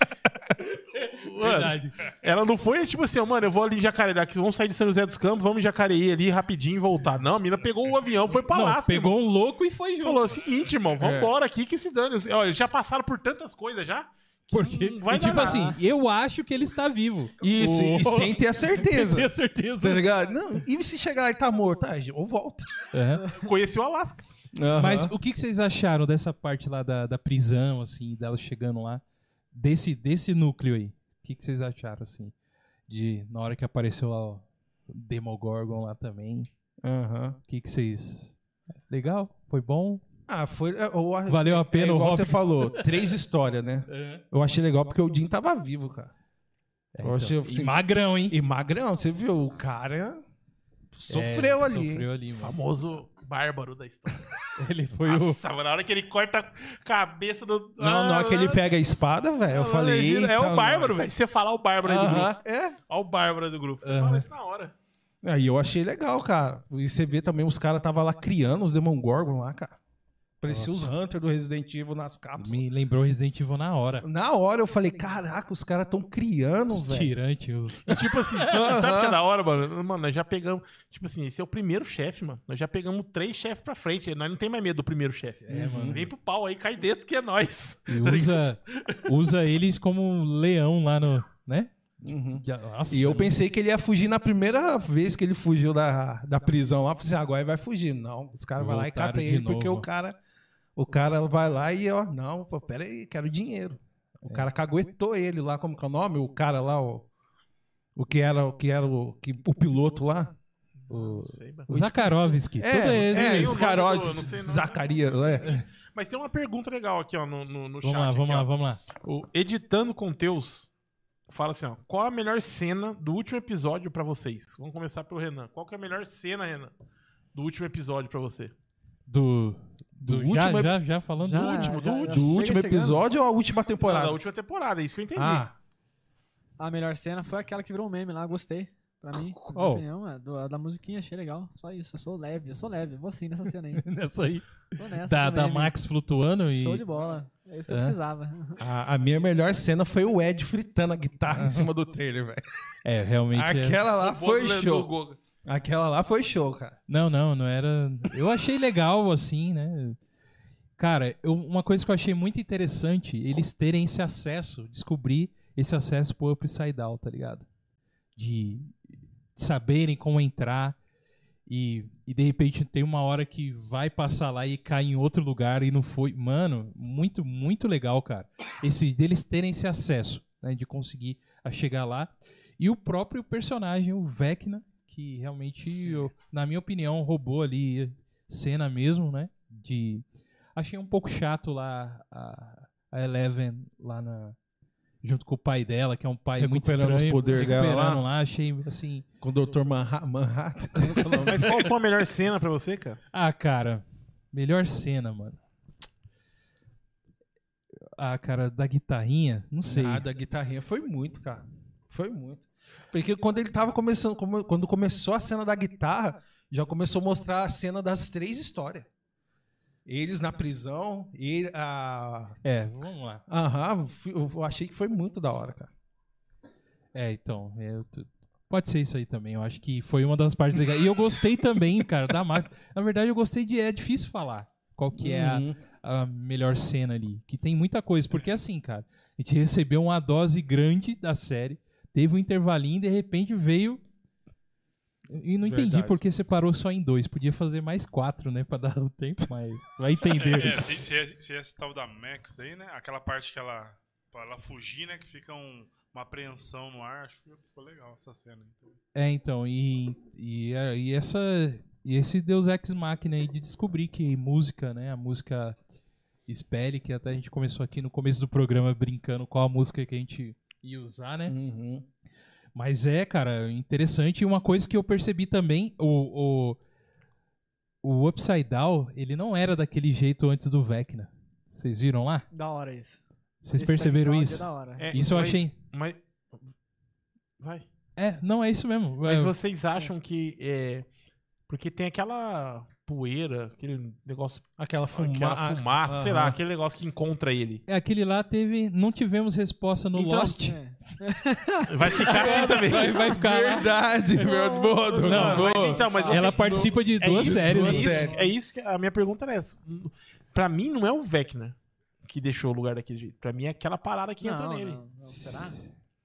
Mano, Ela não foi tipo assim, ó, mano, eu vou ali em Jacareí, daqui, vamos sair de São José dos Campos, vamos em Jacareí ali rapidinho e voltar. Não, a mina pegou o avião, foi pra
Não,
Alasca. irmão.
pegou É. um louco e foi junto.
Falou o seguinte, irmão, vambora aqui que se dane. Olha, já passaram por tantas coisas já. que
Porque,
não vai
e tipo
dar
assim,
nada.
eu acho que ele está vivo.
Isso,
Oh.
e sem ter a certeza.
Tenho certeza.
Tá ligado? Não, e se chegar lá e tá morto? Ah, eu volto.
É.
Conheci o Alasca.
Mas o que que vocês acharam dessa parte lá da, da prisão, assim, dela chegando lá? Desse, desse núcleo aí. O que que vocês acharam, assim? De, na hora que apareceu lá o Demogorgon lá também.
Aham.
O que que vocês... Legal? Foi bom?
Ah, foi. é, eu acho-
Valeu a
é
pena o
igual você
Hobbit?
falou, três histórias, né? Eu achei legal porque o Jim tava vivo, cara.
É,
Eu achei, assim,
e magrão, hein?
E magrão, você viu? O cara sofreu
É,
ali.
Sofreu ali, mano.
Famoso bárbaro da história.
Ele foi o.
Nossa, mano, na hora que ele corta a cabeça do. Ah,
Não, na hora que ele pega a espada, velho, eu falei.
É
"Eita,
o Bárbaro, velho. Uhum. Se você falar o Bárbaro aí do
Aham,
grupo.
é.
Olha o Bárbaro do grupo. Você
Aham.
fala isso na hora.
Aí eu achei legal, cara. E você vê também os caras tava lá criando os Demon Gorgon lá, cara. Parecia os Hunter do Resident Evil nas capas.
Me lembrou Resident Evil na hora.
Na hora eu falei, caraca, os caras tão criando,
Os
velho. Tá
tirantes. os-
E, tipo assim, sabe sabe o que é da hora, mano? Mano, nós já pegamos. Tipo assim, esse é o primeiro chefe, mano. Nós já pegamos três chefes pra frente. Nós não tem mais medo do primeiro chefe.
É, mano.
Vem pro pau aí, cai dentro que é nós.
E usa, usa eles como um leão lá no. Né?
Uhum.
Já- Nossa,
E eu
mano.
pensei que ele ia fugir na primeira vez que ele fugiu da, da prisão lá. Falei assim, agora ele vai fugir. Não, os caras vão lá e
Voltaram
catam
de
ele, porque
novo.
o cara, o cara vai lá e, ó, não, pô, pera aí, quero dinheiro. O cara caguetou ele lá, como que é o nome? O cara lá, o, o que era, o que era o, que, o piloto lá.
O...
sei, mano.
Zakarovski.
É,
tudo
é,
esse, né?
é,
hein?
o nome
Scarod,
do- não sei o nome.
Zacarias, é.
Mas tem uma pergunta legal aqui, ó, no, no, no chat.
Vamos lá,
aqui,
vamos
ó.
lá, vamos lá.
O Editando com Teus fala assim, ó. Qual a melhor cena do último episódio pra vocês? Vamos começar pelo Renan. Qual que é a melhor cena, Renan, do último episódio pra você?
Do. Do,
Do
já,
último-
já, já falando
Já-
do último.
já- já
Do
chega
último
chegando.
episódio ou a
Não,
última
da
temporada?
última temporada, é isso que eu entendi.
Ah,
A melhor cena foi aquela que virou um meme lá, gostei. Pra mim, na minha
Oh.
opinião, é do- a da musiquinha, achei legal. Só isso, eu sou leve, eu sou leve. Vou sim nessa cena aí.
Nessa aí.
Tô nessa.
Da,
do
da
meme.
Max flutuando e.
Show de bola. É isso que eu
É.
precisava.
a, a minha melhor cena foi o Ed fritando a
Ah.
guitarra em cima do trailer, velho.
É, realmente. é-
Aquela lá foi
Vou-
show.
do Goga.
Aquela lá foi show, cara.
Não, não, não era. Eu achei legal, assim, né? Cara, eu- uma coisa que eu achei muito interessante, eles terem esse acesso, descobrir esse acesso pro Upside Down, tá ligado? De, de saberem como entrar e, e de repente tem uma hora que vai passar lá e cai em outro lugar e não foi. Mano, muito, muito legal, cara. Esse deles terem esse acesso, né? De conseguir a chegar lá. E o próprio personagem, o Vecna, que realmente, eu- na minha opinião, roubou ali cena mesmo, né? De achei um pouco chato lá a, a Eleven lá na junto com o pai dela, que é um pai muito
Recuperando os
estranho,
poder dela
recuperando
lá.
lá, achei assim,
Com o Dr. Manha- Manhattan.
Mas qual foi a melhor cena pra você, cara?
ah, cara, melhor cena, mano. Ah, cara, da guitarrinha, não sei.
Ah, da guitarrinha foi muito, cara. Foi muito. Porque quando ele tava começando, como- quando começou a cena da guitarra, já começou a mostrar a cena das três histórias. Eles na prisão, ele, a...
É, vamos lá.
Aham, eu eu achei que foi muito da hora, cara.
É, então, é, eu t- pode ser isso aí também. Eu acho que foi uma das partes legais. E eu gostei também, cara, da máscara. Na verdade, eu gostei de é difícil falar qual que é a,
Uhum.
a melhor cena ali. Que tem muita coisa. Porque assim, cara, a gente recebeu uma dose grande da série. Teve um intervalinho e de repente veio. E não entendi
Verdade.
porque separou só em dois. Podia fazer mais quatro, né? Pra dar o tempo, mas vai
É, é,
entender.
se, se, é- se é esse tal da Max aí, né? Aquela parte que ela. Pra ela fugir, né? Que fica um- uma apreensão no ar. Acho que ficou legal essa cena. aí.
É, então, e, e, a- e essa e esse Deus Ex Machina aí de descobrir que música, né, a música Spell, que até a gente começou aqui no começo do programa brincando qual a música que a gente ia usar, né?
Uhum.
Mas é, cara, interessante. E uma coisa que eu percebi também, o, o, o Upside Down, ele não era daquele jeito antes do Vecna. Vocês viram lá?
Da hora isso.
Vocês
Esse
perceberam
background
isso?
É da hora.
É,
Isso eu
mas-
achei...
Mas. Vai.
É, não, é isso mesmo.
Mas
É,
vocês acham que. É... Porque tem aquela poeira, aquele negócio.
Aquela fuma-
Aquela fumaça, sei lá,
Aham.
aquele negócio que encontra ele.
é, Aquele lá teve... Não tivemos resposta no
Então,
Lost.
É.
Vai ficar assim também.
Vai, vai ficar lá.
Verdade, verdade. Boa, Douglas,
Não,
boa.
mas então, mas você-
Ela participa de
É
duas
isso,
séries.
É
duas
né?
isso,
séries.
é isso que a minha pergunta era essa. Pra mim, não é o Vecna que deixou o lugar daquele jeito. Pra mim, é aquela parada que entra
Não,
nele.
não, não, será?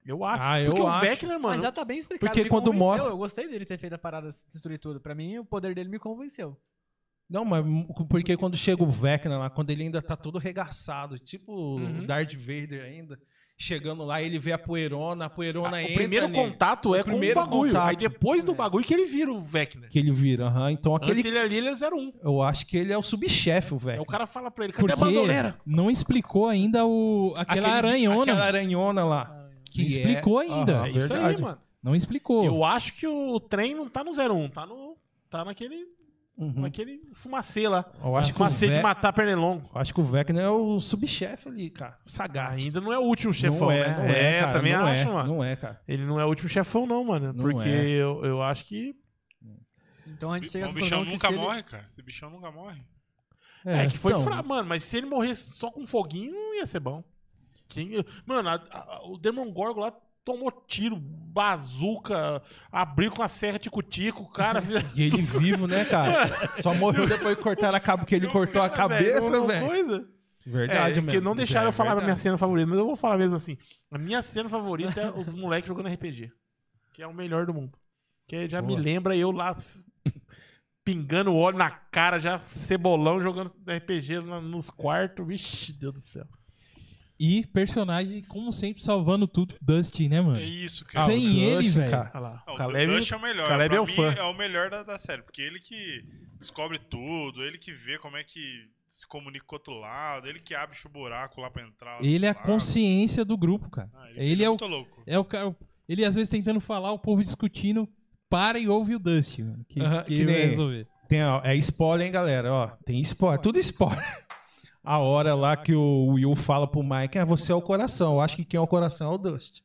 Eu acho.
Ah, eu
Porque o
acho.
Vecna,
Mas
mano.
já tá bem explicado.
Porque
me
quando
convenceu,
mostra-
Eu gostei dele ter feito a parada destruir tudo. Pra mim, o poder dele me convenceu.
Não, mas m- porque quando chega o Vecna lá, quando ele ainda tá todo regaçado, tipo
Uhum.
o Darth Vader ainda, chegando lá, ele vê a poeirona, a poeirona
Ah, o
entra
primeiro
nele,
contato é
Então, O
com
primeiro
o bagulho.
contato.
Aí depois do bagulho que ele vira o Vecna.
que ele vira. aham. Então
Aquele...
aquele,
Antes ele ali, ele é 01.
eu acho que ele é o subchefe, o
Aí
Vecna.
o cara fala pra ele, cadê
Porque
a É bandoleira?
não explicou ainda o, aquela
Aquele-
aranhona.
Aquela aranhona lá. Que
Não explicou ainda.
aham,
É
Isso aí,
verdade.
mano.
Não explicou.
Eu acho que o trem não tá no 01, tá no. Tá naquele.
Uhum.
naquele fumacê lá.
Eu acho, que o
Fumacê de
Vec-
matar pernilongo.
eu acho que o Vecna é o subchefe ali, cara. Sagaz.
Ainda não é o último chefão,
não é,
né?
não é, cara,
também
não
acho,
é,
mano.
Não é, cara.
Ele não é o último chefão, não, mano.
Não
porque
é.
eu, eu acho que.
Então a gente chega
Mas o
conclusão
bichão
que
nunca
se ele-
morre, cara. Esse bichão nunca morre.
É, que foi
então,
fraco, mano. Mas se ele morresse só com foguinho, não ia ser bom. Tinha- Mano, a- a- o Demogorgon lá tomou tiro, bazuca, abriu com a serra tico-tico, o cara. fez-
E ele vivo, né, cara? Só morrou depois que cortaram a cabeça, que ele cortou a
Cara,
cabeça,
uma
velho.
coisa.
Verdade,
é,
mesmo.
Porque não deixaram
Zé,
eu falar a
verdade.
minha cena favorita, mas eu vou falar mesmo assim. A minha cena favorita é os moleques jogando RPG. Que é o melhor do mundo. Que já me
Boa.
lembra eu lá pingando óleo na cara, já cebolão jogando RPG na- nos quartos. Vixe, Deus do céu.
E personagem, como sempre, salvando tudo, Dusty, né, mano?
É isso, cara.
Sem
o
ele,
Dustin,
velho.
cara.
Olha lá.
Não,
o
o
Caleb-
Dust é o melhor.
Caleb
pra
é o
mim,
fã.
é o melhor da, da série, porque ele que descobre tudo, ele que vê como é que se comunica com o outro lado, ele que abre o buraco lá pra entrar. lá do
Ele é a
outro lado.
consciência do grupo, cara.
Ah,
ele é, o,
muito louco.
é o cara. Ele às vezes tentando falar, o povo discutindo, para e ouve o Dusty, mano. Que,
Aham,
que
que é.
vai
nem-
resolver.
Tem, a- é spoiler, hein, galera? Ó, tem spoiler. Tudo spoiler. A hora lá que o Will fala pro Mike, ah, você é o coração. Eu acho que quem é o coração é o Dust,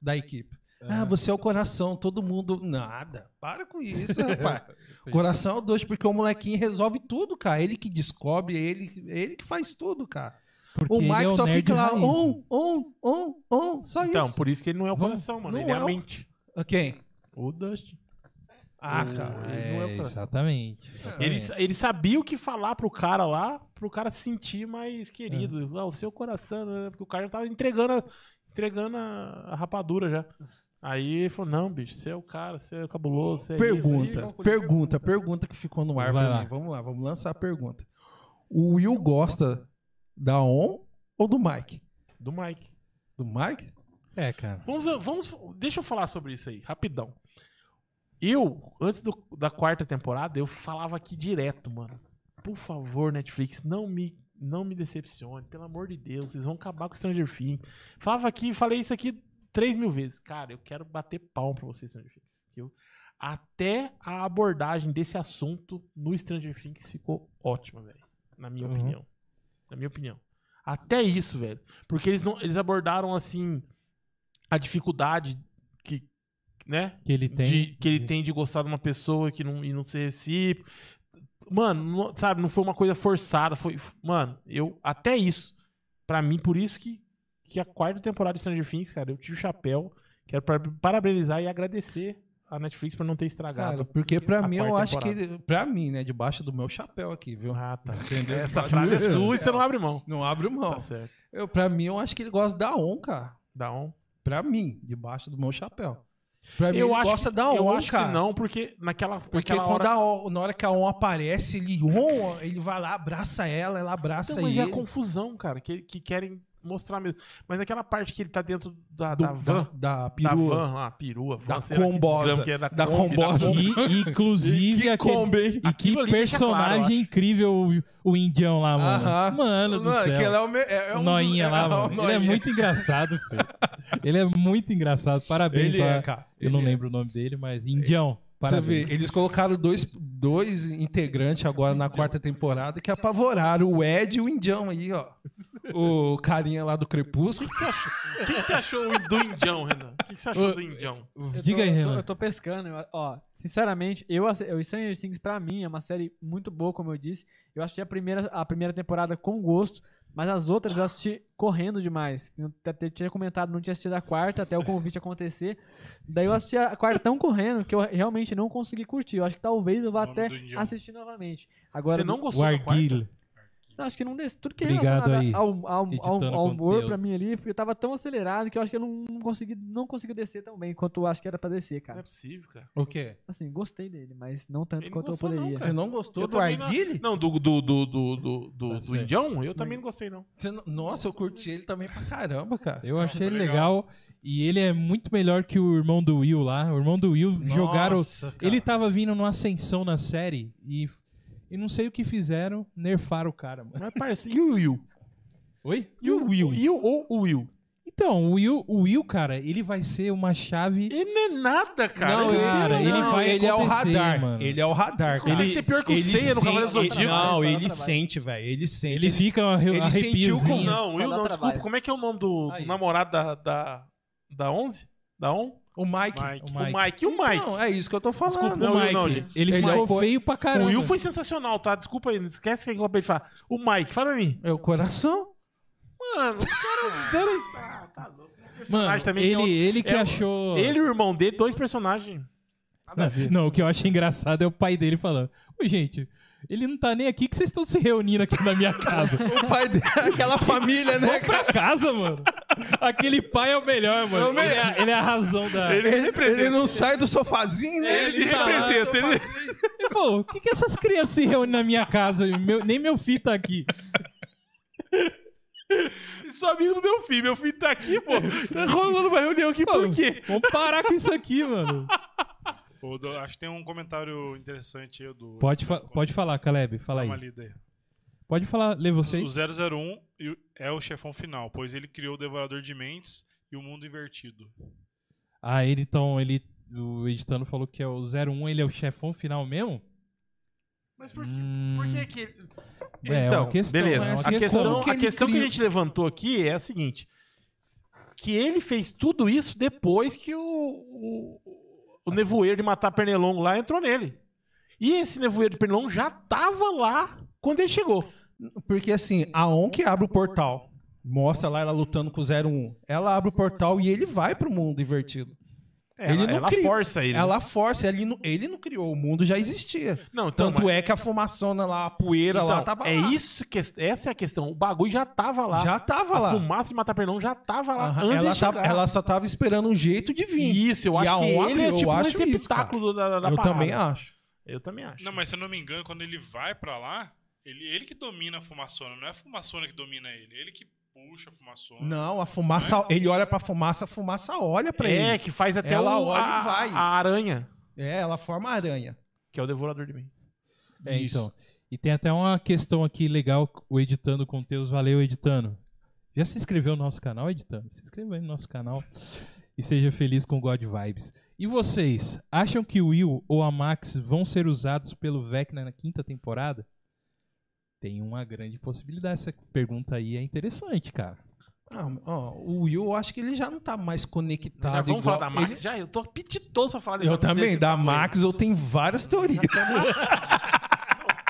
da equipe. Ah, você é o coração, todo mundo. Nada. Para com isso, rapaz. Coração é o Dust, porque o molequinho resolve tudo, cara. Ele que descobre, ele, ele que faz tudo, cara.
Porque
o
ele
Mike
é
só
nerd
fica lá,
raiz,
on, on, on, on. Só
Então,
isso.
por isso que ele não é o
Não-
coração, mano.
não
Ele é
é
a
o-
mente.
Quem?
O Dust. Ah, cara.
É,
ele não é o É. cara.
exatamente. É,
Ele,
exatamente.
ele sabia o que falar pro cara lá, pro cara se sentir mais querido. Ah, o seu coração, né? Porque o cara já tava entregando a, entregando a a rapadura já. Aí ele falou, não, bicho, você é o cara, você é cabuloso, você é isso.
Pergunta,
Aí,
pergunta, pergunta que ficou no ar.
Vai
pra
lá.
mim. Vamos lá, vamos lançar a pergunta. O Will gosta da On ou do Mike?
Do Mike.
Do Mike?
É, cara.
Vamos, vamos, deixa eu falar sobre isso aí, rapidão. Eu, antes do- da quarta temporada, eu falava aqui direto, mano. Por favor, Netflix, não me, não me decepcione. Pelo amor de Deus, vocês vão acabar com Stranger Things. Falava aqui, falei isso aqui três mil vezes. Cara, eu quero bater palma pra vocês, Stranger Things. que eu- até a abordagem desse assunto no Stranger Things ficou ótima, velho. Na minha
Uhum.
opinião. Na minha opinião. Até isso, velho. Porque eles, não, eles abordaram, assim, a dificuldade que, né?
Que ele tem.
de- que ele tem de gostar de uma pessoa que não, e não ser recíproco. Mano, não- sabe, não foi uma coisa forçada. Foi, f- mano, eu. Até isso. Pra mim, por isso que, que a quarta temporada de Stranger Things, cara, eu tiro o chapéu. Quero par- parabenizar e agradecer a Netflix por não ter
Cara,
estragado.
porque pra
A
mim eu
quarta
acho que. Pra mim, né? Debaixo do meu chapéu aqui, viu?
ah, tá.
Entendeu?
Essa frase é sua e você não abre mão.
Não abro mão.
Tá certo.
Eu, pra mim, eu acho que ele gosta da On, cara.
Dá um.
Pra mim, debaixo do meu chapéu. Pra mim,
Eu
ele
acho
gosta
que,
da On,
eu acho
cara.
que não, porque naquela.
Porque
naquela
quando
hora...
a On- na hora que a On aparece, ele on, ele vai lá, abraça ela, ela abraça
Então, mas é
ele.
a confusão, cara, que, que querem mostrar mesmo. Mas naquela parte que ele tá dentro da,
Do-
da van.
Da, da
Da
perua.
van lá, perua, van,
Da
sei lá que
combosa.
desgrama que é, da,
Da
Kombi,
combosa.
E,
Kombi.
inclusive, aquele.
hein?
E
Aquilo
que
ali deixa claro,
personagem
eu acho.
incrível o, o indião lá, mano.
Aham.
Mano do céu.
aquele é o me- é- é
O
um
Noinha
dos-
lá,
é,
mano.
o
Ele é
Noinha.
muito engraçado, filho. Ele é muito engraçado. Parabéns.
Ele
lá.
é, cara.
Eu não
Ele é.
lembro o nome dele, mas Indião.
Você vê,
Parabéns.
eles colocaram dois, dois integrantes agora na quarta temporada que apavoraram o Ed e o Indião aí, ó. O carinha lá do Crepúsculo.
O que, que você achou do Indião, Renan? O que, que você achou do Indião?
Eu
Diga
tô-
aí,
eu tô-
Renan.
Eu tô pescando. eu- Ó, sinceramente, eu, ass- eu Stranger Things, pra mim, é uma série muito boa, como eu disse. Eu assisti a primeira, a primeira temporada com gosto, mas as outras eu assisti correndo demais. Eu até tinha comentado, não tinha assistido a quarta, até o convite acontecer. Daí eu assisti a quarta tão correndo que eu realmente não consegui curtir. Eu acho que talvez eu vá
O nome
até
do idioma.
assistir novamente. Agora,
Você não gostou
O
da quarta?
Arguile.
não, acho que não desse. Tudo que é
Obrigado
relacionado
aí,
ao, ao, ao,
editando
ao
com
humor
Deus.
pra mim ali, eu tava tão acelerado que eu acho que eu não, não consegui não consegui descer tão bem quanto eu acho que era pra descer,
Não
cara.
é possível, cara.
O quê?
Assim, gostei dele, mas não tanto
Ele
quanto eu
gostou não,
poderia.
cara.
Você não gostou
Eu
do
também não-
Arguile?
Não, do, do, do, do, do, do,
Tá
do
certo.
Indião? Eu também não gostei, não.
Você não- Nossa, eu curti ele também pra caramba, cara.
Eu achei ele
foi
legal. E ele é muito melhor que o irmão do Will lá. O irmão do Will jogaram.
Nossa, cara.
Ele tava vindo numa ascensão na série e. E não sei o que fizeram, nerfaram o cara, mano.
Mas parceiro. E o Will?
Oi?
E o Will? E o, ou o Will?
Então, o Will, o Will, cara, ele vai ser uma chave.
Ele não é nada, cara.
não,
ele-
ele,
cara, ele
não,
vai
ele é o
acontecer,
radar.
mano.
Ele é o radar, cara.
Consegue ser pior que o Seiya no
sente-
Cavaleiro
ele-
Zodíaco.
Não,
Ele
ele
trabalha.
sente, velho. Ele sente.
Ele fica
ele sentiu com-
arrepiozinho.
Não,
Só
Will
dá
não,
trabalho.
desculpa. Como é que é o nome do, do
Aí.
namorado da, da, da 11? Da 1?
O Mike.
Mike.
O Mike.
Tipo, O Mike. E o
Então,
Mike?
Não, é isso que eu tô falando.
Desculpa,
O
Não,
Mike,
não, gente.
ele,
Ele
ficou
foi-
feio pra caramba.
O Will foi sensacional, tá? Desculpa aí, não esquece que eu acabei de falar. O Mike, fala pra mim.
É o coração.
Mano, o cara zero. Ah, tá louco.
Mano,
personagem também que
ele,
é um-
ele que
é um-
achou.
Ele e o irmão dele, dois personagens. Nada a ver.
Não, o que eu acho engraçado é o pai dele falando: Ô, gente, ele não tá nem aqui que vocês estão se reunindo aqui na minha casa.
O pai dele, é aquela família, né, cara?
pra casa, mano. Aquele pai é o melhor, mano.
É o melhor.
Ele, é, ele é a razão da. Ele,
Ele não sai do sofazinho, né?
Ele
tá lá no
representa, ele-
sofazinho.
falou: o que, que essas crianças se reúnem na minha casa? Meu- nem meu filho tá aqui.
Eu Sou amigo do meu filho, meu filho tá aqui, pô. Tá rolando uma reunião aqui,
Pô,
por quê?
Vamos parar com isso aqui, mano.
Ô, do- acho que tem um comentário interessante aí do.
Pode, fa- pode falar, Caleb. Fala
Dá uma
aí.
lida aí.
Pode falar, lê você. aí.
O 001 e o- é o chefão final, pois ele criou o Devorador de Mentes e o Mundo Invertido.
Ah, ele então, ele. O editando falou que é o 01, ele é o chefão final mesmo?
Mas por quê?
Hum.
Por que que.
É, é uma questão,
Então, beleza.
é uma
a
questão.
questão,
Como que
a
ele
questão que a
cria-
gente levantou aqui é a seguinte: que ele fez tudo isso depois que o, o, o nevoeiro de matar Pernilongo lá entrou nele. E esse nevoeiro de Pernilongo já tava lá quando ele chegou.
Porque assim, a On que abre o portal. um. Mostra lá ela lutando com o 01. Ela abre o portal e ele vai pro mundo invertido.
É,
Ele
ela,
não
ela
cria.
força ele. né?
Ela força, ele não, ele não criou, o mundo já existia.
Não, então,
Tanto
mas-
é que a fumação lá, a poeira lá,
então,
tava
é
lá.
isso que essa é a questão. O bagulho já tava lá.
Já tava lá.
A fumaça de matar pernão já tava lá.
Aham,
antes
ela,
de
tava-
chegar.
ela só tava esperando um jeito de vir.
Isso, eu
E a
acho que
honra,
ele é
eu
tipo um
acho isso, cara.
receptáculo da, da, da
Eu
parada.
também acho.
Eu também acho.
Não, mas se eu não me engano, quando ele vai pra lá, ele, ele que domina a fumaçona, não é a fumaçona que domina ele, ele que puxa a fumaçona.
Não, a fumaça, ele olha pra fumaça, a fumaça olha pra
É,
ele.
que faz até
Ela
o,
olha e
a,
vai.
a aranha,
É, ela forma a aranha.
que é o devorador de mim.
É,
Isso.
então. E tem até uma questão aqui legal, o Editando com Teus. Valeu, Editando. Já se inscreveu no nosso canal, Editando? Se inscreva aí no nosso canal e seja feliz com God Vibes. E vocês, acham que o Will ou a Max vão ser usados pelo Vecna na quinta temporada? Tem uma grande possibilidade. Essa pergunta aí é interessante, cara.
Tá
Ah, ó, o Will, eu acho que ele já não tá mais conectado.
já vamos falar
igual-
da Max?
Ele-
Já, eu tô apetitoso pra falar desse
Eu também,
desse
da
bagulho.
Max eu tenho várias teorias.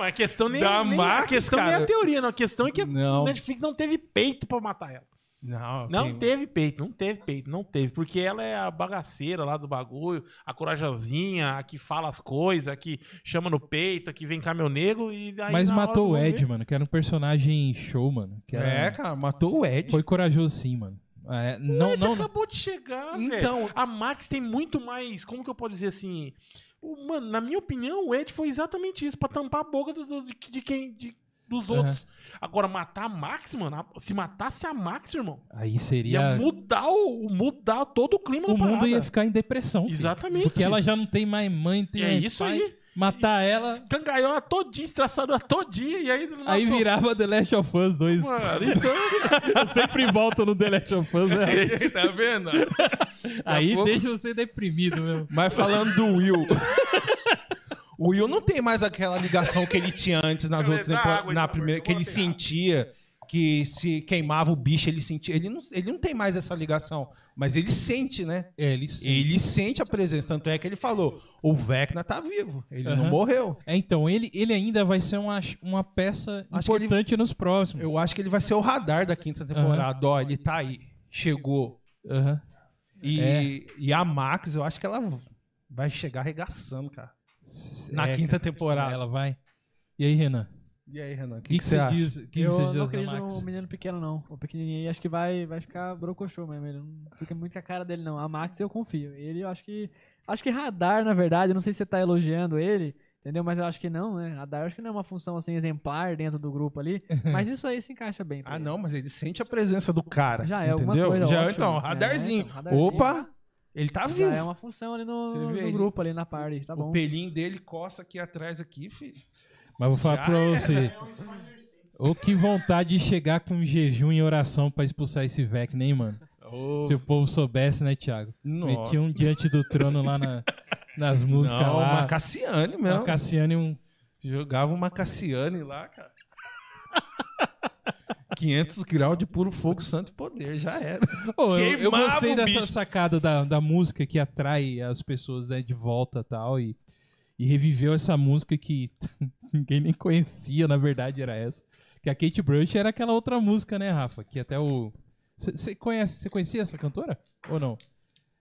Mas A questão nem, é
Da
nem- a
Max,
questão nem
cara.
é a teoria, não. A questão é que
Não.
a Netflix não teve peito pra matar ela.
Não,
Não
tem-
teve peito, não teve peito, não teve. Porque ela é a bagaceira lá do bagulho, a corajosinha, a que fala as coisas, a que chama no peito, a que vem cá meu negro e aí
Mas
na hora
matou
do
o
rolê-
Ed, mano, que era um personagem show, mano. Que
É,
era...
cara, matou o Ed.
Foi corajoso sim, mano. É, não,
Ed
não,
acabou de chegar, velho.
Então,
A Max tem muito mais, como que eu posso dizer assim? O- Mano, na minha opinião, o Ed foi exatamente isso, pra tampar a boca do- do- de, de quem de- dos
Aham.
outros. Agora matar a Max, mano, a- se matasse a Max, irmão,
Aí
ia
seria.
mudar o mudar todo o clima
O
da
mundo
parada.
ia ficar em depressão. filho.
Exatamente.
Porque ela já não tem mais mãe, tem
E é
mais
isso
pai.
aí.
Matar ela,
Cangaiou ela todinha, estraçadora todinha, e aí não
aí
matou.
virava The Last of Us 2.
Mano, então,
Eu sempre volto no The Last of Us. né?
tá vendo?
Aí
pouco-
deixa você deprimido mesmo.
Mas falando do Will. o Will não tem mais aquela ligação que ele tinha antes nas
Cara,
outras
dá
temporadas.
água aí,
Na
por favor,
primeira, que
eu vou
ele
lá pegar.
sentia que se queimava o bicho, ele sentia. Ele não, ele não tem mais essa ligação. Mas ele sente, né?
É, ele sim.
Ele sente a presença. Tanto é que ele falou: o Vecna tá vivo. Ele não
Aham.
morreu.
É, então, ele, ele ainda vai ser uma, uma peça
Acho que ele-
importante nos próximos.
Eu acho que ele vai ser o radar da quinta temporada. Ó, ele tá aí. Chegou.
Aham.
E,
É.
e a Max, eu acho que ela vai chegar arregaçando, cara. Na
É,
quinta
cara,
temporada.
Ela vai. E aí, Renan?
E aí, Renan, o
O que, que você
acha?
diz? o que que
eu
você diz
não
da
acredito
Max?
no menino pequeno, não. O pequenininho aí acho que vai, vai ficar brocochô mesmo. Ele não fica muito com a cara dele, não. A Max eu confio. Ele eu acho que. Acho que radar, na verdade, eu não sei se você tá elogiando ele, entendeu? Mas eu acho que não, né? Radar eu acho que não é uma função assim exemplar dentro do grupo ali. Mas isso aí se encaixa bem. tá pra
Ah,
ele.
não, mas ele sente a presença do cara.
Já é alguma
entendeu?
coisa,
Já,
ótimo.
então,
É,
radarzinho.
então, radarzinho.
Opa, ele tá
Já
vivo.
é uma função ali no,
Você
no-
vê
no
ele-
grupo, ali na party, tá
O
bom.
pelinho dele coça aqui atrás, aqui, filho.
Mas vou falar
Já
pra você. Ô, que vontade de chegar com jejum e oração pra expulsar esse Vecna, hein, mano? Se o povo soubesse, né, Thiago? Metia um diante do trono lá na- nas músicas
Não,
lá.
uma Cassiane
Uma
mesmo.
Cassiane e um.
Jogava uma Cassiane lá, cara. 500 graus de puro fogo, santo poder, já era.
Ô, eu, eu
Queimava
gostei
o
dessa
bicho.
sacada da, da música que atrai as pessoas né, de volta e tal. E, e reviveu essa música que ninguém nem conhecia, na verdade, era essa. Que a Kate Brush era aquela outra música, né, Rafa? Que até o. Você conhece, você conhecia essa cantora? Ou não?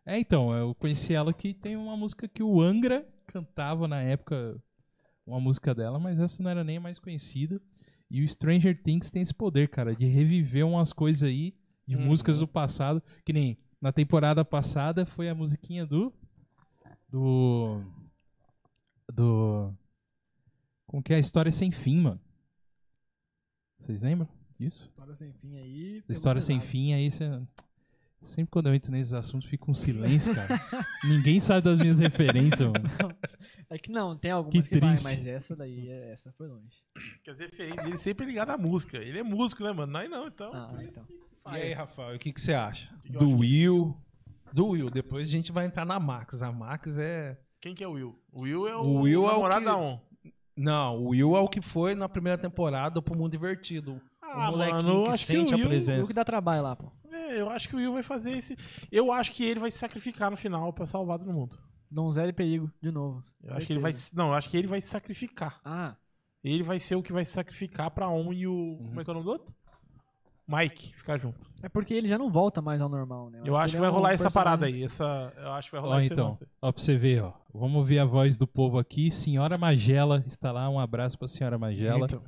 É, então, eu conheci ela que tem uma música que o Angra cantava na época, uma música dela, mas essa não era nem a mais conhecida. E o Stranger Things tem esse poder, cara, de reviver umas coisas aí, de músicas do passado, que nem na temporada passada foi a musiquinha do. Do. Do. Como que é a história sem fim, mano? Vocês lembram disso?
História sem fim aí.
Da
pegou
história sem
pesado.
fim, aí você. Sempre quando eu entro nesses assuntos, fica um silêncio, cara. Ninguém sabe das minhas referências, mano.
É que não, tem algumas
Que
que, vai,
triste.
mas essa daí, é- essa foi longe.
Quer dizer, feliz, ele sempre ligado à música. Ele é músico, né, mano? Nós não, então.
Ah, então.
E aí, Rafael, o que, que você acha?
eu
Do
acho
Will. Do Will, depois a gente vai entrar na Max. A Max é.
Quem que é o Will? O Will é o,
O Will é o
namorado
que-
da On.
Não, o Will é o que foi na primeira temporada pro Mundo Invertido.
Ah,
o molequinho
mano, eu
que
acho que
sente
o Will-
a
O que
presença.
dá trabalho lá, pô?
É, eu acho que o Will vai fazer esse. Eu acho que ele vai se sacrificar no final pra salvar todo mundo.
Donzela um e perigo, de novo.
Eu acho que ele vai. se- Não, eu acho que ele vai se sacrificar.
Ah,
Ele vai ser o que vai se sacrificar pra On e o. Como é que é o nome do outro? Mike, fica junto.
É porque ele já não volta mais ao normal, né?
Eu acho que
ele
vai
é um
rolar essa
personagem-
parada aí. Essa, eu acho que vai rolar
Ó,
esse
então,
lance.
ó, pra você ver, ó. Vamos ouvir a voz do povo aqui. Senhora Magela está lá. Um abraço pra senhora Magela.
Então.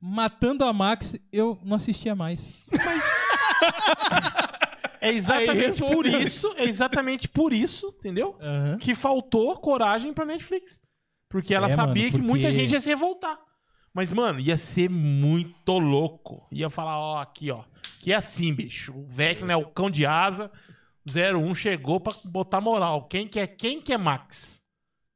Matando a Max, eu não assistia mais.
É exatamente
Aí,
por isso, é exatamente por isso, entendeu?
Aham.
Que faltou coragem pra Netflix. Porque ela
É,
sabia
mano,
que muita
porque-
gente ia se revoltar. Mas, mano, ia ser muito louco. Ia falar, ó, aqui, ó. Que é assim, bicho. O Vecna é o cão de asa. 01 chegou pra botar moral. Quem que é, quem que é Max?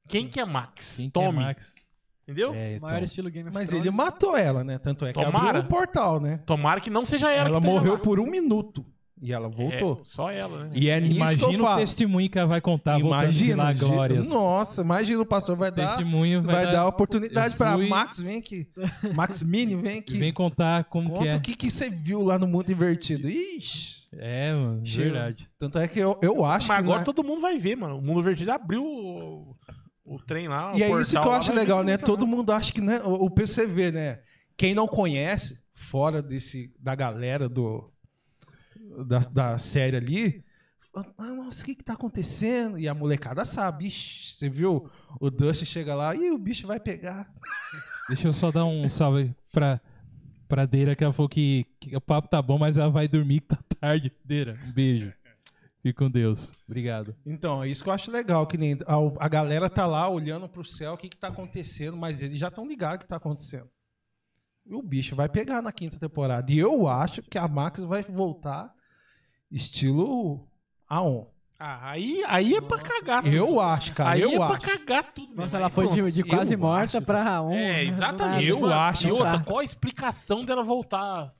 Quem que é Max?
Quem que é
Tome.
Max?
Entendeu?
É,
O
então.
maior estilo Game of
Mas
Thrones.
ele matou ela, né? Tanto é que
Tomara.
abriu o portal, né?
Tomara que não seja ela.
Ela
que esteja
morreu
lá.
por um minuto. E ela voltou.
É, só ela, né?
E é nisso que eu
Imagina o
falo.
testemunho que ela vai contar
Imagina,
Tá voltando de lá,
gente.
Glórias.
Nossa, imagina o pastor vai dar,
Testemunho
vai dar, oportunidade
Eu
pra
fui-
Max, vem aqui. Max Mini, vem aqui.
Vem contar como
Conta
que é.
o que, que você viu lá no mundo invertido. Ixi.
É, mano,
Chega.
verdade.
Tanto é que eu, eu acho
Mas
que é.
agora
na-
todo mundo vai ver, mano. O Mundo Vertido abriu o, o trem lá.
E
o
é isso
portal
que eu
um lá,
acho
vai
legal,
ver
né?
tudo,
Todo mundo acha que, né? O o PCV, né? Quem não conhece, fora desse da galera do da, da série ali, fala, ah, nossa, o que que tá acontecendo? E a molecada sabe, "Ixi, você viu? O Dust chega lá e o bicho vai pegar.
Deixa eu só dar um salve pra, pra Deira, que ela falou que, que o papo tá bom, mas ela vai dormir que tá tarde. Deira, um beijo. Fique com Deus. Obrigado.
Então, é isso que eu acho legal, que nem a, a galera tá lá olhando pro céu, o que que tá acontecendo, mas eles já estão ligados o que tá acontecendo. E o bicho vai pegar na quinta temporada. E eu acho que a Max vai voltar estilo Aon.
né? Ah, aí, aí é pra cagar. tudo.
Eu acho, cara.
aí
eu
é
acho.
pra cagar tudo. meu.
Nossa, ela
Aí
foi
pronto.
de, de
eu
quase morta
acho,
pra um.
É, exatamente.
Eu
mano.
acho,
E
não
outra,
dá.
qual a explicação dela voltar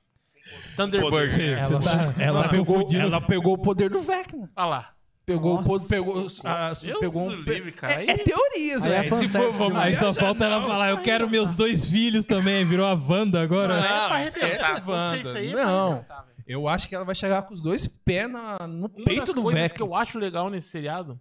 Thunderbird?
Poder.
Você
Ela,
tá-
ela
tá
pegou,
confundindo.
ela pegou o poder do Vecna.
Olha lá.
Pegou o
Nossa.
poder. Pegou, ah,
Deus
pegou um-
livre, cara.
É, é teorias,
Aí
né?
é
Se
fanservice
for- vamos-
Aí
demais.
só falta ela falar, eu quero meus dois filhos também. Virou a Wanda agora.
Não,
Não, é
esquece
esquece, Wanda.
é
Não. Eu acho que ela vai chegar com os dois pés na- no
Uma
peito
das
do
coisas
Vecna.
que eu acho legal nesse seriado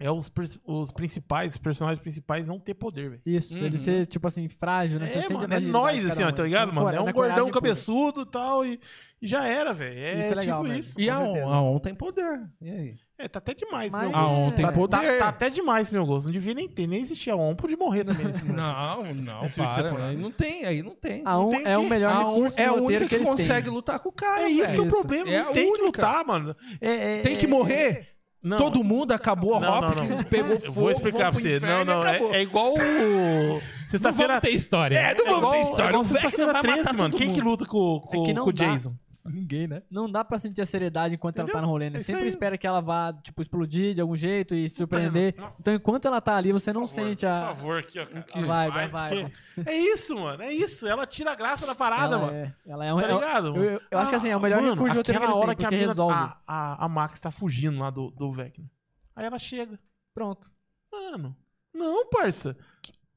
é os, pers- os principais, os personagens principais não ter poder, velho.
Isso, ele ser, tipo assim, frágil, né?
Uhum.
Você
É,
sente
mano,
a
é
fragilidade
nóis,
de cada
assim, ó,
um.
tá
Eles
ligado,
têm
mano? É
coragem,
um
né?
gordão
Coragem pura.
cabeçudo e tal, e, e já era, velho. É,
Isso é legal,
tipo
velho.
isso.
E
com
a On?
certeza.
A On tem poder. E aí?
É, tá até demais,
Mas-
meu
A On
É.
tem
Tá, tá,
poder.
tá até demais, meu gosto. Não devia nem ter, nem existir a ON, podia morrer também. nesse mundo.
Não, não,
Esse fim de
para.
temporada.
Aí não tem, aí não tem.
A
Não
um
tem o
é o
quê?
melhor
A On
recurso
é a
de roteiro
única que,
eles têm.
consegue lutar com o cara.
É isso
velho.
que é o
isso.
problema,
É
não
a
tem que
única.
lutar, mano. É, é,
Tem que
é-
morrer.
Não,
Todo mundo acabou a
Não, não,
Hopkins,
não.
pegou
eu
fogo.
vou explicar pra
vamos pro
você. Não,
inferno e
não, é,
acabou.
é igual o...
Não
Sexta-feira
vamos ter história.
É,
É
não vamos
igual,
ter
é
história.
igual
O Vecna
sexta-feira
vai matar
13, mano.
todo
Quem que
mundo.
luta com, com,
É que não
com o
dá.
Jason?
Ninguém, né?
Não dá pra sentir a seriedade enquanto
Entendeu?
ela tá no rolê,
É
né?
isso
Sempre
aí.
espera que ela vá, tipo, explodir de algum jeito e surpreender.
Nossa.
Então, enquanto ela tá ali, você não
Por favor,
sente a...
Por favor, aqui, ó, cara.
a vibe, a vibe.
porque- É isso, mano. É isso. Ela tira a graça da parada,
ela
mano.
É, ela é um...
Tá ligado?
eu-
mano?
eu- eu acho que, assim, é o melhor recurso de roteiro que
aquela
eles têm,
hora que a,
porque
mina-
resolve.
a, a, a Max tá fugindo lá do, do Vecna. Aí ela chega.
Pronto.
Mano, não, parça.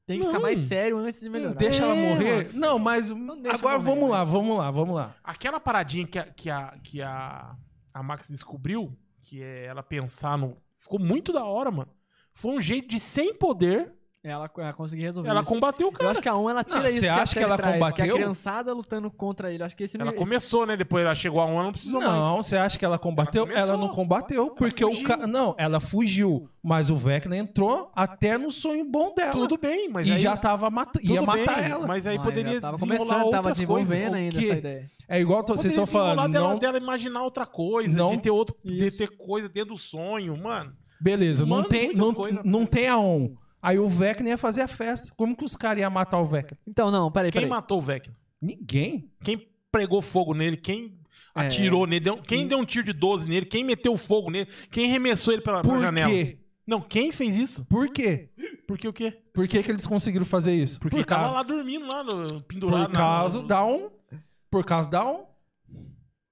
Tem que ficar
Não.
mais sério antes de melhorar.
Deixa ela
É,
morrer.
mano.
Não, mas
deixa
agora
morrer,
vamos
né?
lá, vamos lá, vamos lá.
Aquela paradinha que a, que a, que a, a Max descobriu, que é ela pensar no... Ficou muito da hora, mano. Foi um jeito de, sem poder,
Ela, ela conseguir resolver
ela
isso.
combateu o
Eu
cara.
acho que a ON ela tira
Não,
isso
você
que a
acha que
série
ela
traz, Que
combateu?
a criançada lutando contra ele. Acho que esse
Ela
esse-
começou, né? Depois ela chegou a um, ela não precisou mais.
Não, você acha que ela combateu?
Ela
Ela,
começou.
não combateu, porque o
fugiu.
cara. Não, ela fugiu. Mas o Vecna entrou até no sonho bom dela.
Tudo bem, mas
e
aí...
já tá- tava matando. Ia
tudo
matar
bem,
ela.
Mas aí
Mas
poderia
ela tava
desenrolar
começando, tava
outras
desenvolvendo
coisas.
ainda
O quê?
essa ideia.
É igual to- vocês
Poderia
estão falando.
desenrolar dela,
Não,
dela imaginar outra coisa,
Não-
de ter outro, de
Isso.
ter coisa dentro do sonho, mano.
beleza, não
Mano,
tem,
muitas
não,
coisas.
não tem a ON. Aí o Vecna ia fazer a festa. Como que os caras iam matar o Vecna?
Então, não, peraí,
Quem
peraí.
matou o Vecna?
Ninguém.
Quem pregou fogo nele? Quem
É.
atirou nele? Deu- quem deu um tiro de 12 nele? Quem meteu fogo nele? Quem arremessou ele pela, pela
Por
Tá janela?
quê?
Não, quem fez isso?
Por quê?
Porque o quê?
Por que, que eles conseguiram fazer isso?
Porque
por
tava
causa,
lá né? dormindo, lá no, pendurado.
por
na-
causa
no-
da ON. Por causa da ON.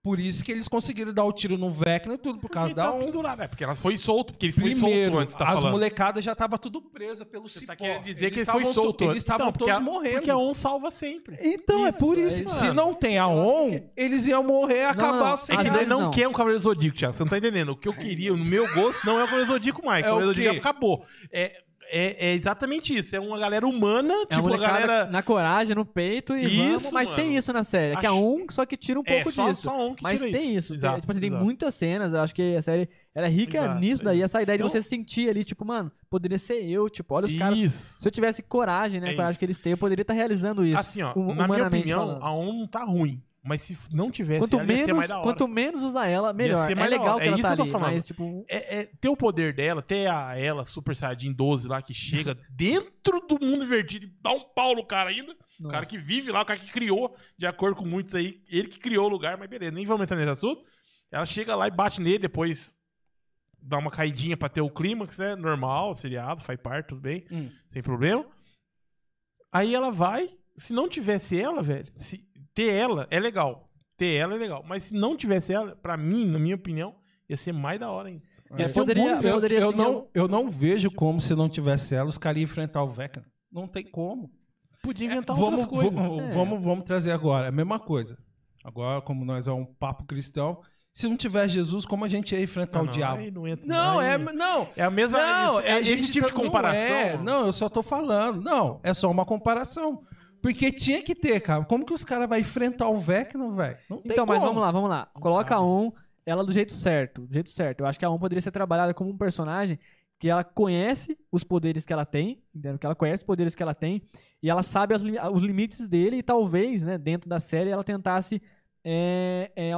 Por isso que eles conseguiram dar o tiro no Vecna e tudo, por
Ele
causa da
tava
ON.
pendurado, é porque ela foi solto, porque ele foi solto
Primeiro,
antes, tá
as
falando.
molecadas já estavam tudo presa pelo
Você
cipó.
tá querendo dizer que ele
eles
foi
tavam
solto
to-
antes.
Eles estavam
Então, porque
todos
a-
morrendo.
Porque a ON salva sempre.
Então, é por
Isso,
isso.
é
Se
isso.
não tem a ON, eles iam morrer e
não,
acabar
não.
É
sem
que
Às
ele
vezes
não,
não.
quer um Cavaleiro Zodíaco, Thiago. Você não tá entendendo. O que eu queria, no meu gosto, não é o Cavaleiro Zodíaco mais.
É
o Cavaleiro
o quê?
Zodíaco acabou. É, É, é exatamente isso. É uma galera humana,
É
tipo,
uma
a galera.
na coragem, no peito e vamos,
Isso,
mas tem
mano.
isso na série. é Que é
Acho-
um, só que tira um pouco
é, só,
disso.
só um que
Mas
tira
tem isso. tem-
Exato,
tipo assim, tem
exato.
muitas cenas. Eu acho que a série era rica
Exato,
nisso daí.
exato.
Essa ideia de
Então-
você se sentir ali, tipo, mano, poderia ser eu. Tipo, olha os caras.
Isso.
Se eu tivesse coragem, né?
É
a coragem
isso.
que eles têm, eu poderia estar realizando isso.
Assim, ó,
hum-
na minha
humanamente
opinião,
falando.
a ONU não tá ruim. Mas se f- não tivesse,
Quanto
ela ia ser mais
menos,
da hora.
quanto menos usar ela, melhor.
ser
É
mais da
legal
hora,
que
é
ela
isso
tá
que eu tô
ali,
falando.
mas tipo,
É, é ter o poder dela, ter a ela, Super Saiyajin 12 lá, que chega dentro do mundo invertido e dá um pau no cara ainda. O cara que vive lá, o cara que criou, de acordo com muitos aí, ele que criou o lugar, mas beleza, nem vamos entrar nesse assunto. Ela chega lá e bate nele, depois dá uma caidinha pra ter o clímax, né? Normal, seriado, faz parte, tudo bem,
Hum.
sem problema. Aí ela vai, se não tivesse ela, velho, se ter ela é legal. Ter ela é legal, mas se não tivesse ela, pra mim, na minha opinião, ia ser mais da hora ainda.
Ia
É.
ser Poderia-
Eu-
poderia
eu,
seguir
não, eu não vejo como, se não tivesse ela, os caras iam enfrentar o Vecna. Não tem como.
Podia inventar
vamos,
outras coisas.
vamos,
É.
vamos, vamos trazer agora. É A mesma coisa. Agora, como nós é um papo cristão, se não tiver Jesus, como a gente ia enfrentar
Ah,
o diabo?
aí não, entra-
Não,
aí-
é. Não!
é a mesma
Não,
é,
a
esse
gente
tipo
tá-
de comparação.
Não, é,
mano.
não, eu só tô falando. Não, é só uma comparação. Porque tinha que ter, cara. Como que os caras vão enfrentar o Vecna, velho? Não tem
Então, mas
como.
vamos lá, vamos lá. Coloca a On, ela do jeito certo. Do jeito certo. Eu acho que a On poderia ser trabalhada como um personagem que ela conhece os poderes que ela tem, entendeu? Que ela conhece os poderes que ela tem e ela sabe as lim- os limites dele e talvez, né, dentro da série, ela tentasse é, é,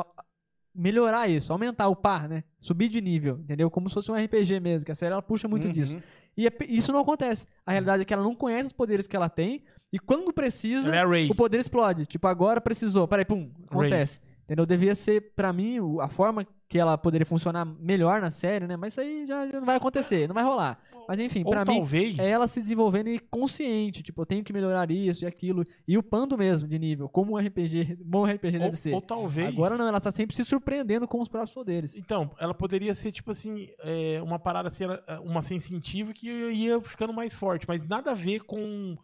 melhorar isso, aumentar o par, né? Subir de nível, entendeu? Como se fosse um RPG mesmo, que a série ela puxa muito
Uhum.
disso. E é pe- isso não acontece. A realidade é que ela não conhece os poderes que ela tem e quando precisa,
Ela é a Ray.
o poder explode. Tipo, agora precisou. Peraí, pum, acontece. Entendeu? Devia ser, pra mim, o- a forma que ela poderia funcionar melhor na série, né? Mas isso aí já, já não vai acontecer, não vai rolar. Mas enfim,
Ou
pra mim,
talvez.
é ela se desenvolvendo e consciente. Tipo, eu tenho que melhorar isso e aquilo. E upando mesmo de nível, como um RPG, bom RPG
ou,
deve ser.
ou talvez.
Agora não, ela tá sempre se surpreendendo com os próprios poderes.
Então, ela poderia ser, tipo assim, é, uma parada assim, ela- uma sensitiva que ia ficando mais forte, mas nada a ver com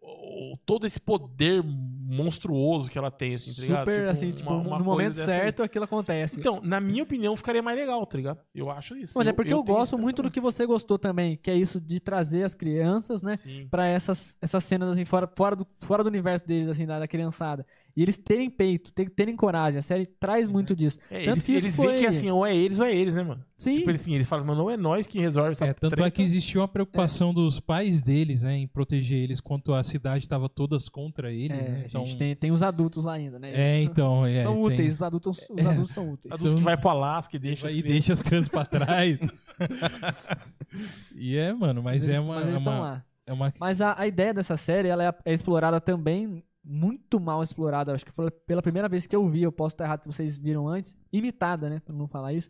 o- todo esse poder monstruoso que ela tem, assim, tá ligado?
Super, assim, tipo, no
coisa
momento
dessa-
certo aquilo acontece.
Então, na minha opinião, ficaria mais legal, tá ligado? Eu acho isso.
Mas é porque eu,
tenho
gosto
esse
muito do que você gostou também, que é isso de trazer as crianças, né?
pensamento. Sim.
Pra essas, essas cenas assim, fora, fora, do, fora do universo deles, assim, da, da criançada. E eles terem peito, ter- terem coragem. A série traz
Uhum.
muito disso.
É,
Tanto
eles
que isso
eles veem que
foi-
assim, ou é eles ou é eles, né, mano?
Sim.
Tipo, eles, assim, eles falam, mano, ou é nós que resolve essa
É, tanto é
treta.
que existiu uma preocupação
É.
dos pais deles, né, em proteger eles, quanto a cidade estava todas contra ele,
É,
né?
a
Então,
gente tem, tem os adultos lá ainda, né?
é,
Eles
então, é,
são
tem-
úteis, né, os, adultos, os
É.
adultos são úteis.
Adulto que vai pro Alasca e deixa. as
e
crianças-
deixa as crianças pra trás. e é, mano, mas,
eles,
é uma,
mas eles
é uma-
estão lá.
é uma-
Mas a, a ideia dessa série, ela é, é explorada também, muito mal explorada. Acho que foi pela primeira vez que eu vi, eu posso estar errado se vocês viram antes, imitada, né? Pra não falar isso.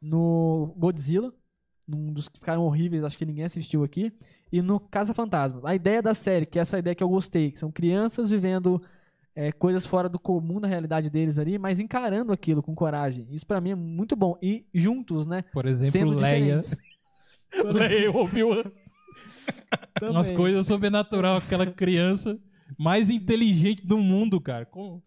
No Godzilla, num dos que ficaram horríveis, acho que ninguém assistiu aqui. E no Casa Fantasma. A ideia da série, que é essa ideia que eu gostei, que são crianças vivendo é, coisas fora do comum da realidade deles ali, mas encarando aquilo com coragem. Isso pra mim é muito bom. E juntos, né?
por exemplo,
sendo
Leia. Leia ouviu umas
Também.
coisas sobrenatural aquela criança mais inteligente do mundo, cara. Como-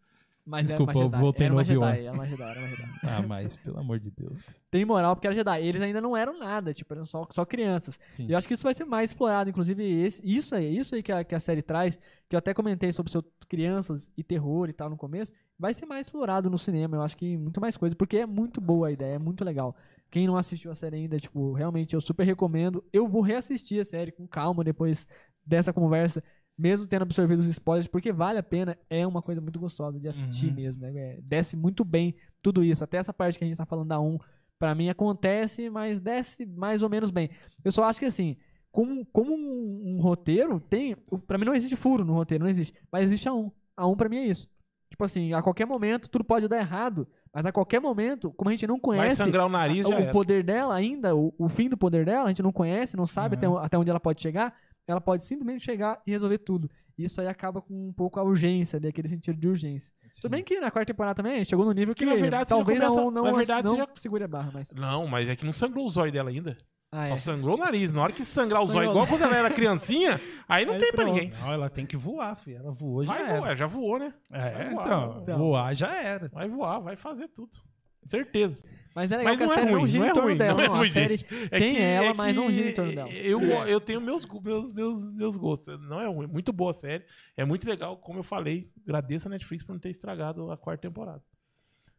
Mas
Desculpa,
era uma
eu
Jedi.
voltei
era
no
uma
Obi-Wan.
Jedi, era uma Jedi, era uma Jedi.
Ah, mas pelo amor de Deus.
tem moral porque era Jedi. Eles ainda não eram nada, tipo, eram só, só crianças.
Sim.
E eu acho que isso vai ser mais explorado, inclusive esse, isso aí, isso aí que a, que a série traz, que eu até comentei sobre seu, crianças e terror e tal no começo, vai ser mais explorado no cinema, eu acho que muito mais coisa, porque é muito boa a ideia, é muito legal. Quem não assistiu a série ainda, tipo, realmente eu super recomendo. Eu vou reassistir a série com calma depois dessa conversa, mesmo tendo absorvido os spoilers, porque vale a pena, é uma coisa muito gostosa de assistir
Uhum.
mesmo, né? É, desce muito bem tudo isso, até essa parte que a gente tá falando da 1, pra mim acontece, mas desce mais ou menos bem. Eu só acho que assim, como, como um, um roteiro, tem. Pra mim não existe furo no roteiro, não existe. Mas existe a 1. A 1 pra mim é isso. Tipo assim, a qualquer momento tudo pode dar errado, mas a qualquer momento, como a gente não
Vai
conhece
sangrar o nariz, já
um Ah, o
era.
poder dela ainda, o, o fim do poder dela, a gente não conhece, não sabe
Uhum.
até, o- até onde ela pode chegar. Ela pode simplesmente chegar e resolver tudo. Isso aí acaba com um pouco a urgência, né? aquele sentido de urgência. Tudo bem que na quarta temporada também chegou no nível que,
Que, na verdade, você já
talvez
começa-
não, não,
na verdade,
não
você já-
segure a barra, mas.
Não, mas é que não sangrou o zóio dela ainda.
Ah,
Só
é.
sangrou o nariz. Na hora que sangrar o zóio,
Sangrou.
igual quando ela era criancinha, aí não
Aí
tem pra
pronto.
ninguém.
Não, ela tem que voar, filho. Ela voou já
Vai
era.
voar, já voou, né?
É,
Vai voar,
então,
então.
voar já era.
Vai voar, vai fazer tudo. Certeza.
Mas é legal
Mas
que a
não é
série não
ruim,
gira
não é
em torno
ruim,
dela.
não é
não. a
ruim,
série tem
que-
ela,
é
mas não
que
gira em torno dela.
Eu, eu tenho meus, gu- meus, meus, meus gostos. Não é ruim. Muito boa a série. É muito legal. Como eu falei, agradeço a Netflix por não ter estragado a quarta temporada.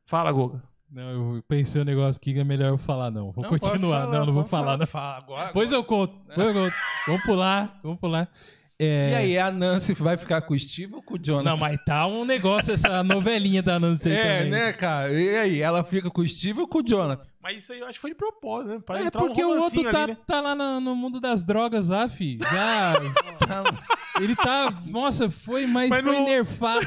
Fala, Goga.
Não, eu pensei um negócio aqui que é melhor eu falar, não. Vou
pode
continuar.
falar, né?
não, não vou
pode
falar, não.
Fala agora.
Depois
agora.
eu conto. Depois eu conto. Vamos pular, vamos pular. É,
E aí, a Nancy vai ficar com o Steve ou com o Jonathan?
Não, mas tá um negócio essa novelinha da Nancy aí
É,
também.
né, cara? E aí, ela fica com o Steve ou com o Jonathan?
Mas isso aí eu acho que foi de propósito, né? Pra
É
entrar um
porque o outro
romancinho
tá,
ali, né?
tá lá na- no, mundo das drogas lá, fi. Já. ele tá. Nossa, foi, mas,
Mas
foi
não-
nerfado.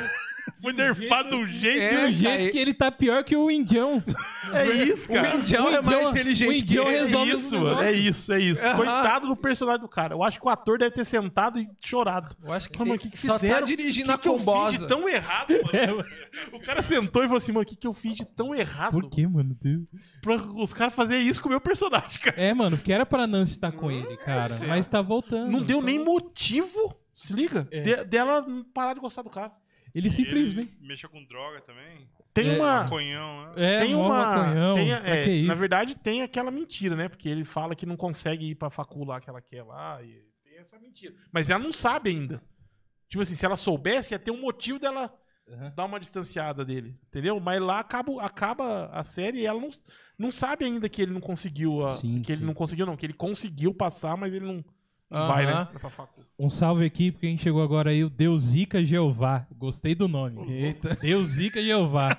Foi nerfado do jeito.
Do
É,
jeito
cara,
que ele tá pior que o Indião.
É isso, cara.
O Indião
O
é mais
Indião-
inteligente
o Indião
que ele.
resolve-
É
Resolve
isso,
o
mano.
negócio.
É isso, é isso. Coitado do personagem do cara. Eu acho que o ator deve ter sentado e chorado.
Eu acho que,
Mano,
ele
que que
só tá
fizeram?
dirigindo
que
a
que eu fiz de
combosa.
tão errado, mano? O cara sentou e falou assim, mano, o que, que eu fiz de tão errado?
Por que, mano? Deus?
Pra os caras fazerem isso com o meu personagem, cara.
É, mano, porque era pra Nancy estar com ele, cara. Mas tá voltando.
Não deu nem motivo, se liga, de- dela parar de gostar do cara.
Ele simplesmente.
Ele mexeu com droga também.
Tem
É,
uma...
Maconhão, né?
É,
tem
mó
uma.
maconhão.
tem a-
Pra
é,
que isso?
Na verdade, tem aquela mentira, né? Porque ele fala que não consegue ir pra facul lá que ela quer lá. E tem essa mentira. Mas ela não sabe ainda. Tipo assim, se ela soubesse, ia ter um motivo dela
Aham.
dar uma distanciada dele. Entendeu? Mas lá acaba, acaba a série e ela não, não sabe ainda que ele não conseguiu. a-
Sim,
que ele
sim.
não conseguiu, não. Que ele conseguiu passar, mas ele não não
Aham.
vai, né? Pra facul.
Um salve aqui, porque a gente chegou agora aí, o Deusica Jeová. Gostei do nome.
Eita.
Deusica Jeová.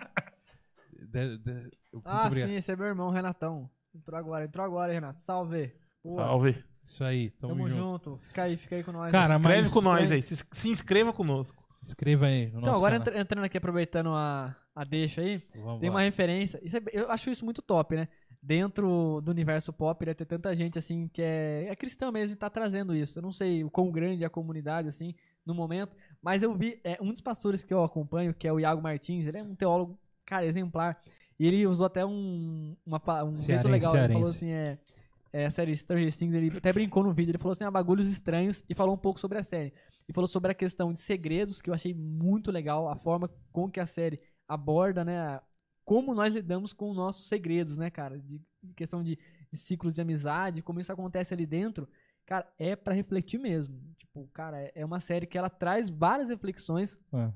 De- de- Muito
Ah,
obrigado.
sim, esse é meu irmão, Renatão. Entrou agora, entrou agora, Renato. Salve. Pô,
Salve.
Isso aí, tamo,
Tamo,
junto.
junto. Fica aí, fica aí com nós.
Cara,
Escreve
mas. é
com nós aí. Se, se inscreva conosco.
Se inscreva aí no
Então,
nosso
agora
canal.
entra- entrando aqui, aproveitando a, a deixa aí,
Vamos
tem
lá.
uma referência. Isso é- eu acho isso muito top, né? Dentro do universo pop, né, ter tanta gente assim que é, é cristã mesmo e tá trazendo isso. Eu não sei o quão grande é a comunidade, assim, no momento, mas eu vi é, um dos pastores que eu acompanho, que é o Iago Martins, ele é um teólogo, cara, exemplar. E ele usou até um, uma, pa- um jeito
Cearense,
legal. Ele falou
cearense.
assim: é, é, a série Stranger Things, ele até brincou no vídeo, ele falou assim, ah, bagulhos estranhos, e falou um pouco sobre a série. E falou sobre a questão de segredos, que eu achei muito legal, a forma com que a série aborda, né, a- como nós lidamos com os nossos segredos, né, cara, de, de questão de, de ciclos de amizade, como isso acontece ali dentro, cara, é pra refletir mesmo. Tipo, cara, é- é uma série que ela traz várias reflexões
Ah.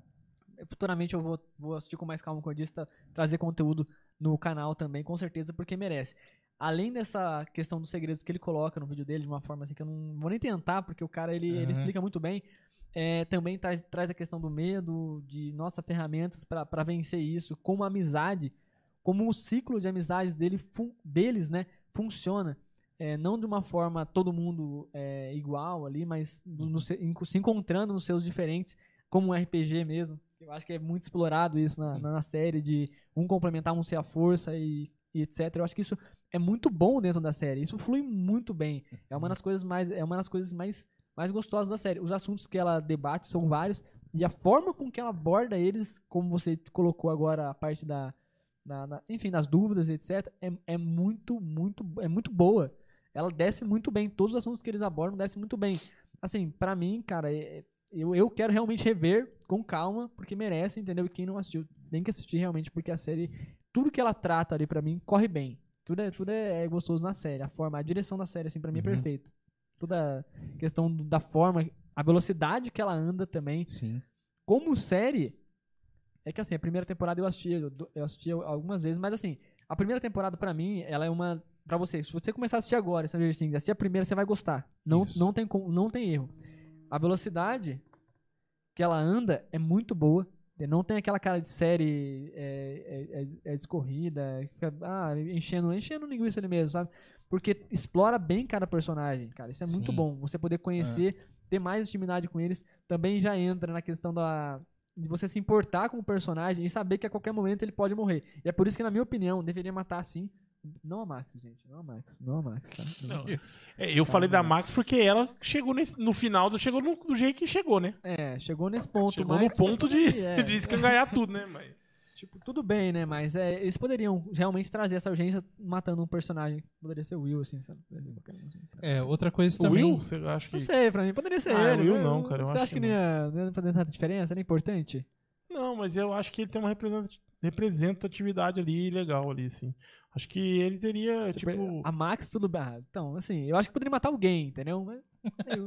futuramente eu vou, vou assistir com mais calma com isso, tá- trazer conteúdo no canal também, com certeza, porque merece. Além dessa questão dos segredos que ele coloca no vídeo dele, de uma forma assim que eu não vou nem tentar, porque o cara ele, ele
Aham.
explica muito bem, é, também traz, traz a questão do medo, de nossa, ferramentas pra pra vencer isso, como a amizade, como o ciclo de amizades dele, fun- deles, né, funciona. É, não de uma forma todo mundo é, igual ali, mas no- no se- enco- se encontrando nos seus diferentes como um RPG mesmo. Eu acho que é muito explorado isso na, na- na série, de um complementar, um ser a força e, e etc. Eu acho que isso é muito bom dentro da série. Isso flui muito bem. É uma das coisas mais, é uma das coisas mais, mais gostosas da série. Os assuntos que ela debate são vários e a forma com que ela aborda eles, como você colocou agora a parte da, da- da- enfim, das dúvidas e etc. É, é muito, muito, é muito boa. Ela desce muito bem. Todos os assuntos que eles abordam descem muito bem. Assim, pra mim, cara, é- eu, eu quero realmente rever com calma, porque merece, entendeu? E quem não assistiu tem que assistir realmente, porque a série, tudo que ela trata ali pra mim, corre bem. Tudo é, tudo é é gostoso na série. A forma, a direção da série, assim, pra mim é
Uhum.
perfeita. Toda a questão do- da forma, a velocidade que ela anda também.
Sim.
Como série, é que assim, a primeira temporada eu assisti, eu, eu assisti algumas vezes, mas assim, a primeira temporada pra mim, ela é uma. Pra você, se você começar a assistir agora, Stranger Things, assistir a primeira, você vai gostar. Não,
Isso.
não, tem, como- não tem erro. A velocidade que ela anda é muito boa. Não tem aquela cara de série é, é, é- é escorrida, fica, ah, enchendo, enchendo linguiça ali mesmo, sabe? Porque explora bem cada personagem, cara. Isso é muito
Sim.
bom. Você poder conhecer, ter mais intimidade com eles, também já entra na questão da, de você se importar com o personagem e saber que a qualquer momento ele pode morrer. E é por isso que, na minha opinião, deveria matar sim. Não a Max, gente. Não a Max. Não a Max, tá? Não a Max.
É, eu
Tá,
falei da
mano.
Max porque ela chegou nesse- no final, do- chegou no- do jeito que chegou, né?
É, chegou nesse ponto.
Chegou
Max,
no ponto
mas tudo
de,
bem, é.
de escangalhar tudo, né? Mas,
Tipo, tudo bem, né? Mas é, eles poderiam realmente trazer essa urgência matando um personagem. Poderia ser o Will, assim, sabe? Qualquer um, assim.
É, outra coisa
o
também.
Will, você acha que.
Não sei, pra mim poderia ser
Ah,
ele.
o Will
mas
não, cara, eu
Você
acho
acha que
que
não ia, não ia fazer tanta diferença? Não é importante?
Não, mas eu acho que ele tem uma representati- representatividade ali legal ali, assim. Acho que ele teria,
Tipo,
tipo.
A Max, tudo bem. Então, assim, eu acho que poderia matar alguém, entendeu? Mas, eu-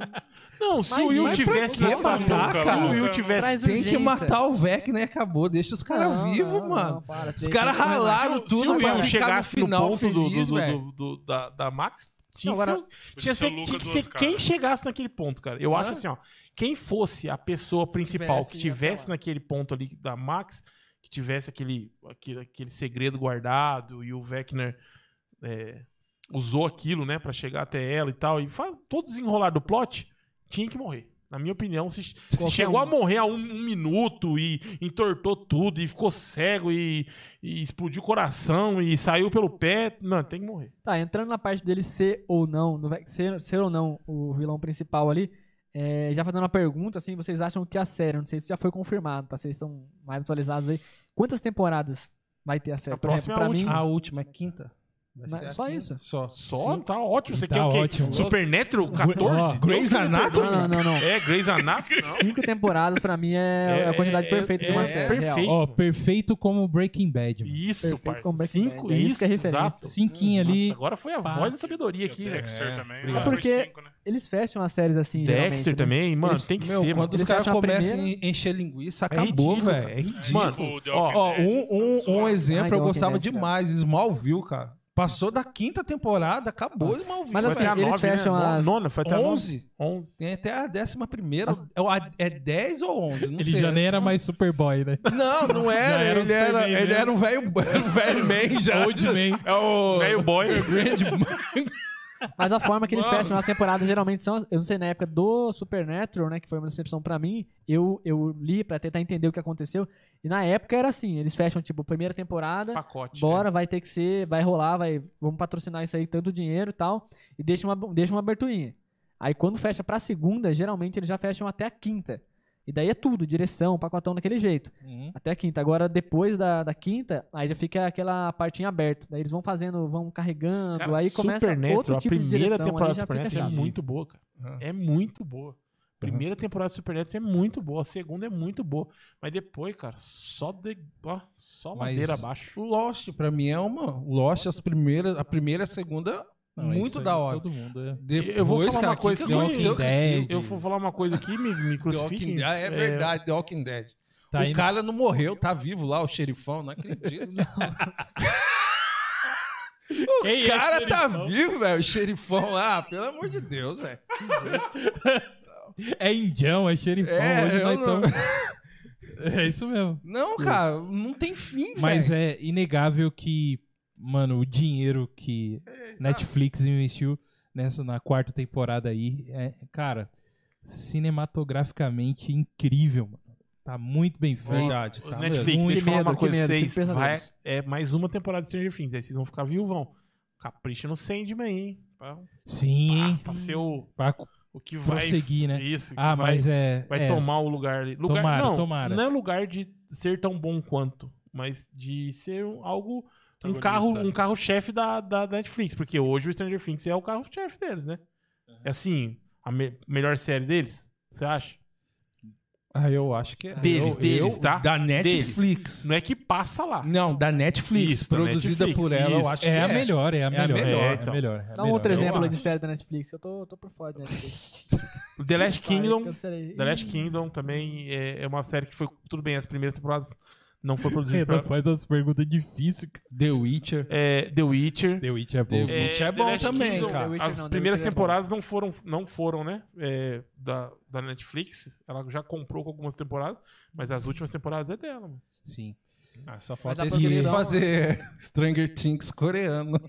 Não, se o
Imagina,
Will
mas
tivesse
pra
na
que
sua
matar,
nuca,
cara?
se o Will
Não,
tivesse.
traz
Tem que
urgência.
matar o Vec, né? Acabou. Deixa os caras
Não,
vivos,
não,
mano.
não, para,
Os
tem-
caras
tem que matar.
ralaram
Se
tudo
o
pra
Will
ficar no
né? chegasse no
final
ponto do- do-
feliz,
do-
velho.
do- do- da, da Max, tinha
Não,
que
agora-
ser Tinha que ser, tinha que ser
né?
quem chegasse naquele ponto, cara. Eu acho assim, ó. Quem fosse a pessoa principal
é? Tivesse,
que
ia
tivesse
falar.
naquele ponto ali da Max, que tivesse aquele, aquele, aquele segredo guardado e o Vecner é, usou aquilo, né, Pra chegar até ela e tal, e fa- todo desenrolar do plot, tinha que morrer. Na minha opinião, se, se
Qualquer
chegou
um.
a morrer a um, um minuto e entortou tudo e ficou cego e, e explodiu o coração e saiu pelo pé, não, tem que morrer.
Tá, entrando na parte dele ser ou não, no Ve- ser, ser ou não o vilão principal ali, é, já fazendo uma pergunta, assim, vocês acham que a série, não sei se já foi confirmado, tá? Vocês estão mais atualizados aí. Quantas temporadas vai ter a série?
A próxima é a
pra mim,
A última é quinta. Vai
Mas é
ser a
só
quinta.
isso?
Só.
Só? Tá ótimo. Você
Tá
quer o quê?
ótimo.
Supernatural
Ó,
14? Deus
Grey's
me
Anatomy?
perdoe.
Não, não, não, não.
É, Grey's Anatomy? Não.
Cinco temporadas pra mim é, é a quantidade
É, é,
perfeita de uma
é,
série.
perfeito.
real.
Ó, perfeito como Breaking Bad, mano.
Isso,
Perfeito como
parça.
Breaking
Cinco,
Bad. É isso
isso,
que é referência.
exato.
Cinquinho ali.
Nossa, agora foi a
Pá.
voz da sabedoria aqui, velho.
Dexter
É,
também.
obrigado.
Ah, foi
Porque-
cinco, né?
Eles fecham as séries assim, geralmente.
Dexter
né?
também, mano,
Eles-
tem que
Meu,
ser, mano.
quando os
Eles
caras
fecham a
começam
primeira-
a encher linguiça,
É
acabou,
ridículo,
velho. É ridículo.
Mano,
O The
ó,
Walking
Ó,
Dead,
um, um-
tá zoado.
um exemplo
Ai,
eu
The Walking
gostava
Dead, cara.
demais, Smallville, cara. Passou da quinta temporada, acabou Smallville.
Mas
Foi
assim,
até a
eles
nove,
fecham
né?
as-
Nona, foi até a 11.
11.
11.
Tem até a décima primeira. É o- a- É 10 ou 11, não
Ele
sei.
já nem era mais Superboy, né?
Não, não
Já
era.
era um
ele, era
Superman
ele
mesmo.
era um velho era um velho man já.
Old Man.
É o
Velho boy.
Mas a forma que eles
Mano.
fecham as temporadas geralmente são. Eu não sei, na época do Supernatural, né? Que foi uma decepção pra mim. Eu, eu li pra tentar entender o que aconteceu. E na época era assim: eles fecham, tipo, primeira temporada.
Pacote.
Bora, vai ter que ser, vai rolar, vai, vamos patrocinar isso aí, tanto dinheiro e tal. E deixa uma, deixa uma aberturinha. Aí quando fecha pra segunda, geralmente eles já fecham até a quinta. E daí é tudo, direção, pacotão daquele jeito.
Uhum.
Até a quinta. Agora, depois da, da quinta, aí já fica aquela partinha aberta. Daí eles vão fazendo, vão carregando,
Cara,
aí começa
Supernatural,
outro tipo
a
de
primeira
direção. aí
temporada do
já fica
Supernatural é
chato.
muito boa, cara.
Aham.
É muito boa. Primeira temporada do Supernatural é muito boa, a segunda é muito boa, mas depois, cara, só de... ó, só
Mas-
madeira abaixo.
O Lost, pra mim, é uma. O Lost, as primeiras, a primeira e a segunda,
Não, é isso
muito
aí,
da hora.
Todo mundo é.
Depois,
Eu vou falar
cara,
uma coisa
que
que eu não
aconteceu com
entendi.
aquilo?
Eu vou falar uma coisa aqui, me, me
The Walking
crucifiquem.
Dead. Ah, é verdade, The Walking Dead.
Tá
o
indo-
cara não morreu, tá vivo lá, o xerifão, não acredito. né? o
Quem é
cara
xerifão?
tá vivo, velho, o xerifão lá, pelo amor de Deus, velho.
É indião, é xerifão.
É,
hoje
eu
nós tamo-
não-
É isso mesmo.
Não, cara, não tem fim, velho.
Mas é inegável que, mano, o dinheiro que Netflix investiu nessa na quarta temporada aí é, cara, cinematograficamente incrível, mano. Tá muito bem feito.
Verdade,
Ô,
tá mesmo.
Netflix,
mesmo.
deixa eu
Que
falar
medo,
uma
que
coisa pra
medo,
vocês.
tive
Vai,
pesadelos.
é mais uma temporada de Stranger Things, aí vocês vão ficar viúvão. Capricha no Sandman, hein? Pra,
Sim, hein?
pra ser o,
Pra-
o que vai...
Prosseguir, né?
Isso, que
ah,
vai,
mas é.
vai
é,
tomar o lugar ali. Lugar,
Tomara,
não,
tomara.
Não é lugar de ser tão bom quanto, mas de ser um- algo... Um carro,
Protagonista.
um carro chefe da, da Netflix, porque hoje o Stranger Things é o carro chefe deles, né? É assim, a me- melhor série deles, você acha?
Ah, eu acho que é.
Deles,
eu,
deles,
eu-
tá?
Da
Deles.
Netflix.
Não é que passa lá.
Não, da Netflix,
Isso, da
produzida
Netflix,
por ela, eu
isso.
acho
É,
que
a melhor, é a melhor.
melhor,
é a
então.
melhor, é a
Dá um
melhor.
outro
Eu
exemplo de
acho.
série da Netflix. Eu tô, tô por fora da Netflix.
The Last Kingdom.
Ai, cancelei.
The Last Kingdom também é, é uma série que foi. Tudo bem, as primeiras temporadas não foi
Renan
É,
produzida pra.
faz umas perguntas difíceis, cara.
The Witcher.
É, The Witcher.
The Witch é bom.
The Witch é
The
bom
Last
também, cara.
The Witcher
As
não, The
primeiras
Witcher é bom.
temporadas não foram, não foram, né? é, da, da Netflix. Ela já comprou com algumas temporadas, mas as últimas temporadas é dela, mano.
Sim.
Ah, só
Mas a
falta eles quererem
produção- é
fazer Stranger Things coreano.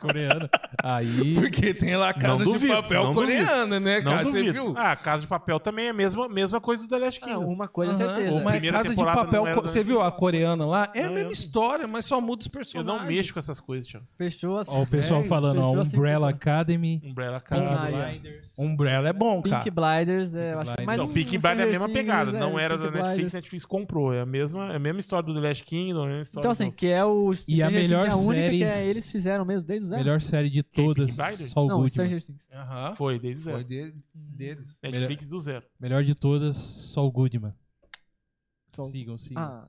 Coreano. Aí.
Porque tem lá Casa
Não
de
duvido,
Papel
não
coreana, né,
Não
cara? Você
duvido.
viu?
Ah, Casa de Papel também é a mesma, mesma coisa do The Last
Ah,
Kingdom.
uma coisa é
Aham,
certeza.
Mas
Primeira
Casa de
temporada
Papel,
não era
co-
da
você viu a coreana lá? É a
Não,
mesma
eu-
história, mas só muda os
Eu
personagens.
não mexo com essas coisas, Tiago.
Fechou assim.
Ó, o pessoal
velho,
falando, ó,
fechou assim,
Umbrella Academy.
Umbrella
Cara,
Academy.
Maria.
Umbrella é bom, cara.
Pink Blinders, é, eu acho que
Blinders.
mais
Não,
um-
Peaky
um
Blinders é a
Stranger
mesma pegada.
Things,
Não
é,
era
Peaky
da Netflix,
Blinders.
Netflix comprou. É a mesma, é a mesma história do The Last Kingdom, é a mesma história
Então
do-
assim, que é o
E a
Stranger Things
melhor
é a única
série-
que é, eles fizeram mesmo desde o zero.
Melhor série de
Peaky
todas.
Blinders?
Só o
Né? Não,
Goodman.
Stranger Things.
Aham.
Foi, desde
Foi
zero.
de- deles.
Netflix do zero.
Melhor de todas, só o Goodman.
Só o-
Sigam, sigam.
Ah,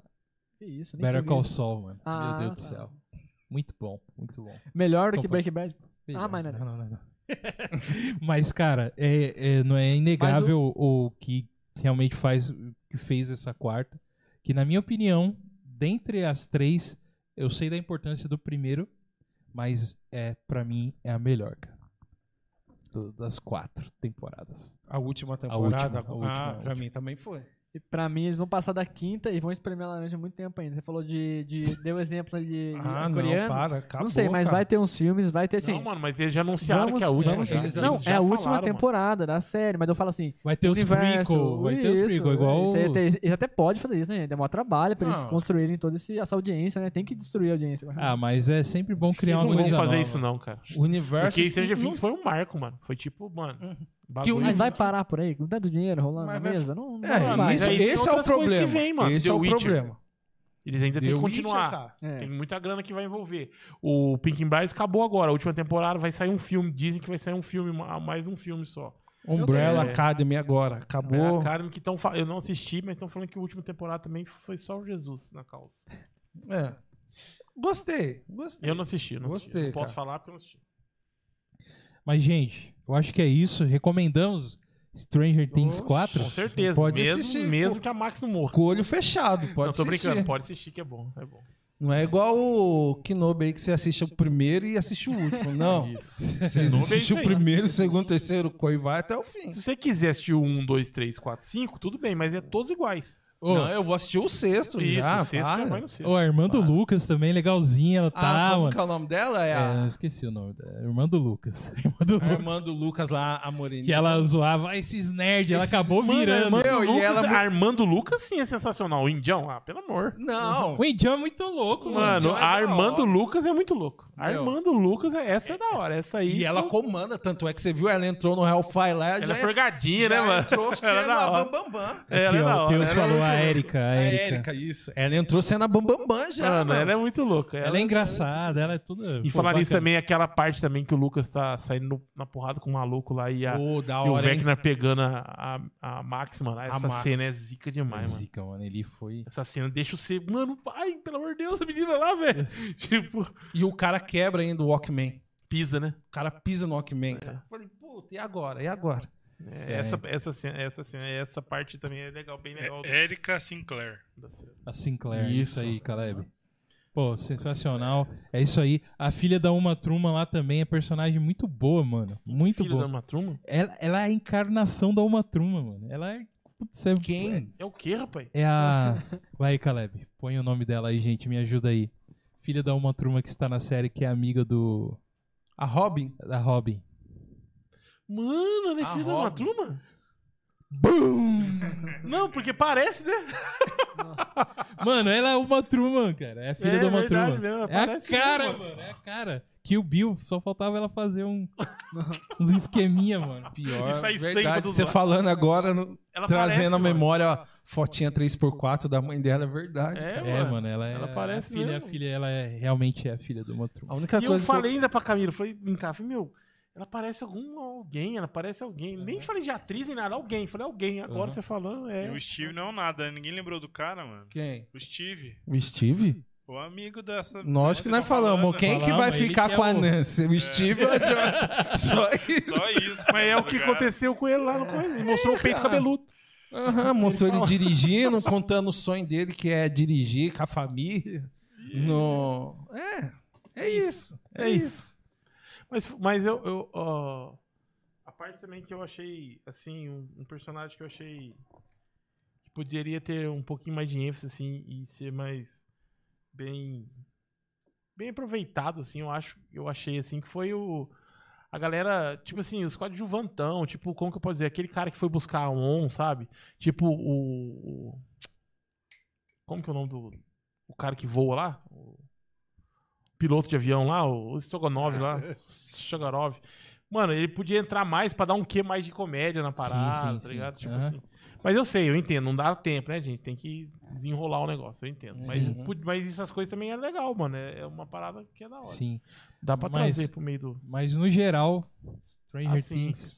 Que isso, nem
Better
sabia
Call
isso.
Saul, mano.
Ah,
Meu Deus
tá.
do céu. Muito bom, muito bom.
Melhor do que
Compra.
Breaking Bad. Ah, mas não é.
não, não, não, não. Mas, cara, é, é- não é inegável o... que realmente faz, que fez essa quarta. Que, na minha opinião, dentre as três, eu sei da importância do primeiro, mas é, para mim, é a melhor, cara. Do- das quatro temporadas.
A última
temporada?
temporada.
A última, a
ah,
última.
pra mim também foi.
E pra mim, eles vão passar da quinta e vão espremer a laranja muito tempo ainda. Você falou de. de deu exemplo aí de, de
Ah, não,
coreano.
para. Acabou,
não sei, mas
cara.
vai ter uns filmes, vai ter assim.
não, mano, mas eles já anunciaram
vamos-
que é a última.
vamos-
já.
eles
não,
já
é a última
falaram, mano.
temporada da série, mas eu falo assim.
Vai ter os
universo,
prequel, um vai ter os
isso,
prequel, igual...
isso aí até- Eles até pode fazer isso, né? Deu maior trabalho pra eles
Não.
construírem toda esse- essa audiência, né? Tem que destruir a audiência.
Ah, mas é sempre bom criar
Eles
uma
não vão
coisa
fazer
nova.
isso, não, cara.
O universo.
Porque Stranger
não-
Things foi um marco, mano. Foi tipo, mano. assim.
Que o-
mas
mas
vai parar por aí, com tanto dinheiro rolando
Mas
na
vai-
mesa? Não, não
É,
vai. né?
mas
isso,
aí tem
esse é o
outras coisas que
problema.
vem, mano.
Esse
The
é o
Witcher.
problema.
Eles ainda têm
The
que
Witcher,
continuar.
cara.
É.
Tem muita grana que vai envolver. O Pink Blinders acabou agora. A última temporada vai sair um filme. Dizem que vai sair um filme, ma- mais um filme só.
Umbrella
É.
Academy agora. Acabou.
Academy que tão fa- Eu não assisti, mas estão falando que a última temporada também foi só o Jesus na causa.
É. Gostei. Gostei.
Eu não assisti, eu não assisti.
Gostei,
Não posso
cara.
falar porque eu não assisti.
Mas, gente, eu acho que é isso. Recomendamos Stranger Things
Oxe.
4.
Com certeza.
Pode
mesmo,
assistir,
mesmo
pô.
que a Max não morra.
Com o olho fechado.
não,
Pode
tô
assistir.
brincando. Pode assistir que é bom. É bom.
Não é igual o Kenobi aí que você assiste o primeiro e assiste o último. Não. Você
Kenobi é
assiste
isso
o
aí.
primeiro, o segundo, o terceiro, coi vai até o fim.
Se você quiser assistir o 1, 2, 3, 4, 5, tudo bem, mas é todos iguais.
Ô,
Não, eu vou assistir o sexto
Isso,
já.
o sexto é já
Ah, para.
vai no sexto.
ô, a irmã
Ah.
do Lucas também, legalzinha. Ela
Ah,
tá,
como
mano.
que é o nome dela? É,
É, eu
a,
esqueci o nome dela. Irmã do Lucas. Irmã
É,
do
a
Lucas.
irmã do Lucas lá, a Moreninha.
Que ela zoava "Ah, esses nerds. Ela acabou
Mano, a
virando.
irmã do
Meu, e
Lucas-
ela-
a irmã do Lucas sim é sensacional. O Indião, ah, pelo amor.
Não.
Uhum.
O Indião é muito louco, mano.
Mano,
Indião é
a
da
irmã do
hora.
Lucas é muito louco. A
Meu.
irmã do Lucas, é- essa é da hora. Essa aí.
E ela comanda, tanto é que você viu, ela entrou no Hellfire lá.
Ela é
já-
forgadinha,
já
né, mano?
entrou
Ela é
sendo
da
a
hora.
Bambambam.
Ela é
Aqui,
da
ó, o
hora.
Deus
Ela
falou
é muito
a
louca.
Érica.
A
A é Érica.
Érica, isso. Ela entrou sendo a Bambambam já.
Mano, ela é muito louca.
Ela é engraçada. Ela é toda.
E falar nisso também, é aquela parte também que o Lucas tá saindo no- na porrada com o maluco lá e, a-
Ô, da
Ah. e o
hora, hein?
Vecna pegando a, a, a Max, mano. Essa
Max.
cena é zica demais, mano.
Zica, mano. Ele foi.
Essa cena deixa você. Mano, pai, pelo amor de Deus, a menina lá, velho. tipo,
E o cara quebra ainda o Walkman.
pisa, né?
O cara pisa no Walkman, cara. Falei, puta, e agora? E agora?
É,
É.
Essa, essa, cena, essa, cena, essa parte também é legal, bem legal.
É, Erika Sinclair.
da cena.
A Sinclair.
Isso. Ah.
Isso aí, Caleb. Pô, sensacional. É isso aí. A filha da Uma Truma lá também é personagem muito boa, mano. Muito
Filho
boa.
da Matruma?
Ela, ela é a encarnação da Uma Truma, mano. Ela é. Putz, é
Quem?
É o quê, rapaz?
É a. Vai, Caleb. Põe o nome dela aí, gente. Me ajuda aí. Filha da Uma Truma que está na série, que é amiga do.
A Robin?
da Robin.
Mano, ela é
A
filha da
Robin.
Matruma? Boom! Não, porque parece, né?
Mano, ela é uma Truma, cara. É a filha
É
da Uma
verdade
Truma. é
mesmo,
a
parece
cara,
mesmo.
mano. É a cara. Que o Bill só faltava ela fazer um. uns esqueminha, mano.
Pior.
E sai sangue
verdade,
dos
você
lados.
falando agora, no-
Ela
trazendo
parece,
à
mano.
memória, ó, fotinha 3x4 da mãe dela, é verdade.
É,
cara.
É, mano, ela é.
ela parece
a filha,
mesmo.
a filha, ela é realmente é a filha da Uma Truma.
A única
E eu
coisa
falei ainda pra Camila, falei, brincar, falei, meu, ela parece algum alguém, ela parece alguém. Nem falei de atriz nem nada, alguém. Falei, alguém. Agora
Aham.
você falando,
E
é.
o Steve não é um nada, né? ninguém lembrou do cara, mano.
que eu... Quem?
O Steve,
O Steve?
o amigo dessa.
Nós que
vocês
nós
tão
falamos.
tá falando,
Quem que
Falamos,
vai
ele
ficar
que é
com a
o-
Nancy? O Steve ou a Jonathan? Só isso.
Só isso.
Mas é o que
tá ligado?
aconteceu com ele lá no coisa. Ele mostrou o peito
cara.
cabeludo.
Ah. Aham, mostrou ele, dirigindo, contando o sonho dele, que é dirigir com a família. No... É, é isso. É,
É
isso.
Mas, mas eu. eu, ó, a parte também que eu achei, assim, um, um personagem que eu achei. que poderia ter um pouquinho mais de ênfase, assim, e ser mais. bem. bem aproveitado, assim, eu acho. Eu achei, assim, que foi o. A galera, tipo assim, os coadjuvantão, tipo, como que eu posso dizer? Aquele cara que foi buscar a ON, sabe? Tipo, o. o- como que é o nome do. O cara que voa lá? O piloto de avião lá, o Strogonov lá. Shogarov. Mano, ele podia entrar mais pra dar um quê mais de comédia na parada,
sim,
tá
sim.
ligado? Tipo
Aham.
assim. Mas eu sei, eu entendo, não dá tempo, né, gente? Tem que desenrolar o negócio, eu entendo. Mas,
Sim.
pu- mas essas coisas também é legal, mano. É é uma parada que é da hora.
Sim.
Dá pra
Mas-
trazer pro meio do.
Mas no geral, Stranger
Assim,
Things,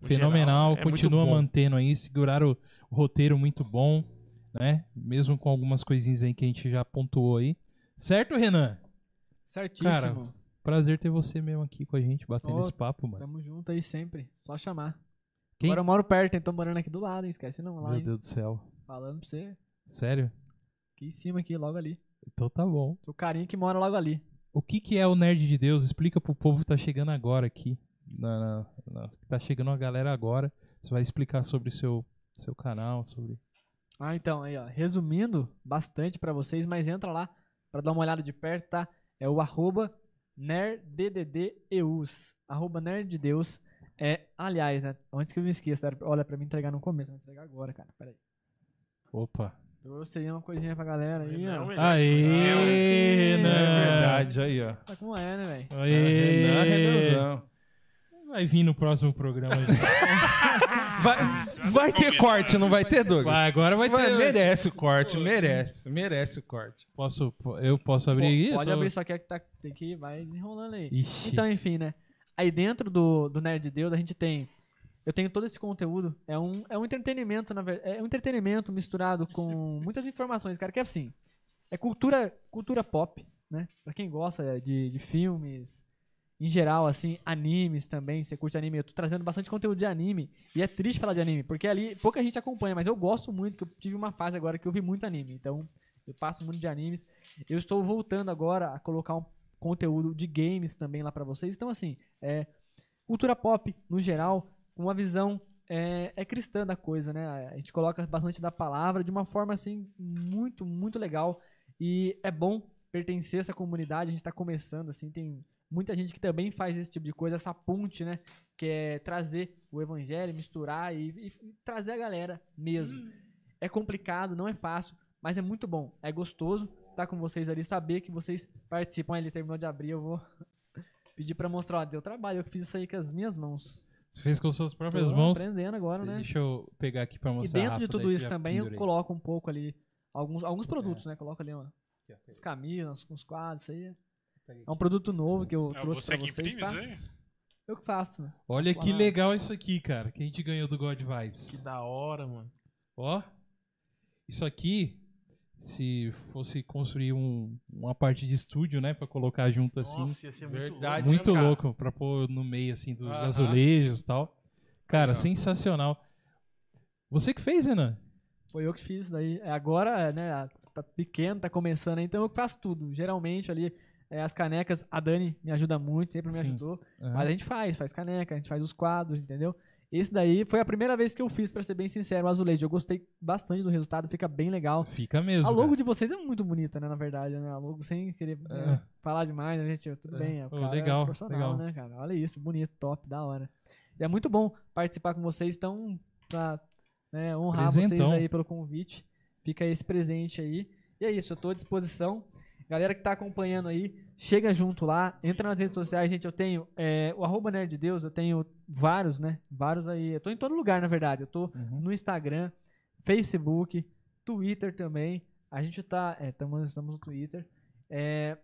no
fenomenal.
geral, é muito
continua
bom.
mantendo aí, seguraram o roteiro muito bom. né? Mesmo com algumas coisinhas aí que a gente já pontuou aí. Certo, Renan?
Certíssimo.
Cara, Prazer ter você mesmo aqui com a gente, batendo
Ô,
esse papo, mano.
Tamo junto aí sempre. Só chamar.
Quem-
Agora eu moro perto, então morando aqui do lado, hein? Esquece não. Lá
Meu
hein?
Deus do céu.
falando pra você.
Sério?
Aqui em cima, aqui, logo ali.
Então tá bom.
O carinha que mora logo ali.
O que, que é o Nerd de Deus? Explica pro povo que tá chegando agora aqui. Na, na- na- tá chegando uma galera agora. Você vai explicar sobre o seu, seu canal, sobre.
Ah, então, aí, ó. Resumindo bastante pra vocês, mas entra lá pra dar uma olhada de perto, tá? É o arroba nerddddeus. Arroba nerddeus. É, aliás, né? Antes que eu me esqueça, era- olha, pra me entregar no começo, eu vou entregar agora, cara. Peraí.
Opa!
Trouxe aí uma coisinha pra galera aí,
Renan,
ó.
ele-
Ah,
é.
Aê,
Deus.
Renan.
É
Verdade, aí, ó.
Tá como é, né, velho?
né? Aê.
Renan, Renanzão.
Vai vir no próximo programa.
Vai, vai ter corte, não vai ter, Douglas?
Vai, agora vai
Vai,
ter.
merece o corte, merece, merece o corte.
Posso, eu posso abrir?
Pode
Eu tô-
abrir, só que é que tá, tem que ir, vai desenrolando aí.
Ixi.
Então, enfim, né? Aí dentro do, do Nerd Deus, a gente tem. Eu tenho todo esse conteúdo. É um, é um entretenimento, na verdade. É um entretenimento misturado com muitas informações, cara, que é assim. É cultura, cultura pop, né? Pra quem gosta de, de filmes, em geral, assim, animes também. Você curte anime, eu tô trazendo bastante conteúdo de anime. E é triste falar de anime, porque ali pouca gente acompanha, mas eu gosto muito, que eu tive uma fase agora que eu vi muito anime. Então, eu passo muito de animes. Eu estou voltando agora a colocar um conteúdo de games também lá pra vocês. Então, assim, é, cultura pop, no geral, com uma visão é, é cristã da coisa, né? A gente coloca bastante da palavra de uma forma, assim, muito, muito legal. E é bom pertencer a essa comunidade. A gente tá começando, assim, tem muita gente que também faz esse tipo de coisa, essa ponte, né? Que é trazer o evangelho, misturar e, e- e trazer a galera mesmo. É complicado, não é fácil, mas é muito bom. É gostoso estar com vocês ali, saber que vocês participam. Ah, Ele terminou de abrir, eu vou pedir pra mostrar. Ó, deu trabalho, eu que fiz isso aí com as minhas mãos.
Você fez com suas
Tô
próprias mãos.
aprendendo agora, né?
Deixa eu pegar aqui pra
E
mostrar.
dentro de
Rafa,
tudo
daí
isso
você já
também eu
pendura aí. É.
coloco um pouco ali alguns, alguns produtos, né? Coloco ali uma, as camisas, uns quadros, isso aí. É um produto novo que eu
É
trouxe
você
pra
que
vocês,
imprime
tá?
isso
Eu que faço, né?
Olha
Vamos
que
lá.
legal isso aqui, cara. Que a gente ganhou do God
Que
Vibes.
da hora, mano.
Ó. Isso aqui, se fosse construir um- uma parte de estúdio, né? Pra colocar junto assim.
Nossa, tá ia ser muito louco.
Verdade.
muito
né, cara?
louco. Pra pôr no meio, assim, dos
Aham.
azulejos e tal. Cara,
Legal.
sensacional. Você que fez, Renan?
Foi eu que fiz daí. É, Agora, né, tá pequeno, tá começando, aí, então eu que faço tudo. Geralmente ali, é, as canecas, a Dani me ajuda muito, sempre me
Sim.
ajudou.
Aham.
Mas a gente faz, faz caneca, a gente faz os quadros, entendeu? Esse daí foi a primeira vez que eu fiz, pra ser bem sincero, o azulejo. Eu gostei bastante do resultado, fica bem legal.
Fica mesmo.
A
cara.
logo de vocês é muito bonita, né, na verdade, né? A logo sem querer né, falar demais, né, gente? Tudo
É.
bem, é, o
Pô,
cara é
legal,
profissional,
legal.
né, cara? Olha isso, bonito, top, da hora. E é muito bom participar com vocês, então, pra né, honrar
Presentão.
vocês aí pelo convite. Fica esse presente aí. E é isso, eu tô à disposição. Galera que tá acompanhando aí, chega junto lá, entra nas redes sociais, gente. Eu tenho é, o arroba Nerd de Deus, eu tenho vários, né? Vários aí. Eu tô em todo lugar, na verdade. Eu tô
Uhum.
no Instagram, Facebook, Twitter também. A gente tá. É, tamo, estamos no Twitter. É,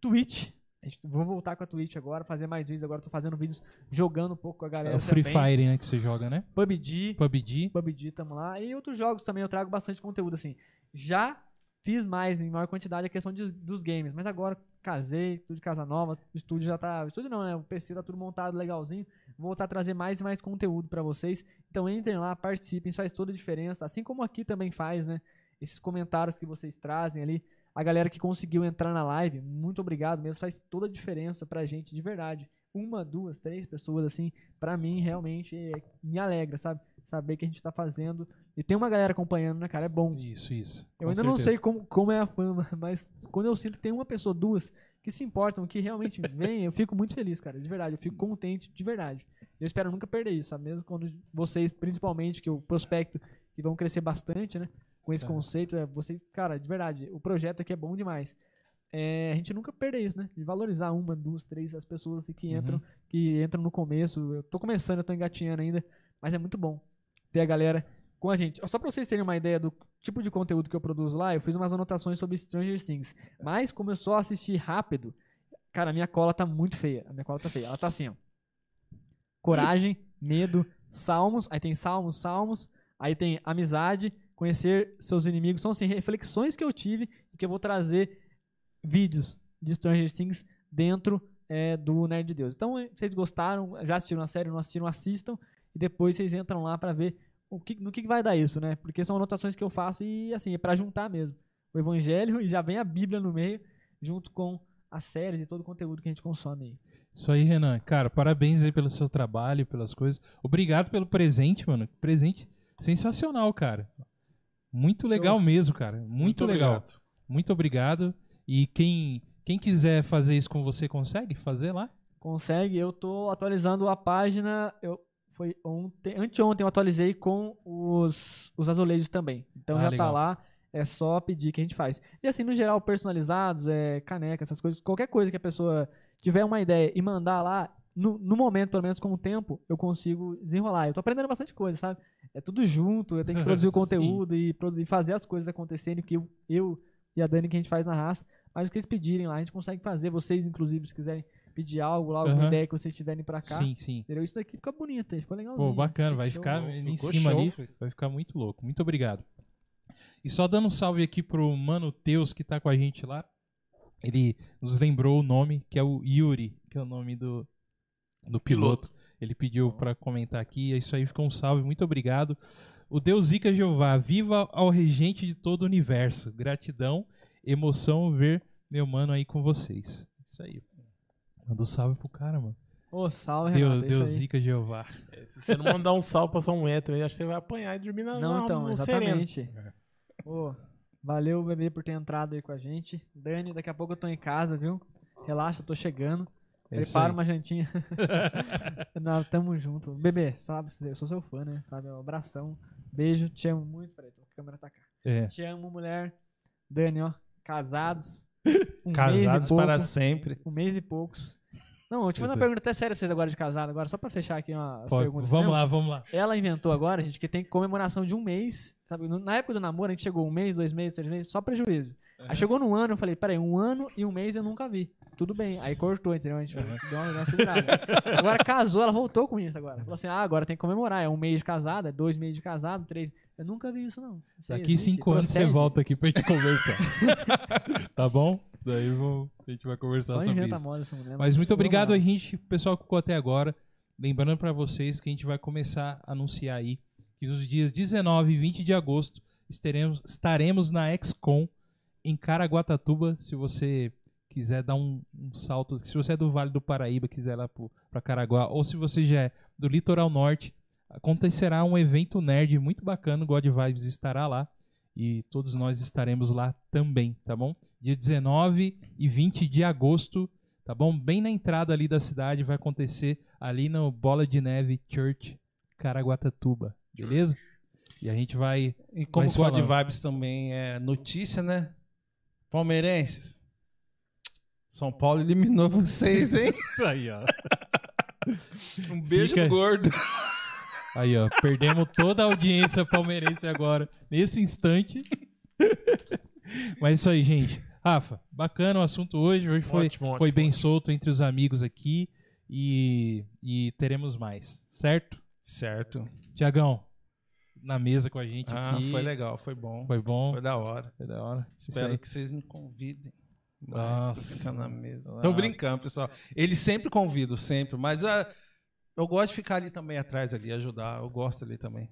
Twitch. A gente- Vou voltar com a Twitch agora, fazer mais vídeos. Agora eu tô fazendo vídeos jogando um pouco com a
É
galera.
o Free
também.
Fire, né? Que você joga, né?
PUBG.
PUBG.
PUBG, tamo lá. E outros jogos também, eu trago bastante conteúdo, assim. Já fiz mais, em maior quantidade, a questão de- dos games. Mas agora casei, tudo de casa nova, o estúdio já tá... O estúdio não, né? O PC tá tudo montado, legalzinho. Vou voltar a trazer mais e mais conteúdo pra vocês. Então entrem lá, participem, isso faz toda a diferença. Assim como aqui também faz, né? Esses comentários que vocês trazem ali. A galera que conseguiu entrar na live, muito obrigado mesmo. Faz toda a diferença pra gente, de verdade. Uma, duas, três pessoas, assim, pra mim, realmente, é- me alegra, sabe? saber que a gente tá fazendo. E tem uma galera acompanhando, né, cara? É bom.
Isso, isso.
Eu
Com
ainda não
certeza.
sei como, como é a fama, mas quando eu sinto que tem uma pessoa, duas, que se importam, que realmente vem, eu fico muito feliz, cara. De verdade, eu fico contente, de verdade. Eu espero nunca perder isso, sabe? Mesmo quando vocês, principalmente, que eu prospecto, que vão crescer bastante, né? Com esse
Aham.
conceito, é, vocês, cara, de verdade, o projeto aqui é bom demais. É, a gente nunca perder isso, né? De valorizar uma, duas, três, as pessoas assim que
Uhum.
entram, que entram no começo. Eu tô começando, eu tô engatinhando ainda, mas é muito bom ter a galera com a gente. Ó, Só pra vocês terem uma ideia do tipo de conteúdo que eu produzo lá, eu fiz umas anotações sobre Stranger Things. Mas como eu só assisti rápido, cara, a minha cola tá muito feia. A minha cola tá feia. Ela tá assim, ó. Coragem, medo, salmos, aí tem salmos, salmos, aí tem amizade, Conhecer seus inimigos são assim, reflexões que eu tive e que eu vou trazer vídeos de Stranger Things dentro é, do Nerd de Deus. Então, eh, vocês gostaram, já assistiram a série, não assistiram, assistam e depois vocês entram lá pra ver o que, no que que vai dar isso, né? Porque são anotações que eu faço e assim, é pra juntar mesmo. O evangelho e já vem a Bíblia no meio, junto com as séries e todo o conteúdo que a gente consome aí.
Isso aí, Renan. Cara, parabéns aí pelo seu trabalho, pelas coisas. Obrigado pelo presente, mano. Presente sensacional, cara. Muito legal mesmo, cara. Muito, legal.
obrigado.
Muito obrigado. E quem, quem quiser fazer isso com você, consegue fazer lá?
Consegue, eu tô atualizando a página. Eu, foi ontem, anteontem eu atualizei com os, os azulejos também. Então
Ah,
já tá
legal.
lá, é só pedir que a gente faz. E assim, no geral, personalizados, é, caneca, essas coisas, qualquer coisa que a pessoa tiver uma ideia e mandar lá, no, no momento, pelo menos com o tempo, eu consigo desenrolar. Eu tô aprendendo bastante coisa, sabe? É tudo junto, eu tenho que produzir o
Sim.
conteúdo e, produzir, fazer as coisas acontecerem, que eu, eu e a Dani que a gente faz na raça. Mas o que eles pedirem lá, a gente consegue fazer. Vocês, inclusive, se quiserem pedir algo lá, alguma
Aham.
ideia que vocês tiverem pra cá.
Sim, sim.
Entendeu? Isso daqui fica bonito, aí assim, ficou legalzinho.
Pô, bacana,
Achei
vai
show.
ficar
Pô,
em
ficou
cima
show,
ali,
filho.
vai ficar muito louco. Muito obrigado. E só dando um salve aqui pro Mano Teus que tá com a gente lá. Ele nos lembrou o nome, que é o Yuri, que é o nome do, do piloto. Ele pediu pra comentar aqui, é isso aí, ficou um salve, muito obrigado. O Deus Zica Jeová, viva ao regente de todo o universo. Gratidão, emoção ver meu mano aí com vocês. Isso aí. Mandou salve pro cara, mano.
Ô, salve,
Deus,
Renato. é isso
Deus
aí.
Zica Jeová.
Se você não mandar um salve pra São Hétero aí, acho que você vai apanhar e dormir na,
Não,
na,
então,
no sereno.
exatamente. Ô, valeu, bebê, por ter entrado aí com a gente. Dani, daqui a pouco eu tô em casa, viu? Relaxa, eu tô chegando.
É isso aí.
Prepara uma jantinha. Nós tamo junto. Bebê, sabe, eu sou seu fã, né? Sabe, um abração. Beijo, te amo muito. Peraí, a câmera tá cá.
É.
Te amo, mulher. Dani, ó, casados. Um mês
Casados
e pouco.
para sempre.
Um mês e poucos. Não, eu te
Meu
fazer uma
Deus.
pergunta até séria pra vocês agora de casado, agora, só pra fechar aqui ó, as
é. Pode-
perguntas.
vamos
mesmo.
lá, vamos lá.
Ela inventou agora, gente, que tem comemoração de um mês. sabe? No- Na época do namoro, a gente chegou um mês, dois meses, três meses, só prejuízo. Aí chegou num ano, eu falei, peraí, um ano e um mês eu nunca vi. Tudo bem. Aí cortou, entendeu? A gente deu uma, deu uma segurada. Agora casou, ela voltou com isso agora. Falou assim, ah, agora tem que comemorar. É um mês de casada, é dois meses de casado, três. Eu nunca vi isso, não. Isso aí
Daqui
existe?
cinco anos você
Procede?
volta aqui pra gente conversar. tá bom? Daí vou- a gente vai conversar
Só
sobre
inventa
isso.
moda essa mulher.
Mas muito obrigado a
aí.
gente, pessoal que ficou até agora. Lembrando pra vocês que a gente vai começar a anunciar aí que nos dias 19 e 20 de agosto estaremos, estaremos na XCOM em Caraguatatuba. Se você quiser dar um, um salto, se você é do Vale do Paraíba, quiser ir lá pro- pra Caraguá, ou se você já é do Litoral Norte, acontecerá um evento nerd muito bacana. o God Vibes estará lá e todos nós estaremos lá também, tá bom? Dia 19 e 20 de agosto tá bom? Bem na entrada ali da cidade vai acontecer ali no Bola de Neve Church Caraguatatuba, beleza? E a gente vai
E como
Mas
o God
falando.
Vibes também é notícia, né? Palmeirenses. São Paulo eliminou vocês, hein?
aí, ó.
Um beijo
Fica-
gordo.
Aí, ó, perdemos toda a audiência palmeirense agora nesse instante. Mas é isso aí, gente. Rafa, bacana o assunto hoje, hoje foi
Ótimo, ótimo,
foi bem
ótimo.
solto entre os amigos aqui e e teremos mais, certo?
Certo.
Tiagão, na mesa com a gente
Ah,
aqui.
foi legal, foi bom.
Foi bom.
Foi da hora.
Foi da hora. Isso aí.
Espero que vocês me convidem. mais
Nossa.
pra ficar na mesa.
Nossa.
Tô brincando, pessoal. Eles sempre convidam, sempre. Mas ah, eu gosto de ficar ali também atrás, ali, ajudar. Eu gosto ali também.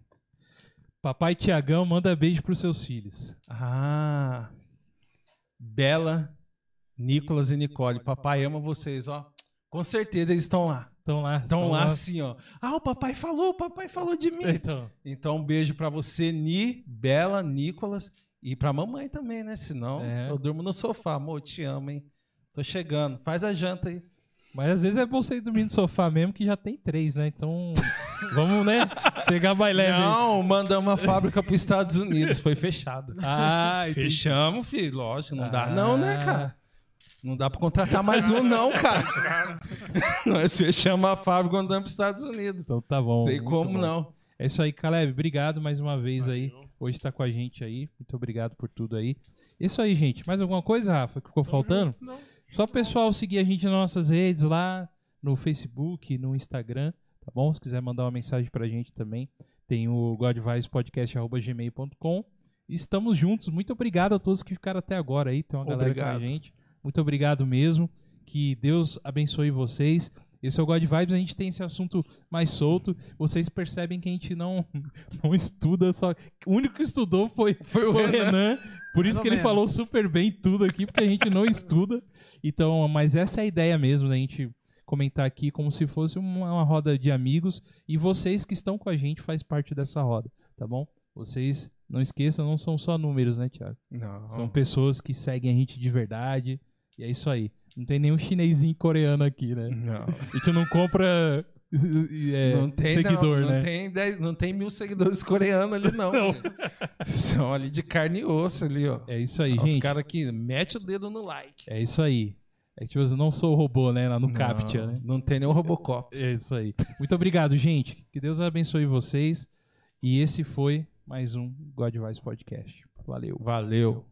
Papai Tiagão manda beijo pros seus filhos.
Ah. Bela, Nicolas e Nicole. Papai ama vocês, ó. Com certeza eles estão lá.
Estão lá.
Estão lá, sim, ó. Ah, o papai falou, o papai falou de mim.
Então,
Então, um beijo pra você, Ni, Bela, Nicolas. E pra mamãe também, né? Senão
É.
eu durmo no sofá. Amor, eu te amo, hein? Tô chegando. Faz a janta aí.
mas às vezes é bom você ir dormir no sofá mesmo, que já tem três, né? Então, vamos, né? Pegar mais leve. aí.
Não, mandamos uma fábrica pros Estados Unidos. Foi fechado.
Ah, entendi.
Fechamos, filho. Lógico, não dá.
Ah.
Não, né, cara? Não dá pra contratar mais um, não, cara. Nós fechamos a fábrica e andamos pros Estados Unidos.
Então tá bom.
Não tem
muito
como
bom.
não.
É isso aí, Caleb. Obrigado mais uma vez aí.
Valeu.
Hoje tá com a gente aí. Muito obrigado por tudo aí. Isso aí, gente. Mais alguma coisa, Rafa, que ficou faltando?
Não.
Só o pessoal seguir a gente nas nossas redes lá, no Facebook, no Instagram, tá bom? Se quiser mandar uma mensagem pra gente também, tem o godvicepodcast.gmail.com Estamos juntos. Muito obrigado a todos que ficaram até agora aí. Tem uma galera
Obrigado.
com a gente. Muito obrigado mesmo. Que Deus abençoe vocês. Esse é o God Vibes, a gente tem esse assunto mais solto. Vocês percebem que a gente não, não estuda, só. O único que estudou foi, foi o Renan.
né?
Por isso
ou
que ele
menos.
falou super bem tudo aqui, porque a gente não estuda. Então, mas essa é a ideia mesmo, da gente comentar aqui como se fosse uma, uma roda de amigos. E vocês que estão com a gente faz parte dessa roda, tá bom? Vocês, não esqueçam, não são só números, né, Thiago?
Não.
São pessoas que seguem a gente de verdade. E é isso aí. Não tem nenhum chinesinho coreano aqui, né?
Não.
A gente não compra é,
não tem,
seguidor,
não,
né?
Não tem, dez- não tem mil seguidores coreanos ali, não. filho. São ali de carne e osso ali, ó.
É isso aí,
Os
gente.
caras que mete o dedo no like.
É isso aí. É que tipo, eu não sou robô, né? Lá no
Não,
CAPTCHA, né?
Não tem nem o Robocop.
É isso aí. Muito obrigado, gente. Que Deus abençoe vocês. E esse foi mais um God Vice Podcast. Valeu.
Valeu.